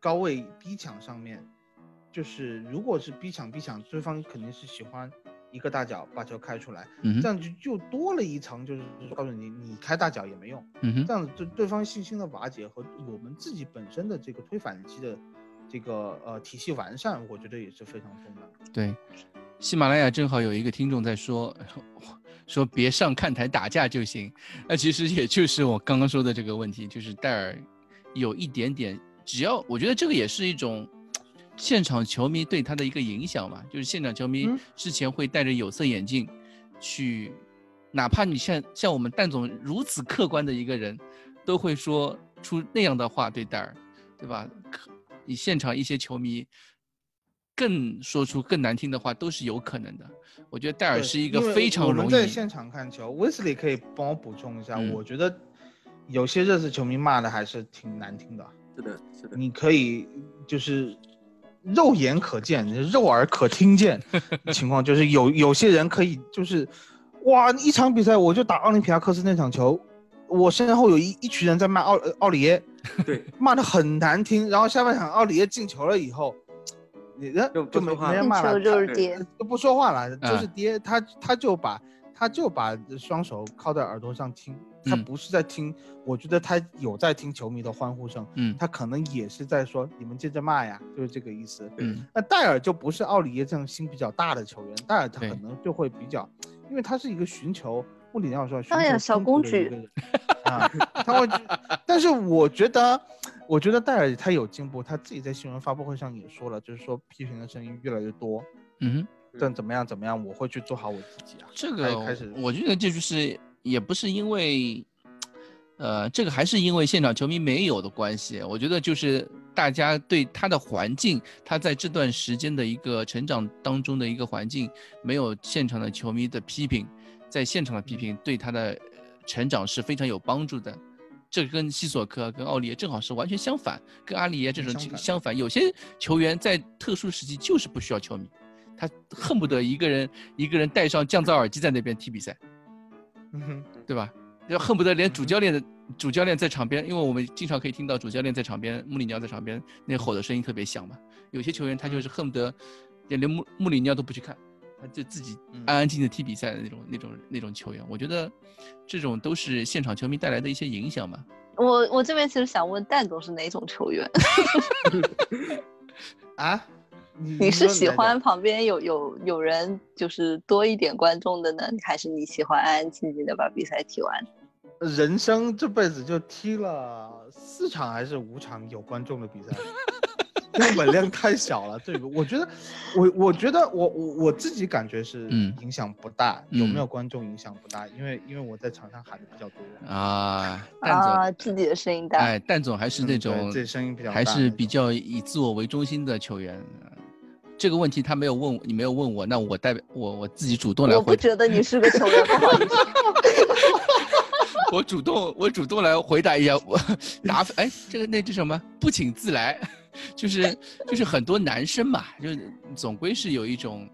H: 高位逼抢上面。就是，如果是逼抢逼抢，对方肯定是喜欢一个大脚把球开出来，
G: 嗯
H: 这
G: 哼
H: 样就就多了一层，就是就是告诉你，你开大脚也没用，
G: 嗯哼
H: 这样子对对方信心的瓦解和我们自己本身的这个推反击的这个呃体系完善，我觉得也是非常重要的。
G: 对，喜马拉雅正好有一个听众在说， 说别上看台打架就行。那其实也就是我刚刚说的这个问题，就是戴尔有一点点，只要我觉得这个也是一种现场球迷对他的一个影响嘛，就是现场球迷
H: 嗯
G: 之前会戴着有色眼镜去，哪怕你像像我们蛋总如此客观的一个人，都会说出那样的话对戴尔，对吧？可你现场一些球迷。更说出更难听的话都是有可能的。我觉得戴尔是一个非常容易。
H: 我们在现场看球，威斯利可以帮我补充一下，
G: 嗯
H: 我觉得有些热刺球迷骂的还是挺难听的。
I: 是的，是的，
H: 你可以就是肉眼可见、肉耳可听 见情况，就是有有些人可以就是，哇，一场比赛我就打奥林匹亚克斯那场球，我身后有一一群人在骂奥呃奥里耶，
I: 对，
H: 骂的很难听，然后下半场奥里耶进球了以后，你人
I: 就不
H: 就没
I: 说话
H: 没人
E: 进
H: 骂了
E: 球，就
H: 他
E: 是跌，
H: 就不说话了，就
G: 嗯
H: 是爹，他他就把他就把双手靠在耳朵上听，他
G: 嗯
H: 不是在听，我觉得他有在听球迷的欢呼声，
G: 嗯
H: 他可能也是在说你们接着骂呀，就是这个意思。
G: 嗯
H: 那戴尔就不是奥里耶这样心比较大的球员，戴尔他
G: 对
H: 可能就会比较，因为他是一个寻求穆里尼奥说寻
E: 哎呀
H: 求
E: 小
H: 冲突
E: 公
H: 的
E: 举
H: 一个人啊，他会，但是我觉得，我觉得戴尔他有进步，他自己在新闻发布会上也说了，就是说批评的声音越来越多，
G: 嗯哼，
H: 但怎么样怎么样，我会去做好我自己啊。
G: 这个
H: 开始
G: 我觉得这就是也不是因为，呃，这个还是因为现场球迷没有的关系。我觉得就是大家对他的环境，他在这段时间的一个成长当中的一个环境，没有现场的球迷的批评，在现场的批评对他的呃成长是非常有帮助的。这跟西索科跟奥利耶正好是完全相反，跟阿里耶这种
H: 相
G: 情
H: 反
G: 相反，有些球员在特殊时期就是不需要球迷，他恨不得一个人一个人戴上降噪耳机在那边踢比赛，
H: 嗯哼，
G: 对吧？就恨不得连主教练的、主教练在场边，因为我们经常可以听到主教练在场边，穆里尼奥在场边那吼的声音特别响嘛。有些球员他
H: 嗯
G: 就是恨不得连连穆穆里尼奥都不去看，他就自己
H: 嗯
G: 安安静静地踢比赛的那种、那种那种球员。我觉得这种都是现场球迷带来的一些影响嘛。
E: 我我这边其实想问蛋总是哪种球员？
H: 啊，你
E: 你是
H: 说
E: 喜
H: 哪种
E: 欢旁边有有有人就是多一点观众的呢，还是你喜欢安安静静的把比赛踢完？
H: 人生这辈子就踢了四场还是五场有观众的比 赛，样本量太小了。这个我觉得，我我觉得我我我自己感觉是
G: 嗯
H: 影响不大，
G: 嗯
H: 有没有观众影响不大，因为因为我在场上喊的比较多。
G: 啊，蛋总，
E: 啊，自己的声音大，
G: 哎，蛋总还是
H: 嗯
G: 那
H: 对
G: 种、
H: 自己声音比较
G: 还
H: 大
G: 是
H: 那种
G: 比较以自我为中心的球员。呃这个问题他没有问我你，没有问我，那我代表我我自己主动来
E: 我
G: 回
E: 不
G: 答，
E: 觉得你是个球员，不好意思。
G: 我主动我主动来回答一下，我答哎这个那这什么不请自来，就是就是很多男生嘛，就是总归是有一种，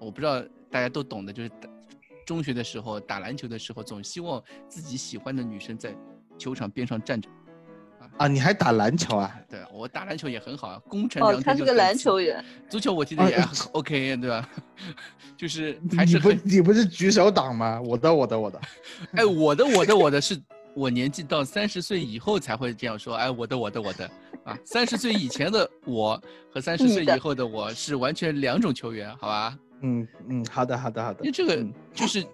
G: 我不知道大家都懂的，就是打中学的时候打篮球的时候，总希望自己喜欢的女生在球场边上站着。
H: 啊，你还打篮球啊？
G: 对我打篮球也很好啊，攻城
E: 哦
G: 良，
E: 他
G: 田
E: 是
G: 就
E: 个
G: 可以
E: 篮
G: 自
E: 球员，
G: 足球我踢得也
H: 啊
G: 很 OK，对吧？ 就是还
H: 你
G: 是
H: 不
G: 很
H: 你不是举手党吗？我的我的我的，
G: 哎，我的我的我的是，我年纪到三十岁以后才会这样说，哎，我的我的我的啊，三十岁以前的我和三十
E: 你
G: 岁
E: 的
G: 以后的我是完全两种球员，好吧？
H: 嗯嗯，好的好的好的
G: 因为。这个
H: 嗯
G: 就是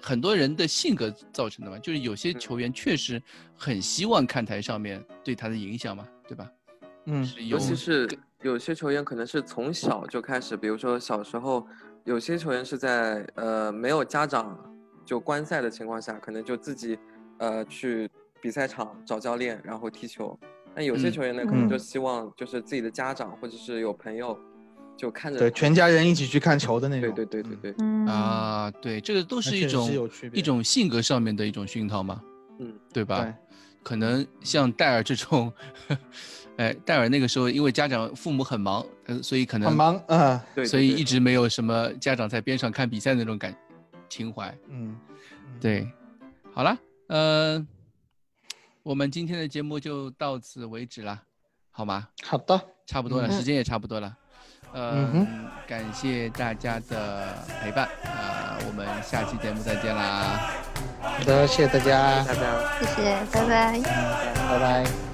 G: 很多人的性格造成的嘛，就是有些球员确实很希望看台上面对他的影响嘛，对吧？
H: 嗯
G: 是有
I: 尤其是有些球员可能是从小就开始，比如说小时候，有些球员是在呃没有家长就观赛的情况下，可能就自己呃去比赛场找教练，然后踢球。那有些
G: 嗯
I: 球员呢，可能就
H: 嗯
I: 希望就是自己的家长或者是有朋友就看着
H: 对，
I: 他
H: 全家人一起去看球的那
I: 对
H: 种。
I: 对对
H: 嗯
I: 对对，
E: 嗯，
G: 啊，对，这个都
H: 那
G: 是一
H: 确实是有
G: 种
H: 区别
G: 一种性格上面的一种熏陶嘛，
I: 嗯，
G: 对吧？
H: 对
G: 可能像戴尔这种， 哎，戴尔那个时候因为家长父母很忙，呃，所以可能
H: 很，忙啊，
I: 对，
G: 所以
I: 对
G: 一直没有什么家长在边上看比赛的那种感情怀。
H: 嗯，嗯，
G: 对，好了，呃，我们今天的节目就到此为止了，好吗？
H: 好的，
G: 差不多了，
H: 嗯
G: 时间也差不多了。呃
H: 嗯，哼
G: 感谢大家的陪伴，啊、我们下期节目再见啦。
H: 好的，谢谢大家，
I: 大家。
E: 谢谢，拜拜。
H: 拜拜。